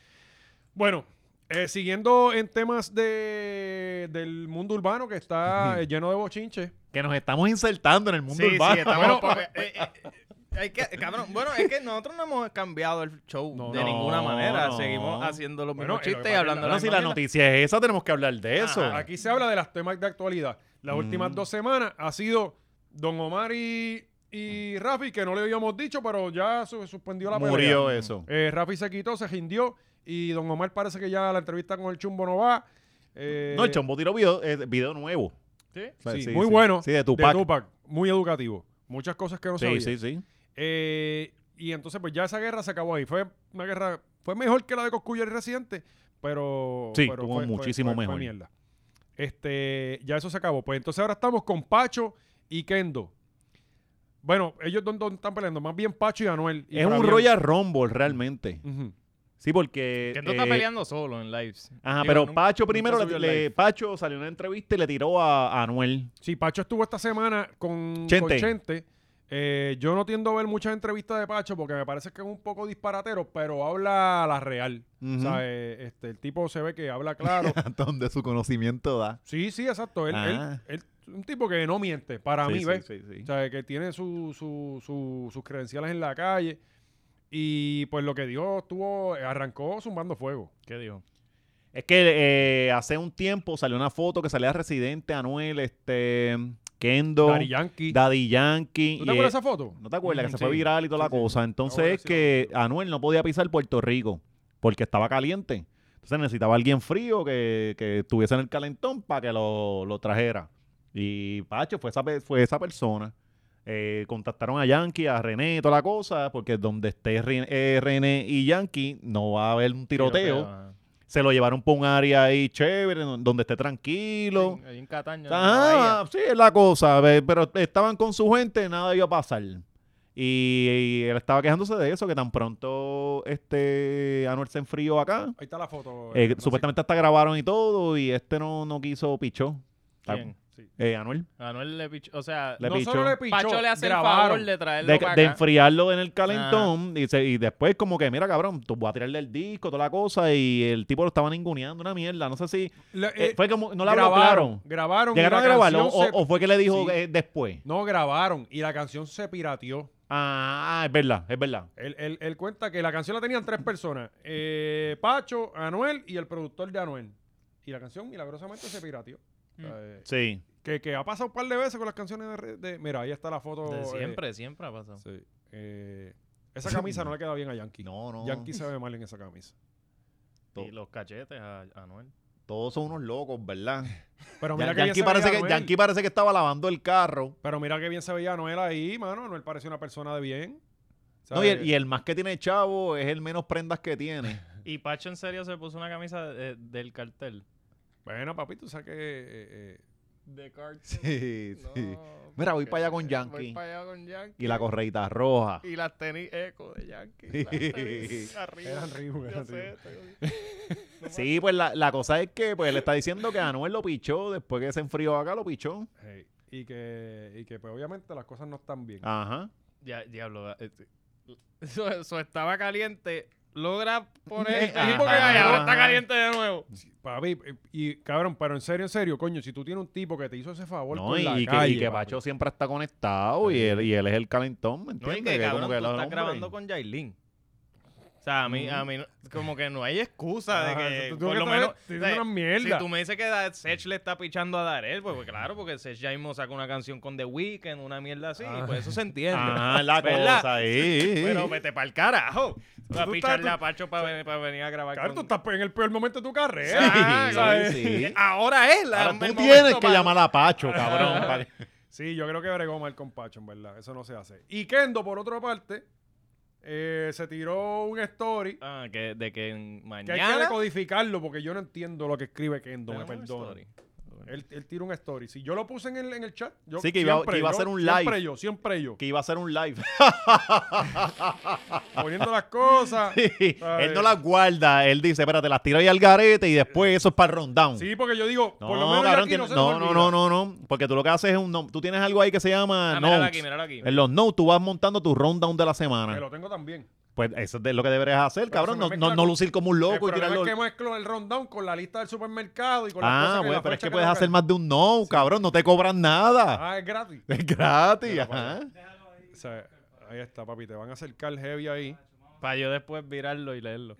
A: Bueno, eh, siguiendo en temas de, del mundo urbano que
B: Hmm.
A: está eh, lleno de bochinches.
B: Que nos estamos insertando en el mundo
C: Sí,
B: urbano.
C: sí, estamos... porque, eh, eh, hay que, cabrón, bueno, es que nosotros no hemos cambiado el show
A: No,
C: de
B: no,
C: ninguna manera.
B: no.
C: Seguimos haciendo los
A: Bueno,
C: mismos
A: y lo que
C: chistes y
A: pasa es que
C: hablando
B: Bueno,
C: las
B: si
C: mismas
B: la
C: mierdas.
B: noticia es esa, tenemos que hablar de eso.
A: Ah,
B: Hmm.
A: Aquí se habla de las temas de actualidad. Las últimas dos semanas ha sido Don Omar y,
B: Hmm.
A: y Rafi, que no le habíamos dicho, pero ya su- suspendió la pelea.
B: Murió eso.
A: Eh, Rafi se quitó, se rindió y Don Omar parece que ya la entrevista con el chumbo no va. Eh,
B: No, el chombo tiró video, eh, video nuevo.
C: ¿Sí?
B: O sea,
A: sí, muy bueno.
B: Sí, de Tupac.
A: Muy educativo. Muchas cosas que no
B: sí,
A: sabía.
B: sí, sí.
A: Eh, y entonces, pues ya esa guerra se acabó ahí. Fue una guerra, fue mejor que la de Coscuyo el reciente, pero.
B: Sí,
A: pero
B: estuvo muchísimo mejor.
A: mierda. Este, ya eso se acabó. Pues entonces ahora estamos con Pacho y Kendo. Bueno, ellos don, don- están peleando, más bien Pacho y Anuel. y
B: Es un
A: Fabián.
B: Royal Rumble realmente.
A: Ujú.
B: Sí, porque.
C: Que tú estás
B: eh,
C: peleando solo en lives.
B: Ajá,
C: Digo,
B: pero
C: nunca-
B: Pacho
C: nunca
B: primero
C: subió
B: le,
C: el
B: le-
C: live.
B: Pacho salió en una entrevista y le tiró a, a Anuel.
A: Sí, Pacho estuvo esta semana con con
B: Chente.
A: Chente. Eh, yo no tiendo a ver muchas entrevistas de Pacho porque me parece que es un poco disparatero, pero habla la real.
B: Ujú.
A: O sea, eh, este, el tipo se ve que habla claro.
B: Hasta donde su conocimiento da.
A: sí, sí, exacto. Él,
B: Ah.
A: él- él- un tipo que no miente, para
B: Sí,
A: mí,
B: sí,
A: ¿ves?
B: sí, sí.
A: O sea, que tiene su- su- su- sus credenciales en la calle. Y pues lo que dijo estuvo, arrancó zumbando fuego.
C: ¿Qué dijo?
B: Es que eh, hace un tiempo salió una foto que salía Residente, Anuel, este, Kendo,
A: Daddy Yankee.
B: Daddy Yankee,
A: ¿Tú
B: y
A: te acuerdas
B: eh,
A: de esa foto?
B: ¿No te acuerdas? Que
A: Ujú,
B: se fue
A: sí.
B: viral y toda
A: Sí,
B: la
A: sí.
B: cosa. Entonces
A: Ahora
B: es
A: sí,
B: que Anuel no podía pisar Puerto Rico porque estaba caliente. Entonces necesitaba alguien frío que, que estuviese en el calentón para que lo, lo trajera. Y Pacho fue esa, pe- fue esa persona. Eh, contactaron a Yankee, a René, toda la cosa, porque donde esté Ren- eh, René y Yankee no va a haber un tiroteo.
C: ajá.
B: Se lo llevaron para un área ahí chévere, don- donde esté tranquilo.
C: Ahí en- ahí en Cataño. en la bahía.
B: Ah, sí, es la cosa. ve, Pero estaban con su gente, nada iba a pasar. Y, y él estaba quejándose de eso, que tan pronto este Anuel se enfrió acá.
A: Ahí está la foto.
B: eh,
A: eh, Francisco.
B: supuestamente hasta grabaron y todo, y este no, no quiso pichó.
C: ¿Quién?
B: Eh, Anuel.
C: Anuel le pichó. O sea,
B: Le
A: no
B: pichó.
A: solo le pichó,
C: Pacho le hace el
A: grabaron.
C: favor de traerlo
B: De,
C: para
B: de
C: acá.
B: enfriarlo en el calentón y, se- y después como que, mira cabrón, tú voy a tirarle el disco, toda la cosa y el tipo lo estaba ninguneando, una mierda, no sé si...
A: Le-
B: eh,
A: eh,
B: fue como, no la habló
A: grabaron,
B: claro.
A: grabaron. y
B: ¿Llegaron a
A: la
B: grabarlo o,
A: canción se-
B: o fue que le dijo
A: Sí.
B: eh, después?
A: No, grabaron y la canción se pirateó.
B: Ah, es verdad, es verdad.
A: Él, él- él cuenta que la canción la tenían tres personas. eh, Pacho, Anuel y el productor de Anuel. Y la canción milagrosamente se pirateó. O sea, eh,
B: Sí.
A: que, que ha pasado un par de veces con las canciones de... re- de- mira, ahí está la foto.
C: De
A: eh,
C: siempre, siempre ha pasado.
A: sí, eh, esa camisa no le queda bien a Yankee.
B: No, no.
A: Yankee se ve mal en esa camisa.
C: Y los cachetes a a Anuel.
B: Todos son unos locos, ¿verdad?
A: Pero
B: Ya-
A: mira que bien
B: Yankee,
A: se
B: parece
A: veía
B: que,
A: Anuel.
B: Yankee parece que estaba lavando el carro.
A: Pero mira que bien se veía Anuel ahí, mano. Anuel parece una persona de bien.
B: No, y, el,
A: ¿Sabes?
B: y el más que tiene chavo es el menos prendas que tiene.
C: Y Pacho en serio se puso una camisa de- del cartel.
A: Bueno, papi, tú sabes que... eh, eh,
C: De cartel.
B: Sí,
C: No,
B: Mira, voy
C: porque-
B: para allá con
C: Voy
B: Yankee.
C: para allá con Yankee.
B: Y la correita roja.
C: Y las tenis eco de Yankee. las tenis arriba.
A: eran Reebok,
C: Yo
A: eran
C: sé,
A: Reebok.
C: estoy-
B: Sí, pues la, la cosa es que pues le está diciendo que Anuel lo pichó después que se enfrió acá, lo pichó.
A: hey, Y que, y que pues, obviamente las cosas no están bien.
B: Ajá.
C: Ya, diablo. este, Eso, eso estaba caliente. Logra poner el
B: Eh, Ajá.
C: tipo que vaya, ahora está caliente de nuevo.
A: Papi, eh, y cabrón, pero en serio, en serio, coño, si tú tienes un tipo que te hizo ese favor
B: No,
A: con
B: y,
A: la
B: y que,
A: calle,
B: y que
A: papi.
B: Pacho siempre está conectado y él, y él es el calentón, ¿me
C: No,
B: entiendes?
C: y que,
B: Que como que
C: cabrón,
B: él es
C: tú
B: el
C: estás
B: hombre.
C: grabando con Yailin. O sea, a mí, a
B: Mm.
C: mí, no- como que no hay excusa de
A: Ajá,
C: que,
A: tú- tú
C: por
A: que
C: lo
A: estás
C: menos,
A: diciendo
C: o sea,
A: una mierda.
C: si tú me dices que Da- Sech le está pichando a Darel, pues, pues claro, porque Sech ya mismo saca una canción con The Weeknd, una mierda así, y pues eso se entiende.
B: Ajá, Ah, la
C: ¿Verdad?
B: cosa ahí.
C: Pero vete para el carajo. Vas a
A: tú
C: picharle
A: estás-
C: a Pacho para venir, pa' venir a grabar
A: Cabrón, tú
C: con...
A: estás en el peor momento de tu carrera.
C: Ah,
B: Sí,
C: ¿sabes?
B: sí.
C: Ahora es la...
B: Ahora
C: el
B: tú
C: momento
B: tienes que
C: para-
B: llamar a Pacho, cabrón. para que-
A: Sí, yo creo que bregó mal con Pacho, en verdad. Eso no se hace. Y Kendo, por otra parte, eh, se tiró un story
C: Ah, que, de que
A: que hay que
C: mañana...
A: decodificarlo porque yo no entiendo lo que escribe Kendo, me
C: Tenemos
A: perdona.
C: story.
A: Él, él tira un story. Si yo lo puse en el, en el chat, yo
B: Sí, que iba- que iba a
A: yo-
B: hacer un
A: Siempre
B: live.
A: yo, siempre yo.
B: que iba a hacer un live.
A: Poniendo las cosas.
B: él no las guarda. Él dice, espérate, las tiro ahí al garete y después eso es para el rundown.
A: Sí, porque yo digo,
B: No,
A: por lo menos yo
B: cabrón,
A: aquí
B: tiene-
A: no, se nos
B: no, no,
A: olvida.
B: no, no, no. Porque tú lo que haces es un... nom- Tú tienes algo ahí que se llama
C: Ah, míralo
B: notes.
C: aquí, míralo aquí.
B: En los notes tú vas montando tu rundown de la
A: Que
B: semana.
A: lo tengo también.
B: Pues eso es de lo que deberías hacer,
A: Pero
B: cabrón.
A: se me
B: No,
A: mezcla
B: no, no
A: con-
B: lucir como un loco
A: el
B: y
A: problema
B: tirarlo...
A: es que mezclo el rundown con la lista del supermercado y con las
B: Ah,
A: cosas que la
B: bueno, pero es
A: fecha
B: que puedes
A: la-
B: hacer más de un no, cabrón. No te cobran nada.
A: Ah, es gratis.
B: Es gratis,
A: Mira,
B: ajá.
A: O sea, ahí está, papi. Te van a acercar heavy ahí.
C: Para yo después virarlo y leerlo.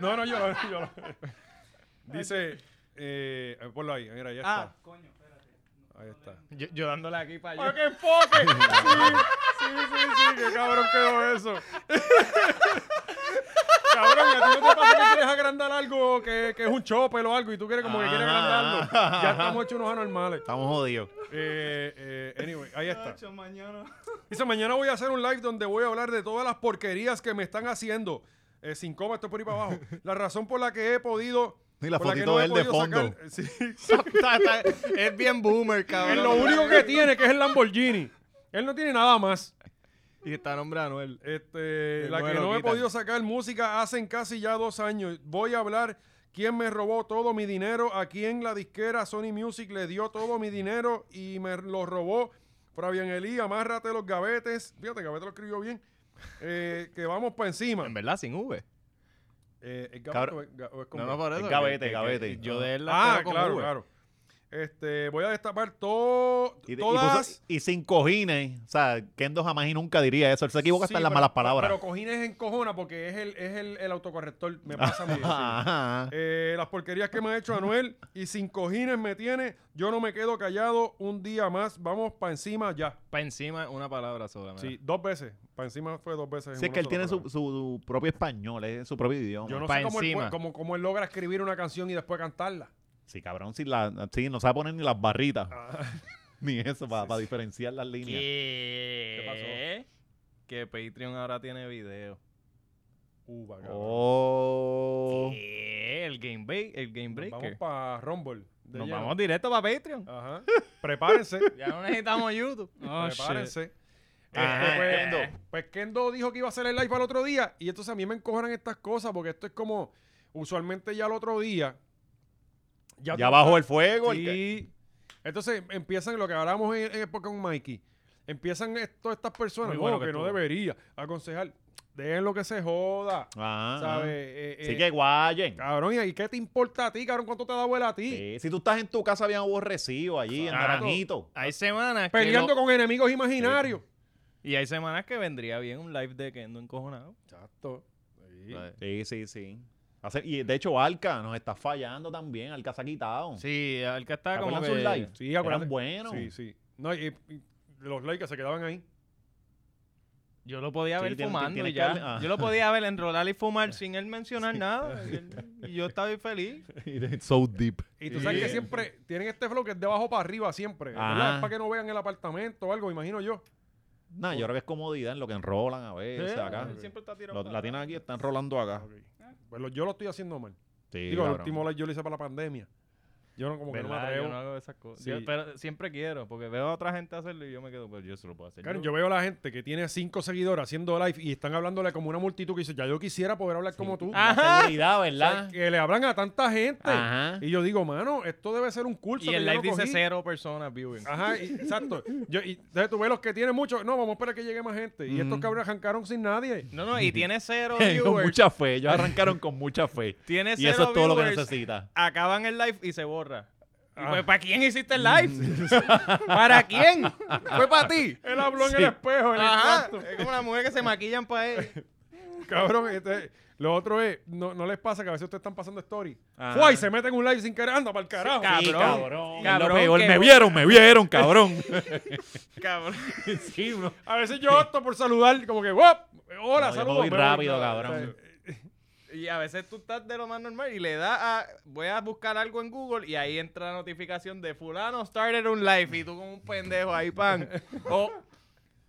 A: No, no, yo lo... Yo lo- Dice... Eh, eh, ponlo ahí, mira, ahí está.
C: Ah,
A: coño, espérate. Ahí está.
C: Yo, yo dándole aquí para
A: ¡Ah,
C: allá.
A: qué enfoque! Sí, sí, sí, sí, qué cabrón quedó eso. cabrón, ¿y a ti no te pasa que quieres agrandar algo que, que es un chopper o algo y tú quieres como que quieres
B: Ajá.
A: agrandarlo? Ya estamos hechos unos anormales.
B: Estamos jodidos.
A: Eh, eh, anyway, ahí está. Dice, mañana voy a hacer un live donde voy a hablar de todas las porquerías que me están haciendo. Eh, sin coma, esto por ahí para abajo. La razón por la que he podido...
B: Y la
A: por que
B: fotito de él
A: he
B: de
A: podido
B: fondo.
A: sacar- sí,
C: Está- está- es bien boomer,
A: es
C: cabrón.
A: lo único que tiene, que es el Lamborghini. Él no tiene nada más.
D: Y está nombrado Anuel.
A: Este,
D: Que
A: la
D: no
A: que
D: lo
A: no he
D: quitan.
A: podido sacar música hacen casi ya dos años. Voy a hablar quién me robó todo mi dinero, a quién la disquera Sony Music le dio todo mi dinero y me lo robó. Fabián Elí, amárrate los gavetes. Fíjate, gavete lo escribió bien. Eh, que vamos para encima.
D: En verdad, sin V.
A: Eh, ¿es
B: Cabra-
A: gavete o es ga- o es con
D: No, no,
A: gavete?
D: por eso.
B: Es gavete,
D: que- que-
B: gavete.
D: que Yo de él la
A: Ah,
D: espero con
A: claro,
D: V.
A: claro. Este, voy a destapar todo
B: Y, de- y puso-
A: todas...
B: y sin cojines. O sea, Kendo jamás y nunca diría eso. Él se equivoca
A: Sí,
B: hasta en las
A: pero-
B: malas palabras.
A: Pero cojines en cojona porque es el, es el, el autocorrector. Me pasa a mí. sí.
B: Ajá.
A: Eh, las porquerías que me ha hecho Anuel y sin cojines me tiene, yo no me quedo callado un día más. Vamos para encima ya.
C: Para encima, una palabra sola. mira.
A: Sí, dos veces. Para encima fue dos veces. en
B: Si es
A: una
B: que él
A: sola
B: tiene su,
A: palabra.
B: su propio español, es su propio idioma.
A: Yo no
C: pa'
A: sé cómo él,
C: encima.
A: puede- cómo- cómo él logra escribir una canción y después cantarla.
B: Sí, cabrón, si, la, si no sabe poner ni las barritas.
A: Ah.
B: Ni eso, para diferenciar las líneas.
C: ¿Qué?
D: Que Patreon ahora tiene video.
A: Uh, va, cabrón.
B: Oh.
C: ¿Qué? Eh, El Game, Break- el game
A: Nos vamos
C: Breaker.
A: para Rumble. de
C: Nos
A: lleno.
C: vamos directo para Patreon.
A: Ajá. Prepárense.
C: Ya no necesitamos YouTube.
I: Oh, shit.
A: prepárense.
B: Ajá.
A: Este, pues, pues Kendo dijo que iba a hacer el live al otro día y entonces a mí me encojonan estas cosas porque esto es como usualmente ya al otro día tú
B: Ya
A: estás-
B: bajó el fuego. el que-
A: Sí. Entonces empiezan lo que hablamos en, en época con Mikey. Empiezan esto- todas estas personas
C: Muy bueno
A: no,
C: que
A: que no
C: estuvo.
A: debería aconsejar. Dejen lo que se joda.
B: Ajá,
A: ¿Sabes?
B: ajá.
A: Eh, eh,
B: Ah, Sí que guayen.
A: Cabrón, ¿y ahí qué te importa a ti, cabrón? ¿Cuánto te da abuela a ti?
B: Sí, Si tú estás en tu casa bien aborrecido allí, en
C: Claro.
B: Naranjito.
C: Hay semanas que
A: Peleando
C: no-
A: con enemigos imaginarios.
C: Y hay semanas que vendría bien un live de Kendo encojonado.
A: Exacto. Sí.
B: Sí, sí, sí. Hace- y de hecho, Alca nos está fallando también. Alca se ha quitado.
C: Sí, el que está
B: ¿Te
C: como
B: acuerdas de
C: que...
B: Oh. un live?
A: Sí, acuérdate.
B: Eran buenos.
A: Sí, sí. No, y, y los likes que se quedaban ahí.
C: Yo lo podía
B: Sí,
C: ver
B: tiene-
C: fumando
B: tiene
C: y
B: que
C: ya.
B: darle- ah.
C: Yo lo podía ver enrolar y fumar sin él mencionar nada. Y él- Y yo estaba bien feliz.
B: so deep.
A: Y tú sabes que
B: Sí.
A: siempre tienen este flow que es de abajo para arriba siempre.
B: Ajá.
A: ¿Verdad? Para que no vean el apartamento o algo, imagino yo.
B: Nah, yo creo que es comodidad en lo que enrolan a veces acá.
C: Él siempre está tirando
B: Lo- la tienen aquí, están enrolando acá.
A: Pues lo- yo lo estoy haciendo mal.
B: Sí,
A: Digo, el
B: cabrón.
A: último live yo lo hice para la pandemia. Yo no como que no me
C: ¿Verdad?
A: atrevo.
C: Yo no hago esas cosas.
A: Sí.
C: Yo- pero siempre quiero, porque veo a otra gente hacerlo y yo me quedo, pero yo se lo puedo hacer.
A: Karen, yo veo a la gente que tiene cinco seguidores haciendo live y están hablándole como una multitud que dice, ya yo quisiera poder hablar como tú.
B: La seguridad, Ah, ¿verdad?
A: Que le hablan a tanta gente.
B: Ajá.
A: Y yo digo, mano, esto debe ser un curso.
C: Y
A: que
C: el
A: yo
C: live
A: no
C: dice
A: cogí".
C: cero personas viewing.
B: Ah.
A: Ajá, y- exacto. Yo, y, entonces tú ves los que tienen mucho. No, vamos a esperar que llegue más gente. Y estos cabrones arrancaron sin nadie.
C: No, no, y tiene cero
B: con
C: viewers.
B: mucha fe. Ellos arrancaron con mucha fe.
C: Tiene
B: Y
C: cero
B: eso es todo lo que
C: viewers.
B: necesita.
C: Acaban el live y se borra. Y
A: Ah.
C: pues, ¿para quién hiciste el live? ¿Para quién? Fue para ti.
A: Él habló en
B: Sí.
A: el espejo. En el
C: Ajá.
A: cuarto.
C: Es como las mujeres que se maquillan para él.
A: Cabrón, este, lo otro es, no, no les pasa que a veces ustedes están pasando story.
B: Ajá.
A: ¡Fua! Y se meten un live sin querer, anda para el carajo.
B: Sí,
C: cabrón.
B: Es
C: Cabrón,
B: lo peor.
C: que-
B: Me vieron, me vieron, cabrón.
C: Cabrón.
B: sí, uno-
A: A veces yo opto por saludar, como que, ¡guap! Hola,
B: No, yo me
A: saludos.
B: voy
A: pero
B: rápido,
A: no,
B: cabrón.
A: o sea,
C: Y a veces tú estás de lo más normal y le das a. Voy a buscar algo en Google y ahí entra la notificación de Fulano started un live y tú con un pendejo ahí, pan. O,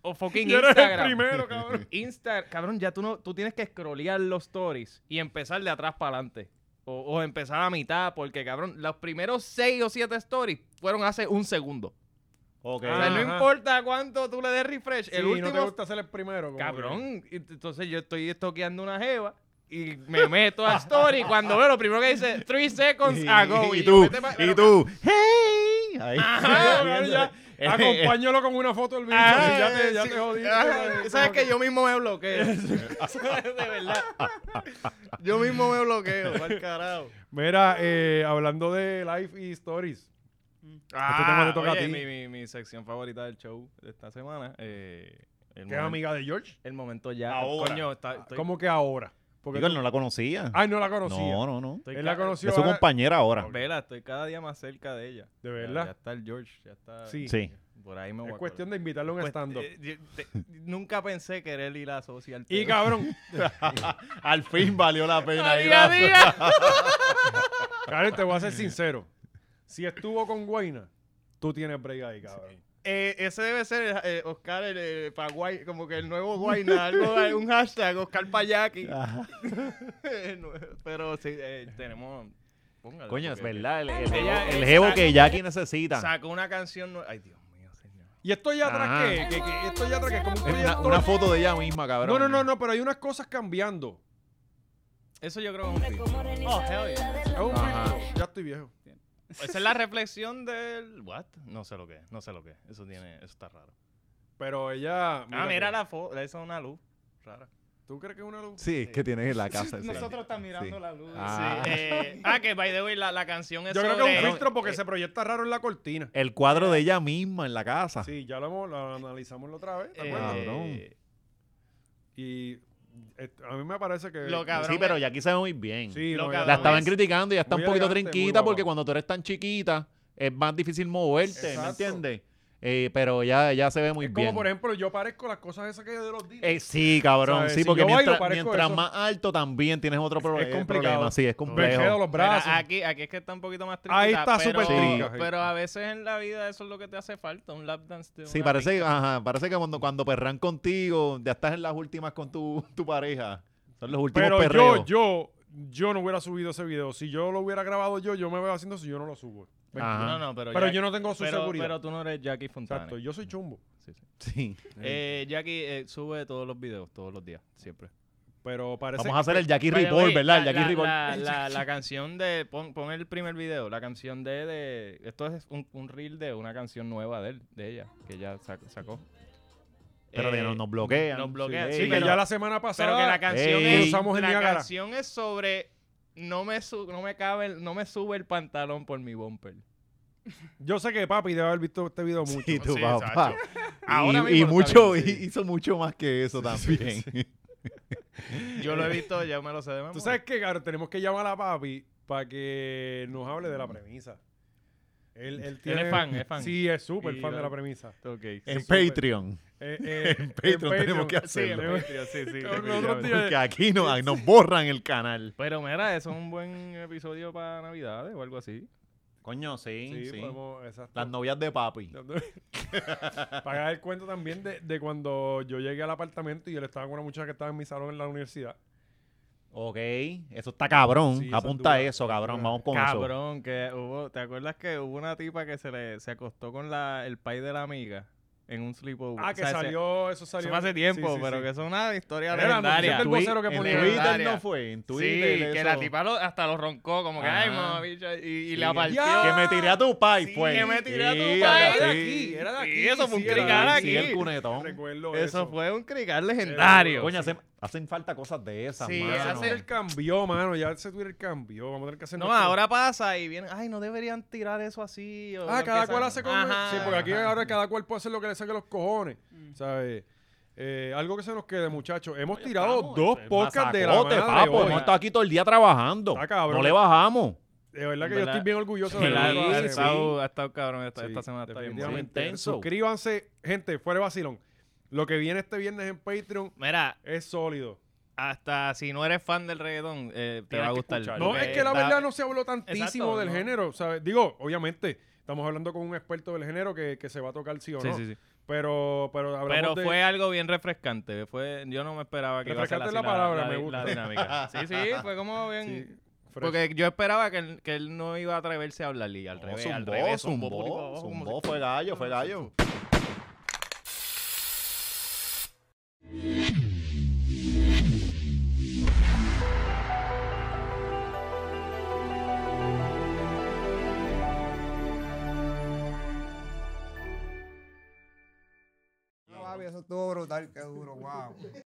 C: o fucking
A: yo era el
C: Instagram.
A: primero, cabrón.
C: Insta, cabrón, ya tú no, tú tienes que scrollear los stories y empezar de atrás para adelante. O, o empezar a mitad, porque cabrón, los primeros seis o siete stories fueron hace un segundo.
B: Ok.
C: O sea, Ah, no
A: Ah, Ajá.
C: importa cuánto tú le des refresh,
A: Sí,
C: el último.
A: no te gusta ser el primero. como que-
C: cabrón, y t- entonces yo estoy estoqueando una jeva y me meto a story. y cuando veo lo primero que dice, three seconds ago.
B: y
C: yo,
B: tú,
C: vete pa-
B: y
C: pero-
B: tú, hey. Ahí.
A: Ajá, cabrón, Ah, ya,
B: Eh, Ah,
A: acompáñalo con una foto del video.
C: Ajá,
A: así ya te, ya
C: sí,
A: te jodiste.
C: ajá,
A: como
C: Sabes que yo mismo me bloqueo. de verdad. Yo mismo me bloqueo, pa'l carajo.
A: Mira, eh, hablando de live y stories. tema te toca a
C: Ah, oye,
A: ti.
C: Mi, mi- mi sección favorita del show de esta semana. eh, el,
A: Que es
C: momen-
A: amiga de George.
C: el momento ya.
B: Ahora.
C: Coño, está- estoy-
A: ¿Cómo que ahora? Porque
B: Digo, él
A: tú-
B: no la conocía.
A: Ay, no la conocía.
B: No, no, no.
C: estoy
A: Él la
C: ca-
A: conoció.
B: Es su
A: ahora-
B: compañera ahora.
C: Vela, estoy cada día más cerca de ella.
A: De
C: Ya-
A: verdad.
C: Ya, está el George, ya está.
A: Sí.
B: Sí.
C: Por ahí me voy
A: Es
C: a
A: cuestión de invitarle a un
C: acordar.
A: stand-up.
C: Pues, eh, yo- te- nunca pensé querer ir a social.
B: eh.
A: Y cabrón,
B: Al fin valió la pena. ir
C: día
B: a-
C: a día.
A: Karen, te voy a ser sincero. Si estuvo con Guaina, tú tienes break ahí, cabrón.
C: Eh, ese debe ser eh, Oscar el, eh, pa' Guay- como que el nuevo Guayna, algo, hay un hashtag, Oscar Payaki.
B: Ah.
C: Pero sí, eh, tenemos. póngalo,
B: Coño, es
C: porque
B: verdad. El, el-
C: Ella
B: el
C: es-
B: jevo
C: saca-
B: que Jackie necesita.
C: Sacó una canción nueva. Ay, Dios mío, señor.
A: Y esto ya atrás
B: Ah.
A: que, que- que- esto ya atrás que es como un
B: Es una,
A: proyecto-
B: una foto de ella misma, cabrón.
A: No, no, no, no, pero hay unas cosas cambiando.
C: Eso yo creo que es un film.
I: Oh, hell yeah.
A: Es un
B: Ajá.
A: proyecto- Ya estoy viejo.
C: Esa es la reflexión del. ¿What? No sé lo que es, no sé lo que es. Eso, tiene, eso está raro.
A: Pero ella.
C: ah, mira
A: tú.
C: la foto. Esa es una luz rara.
A: ¿Tú crees que es una luz?
B: Sí, es que tienes en la casa. sí.
D: Nosotros estamos mirando
B: Sí.
D: la luz.
B: Ah.
C: Sí, eh, ah, que by the way, la, la canción es.
A: Yo creo que es un
C: sobre-
A: filtro porque
C: eh,
A: se proyecta raro en la cortina.
B: El cuadro de ella misma en la casa.
A: Sí, ya lo, hemos- lo analizamos la otra vez, ¿te
C: Ah. eh, Ah.
A: acuerdas?
B: Cabrón.
A: Y eh, a mí me parece que...
C: Lo cabrón.
B: Sí, pero ya aquí se ve muy bien.
A: Sí,
C: lo
A: no,
C: cabrón
B: La estaban
C: es
B: criticando y ya está
A: muy
B: un poquito
A: elegante, muy
B: trinquita porque
A: guapa.
B: cuando tú eres tan chiquita es más difícil moverte, ¿me
A: Exacto.
B: entiendes? Eh, pero ya, ya se ve muy
A: es
B: bien.
A: como, por ejemplo, yo parezco las cosas esas que de los días.
B: Eh, sí, cabrón,
A: ¿Sabes?
B: sí,
A: Si
B: porque
A: yo bailo,
B: mientras,
A: parezco
B: mientras
A: eso.
B: más alto también tienes otro pro- eh,
A: complicado.
B: problema. Sí,
A: me quedo
B: es complejo.
A: los brazos.
C: Mira, ah, aquí, aquí es que está un poquito más triste.
A: Ahí está
C: pero,
A: súper trinca, sí.
C: Pero a veces en la vida eso es lo que te hace falta, un lap dance. de
B: Sí,
C: una
B: parece, que-
C: trinca.
B: ajá, parece que cuando, cuando perran contigo, ya estás en las últimas con tu, tu pareja. Son los últimos
A: Pero yo,
B: perreos.
A: yo, yo no hubiera subido ese video. Si yo lo hubiera grabado yo, yo me veo haciendo eso y yo no lo subo. ¿Ven?
B: Ajá.
C: Pues, No, no, pero,
A: Pero
C: ya-
A: yo no tengo su
C: pero-
A: seguridad.
C: Pero tú no eres Jackie Fontana.
A: Exacto, yo soy chumbo.
C: Sí, sí.
B: Sí.
C: Eh, Jackie eh, sube todos los videos, todos los días, siempre.
A: Pero parece
B: Vamos a hacer el Jackie
C: By the
B: Reborn,
C: way,
B: ¿verdad? El
C: pues,
B: Jackie
C: la- la-
B: Reborn.
C: La, la- la canción de. Pon, pon el primer video. La canción de. de- esto es un, un reel de una canción nueva de, él, de ella, que ella sac- sacó.
B: Pero
C: Eh,
B: que nos, nos bloquean.
C: nos bloquean,
A: Sí,
C: sí,
A: que
C: pero-
A: ya la semana pasada...
C: Pero que la canción
B: Ey.
C: es.
A: Usamos el
C: la
A: Niágara.
C: canción es sobre. No me, su- no me cabe, el- no me sube el pantalón por mi bumper.
A: Yo sé que papi debe haber visto este video mucho.
B: Y tu
C: Sí,
B: papá.
C: Ahora mismo
B: y, y
C: lo está
B: mucho,
C: viendo, sí.
B: y- hizo mucho más que eso también.
C: Yo lo he visto, ya me lo sé de memoria.
A: Tú sabes que, claro, tenemos que llamar a papi para que nos hable de la premisa. Él, él tiene...
C: es fan, es fan.
A: Sí, es súper
C: Y
A: fan de
C: lo-
A: la premisa.
B: En
A: súper.
B: Patreon.
A: Eh, eh, en
B: Patreon tenemos que
A: Sí, en
B: hacerlo.
A: Patreon.
C: Sí, sí,
A: Los otros días-
B: Porque aquí no- ay, nos borran el canal.
C: Pero mira, eso es un buen episodio para Navidades o algo así.
B: Coño, sí,
A: Sí,
B: sí.
A: podemos- exacto.
B: Las novias de papi.
A: Pagar el cuento también de, de cuando yo llegué al apartamento y él estaba con una muchacha que estaba en mi salón en la universidad.
B: Ok, eso está cabrón.
A: Sí, eso es
B: Apunta
A: dura,
B: eso,
A: eso es
B: cabrón.
A: dura.
B: Vamos con eso.
C: Cabrón, que hubo, ¿te acuerdas que hubo una tipa que se le se acostó con la, el país de la amiga en un sleepover?
A: Ah,
C: Uh, O
A: que
C: sea, se-
A: salió, eso salió.
C: eso fue hace tiempo,
A: Sí, sí,
C: pero
A: sí.
C: que eso es una historia
A: Era la noticia
C: legendaria.
A: del vocero que
B: en
A: ponía.
B: Twitter
C: Legendaria.
B: no fue, en Twitter.
C: Sí, que
B: eso.
C: la tipa lo- hasta lo roncó, como que,
B: Ajá.
C: ay, mamá, bicho, y, y
B: Sí,
C: la partió.
B: Que me tiré a tu pai,
C: Sí,
B: fue.
C: que me tiré a tu
B: Sí, sí.
C: pai.
A: Era de aquí, era de
C: Sí,
A: aquí.
C: eso fue un
A: era de
C: crical
A: aquí.
B: Sí, el
C: aquí.
B: cunetón.
A: Recuerdo
C: Eso fue un crical legendario.
A: Mario.
B: Coño, hacen, hacen falta cosas de esas,
C: Sí,
B: mano.
A: Ya Twitter cambió, mano. Ya ese Twitter cambió. Vamos a tener que hacer.
C: No,
A: nuestro-
C: ahora pasa y vienen, ay, no deberían tirar eso así. o
A: Ah,
C: lo
A: cada
C: empiezan-
A: cual hace con.
C: Ajá,
A: sí, porque aquí
C: ajá. Mm.
A: ahora cada cual puede hacer lo que le saque los cojones. ¿Sabes? Eh, algo que se nos quede, muchachos. Hemos tirado dos podcasts de la
B: Mazacote,
A: madre
B: papo,
A: hoy.
B: Hemos estado aquí todo el día trabajando.
A: Está cabrón.
B: No le bajamos.
A: De verdad que
C: En
A: yo
C: verdad-
A: estoy bien orgulloso de
C: Sí,
A: la
C: ha,
A: semana.
C: estado, ha estado cabrón esta,
A: Sí,
C: esta semana. Está bien buena.
A: definitivamente.
B: intenso.
A: Suscríbanse, gente, fuera de vacilón. Lo que viene este viernes en Patreon
C: Mira,
A: es sólido.
C: hasta si no eres fan del reggaetón, eh, te
B: Tienes
C: va a
B: que
C: gustar.
B: escucharlo.
A: No,
C: Porque
A: es que la
C: está-
A: verdad no se habló tantísimo
C: Exacto,
A: del
C: no.
A: género, ¿sabes? Digo, obviamente, estamos hablando con un experto del género que, que se va a tocar sí o
C: Sí,
A: no.
C: sí, sí.
A: Pero, pero hablamos
C: Pero
A: de...
C: fue algo bien refrescante. Fue, yo no me esperaba que iba a ser
A: Refrescante
C: así
A: es la palabra,
C: la,
A: me
C: la
A: gusta.
C: dinámica. Sí, sí, fue como bien...
A: Sí, fresh.
C: Porque yo esperaba que él, que él no iba a atreverse a hablar y al revés, al revés, zumbó,
B: zumbó,
C: tipo, ojo, como
B: zumbó, fue gallo, fue gallo.
J: No, Javi, eso estuvo brutal, qué duro, wow.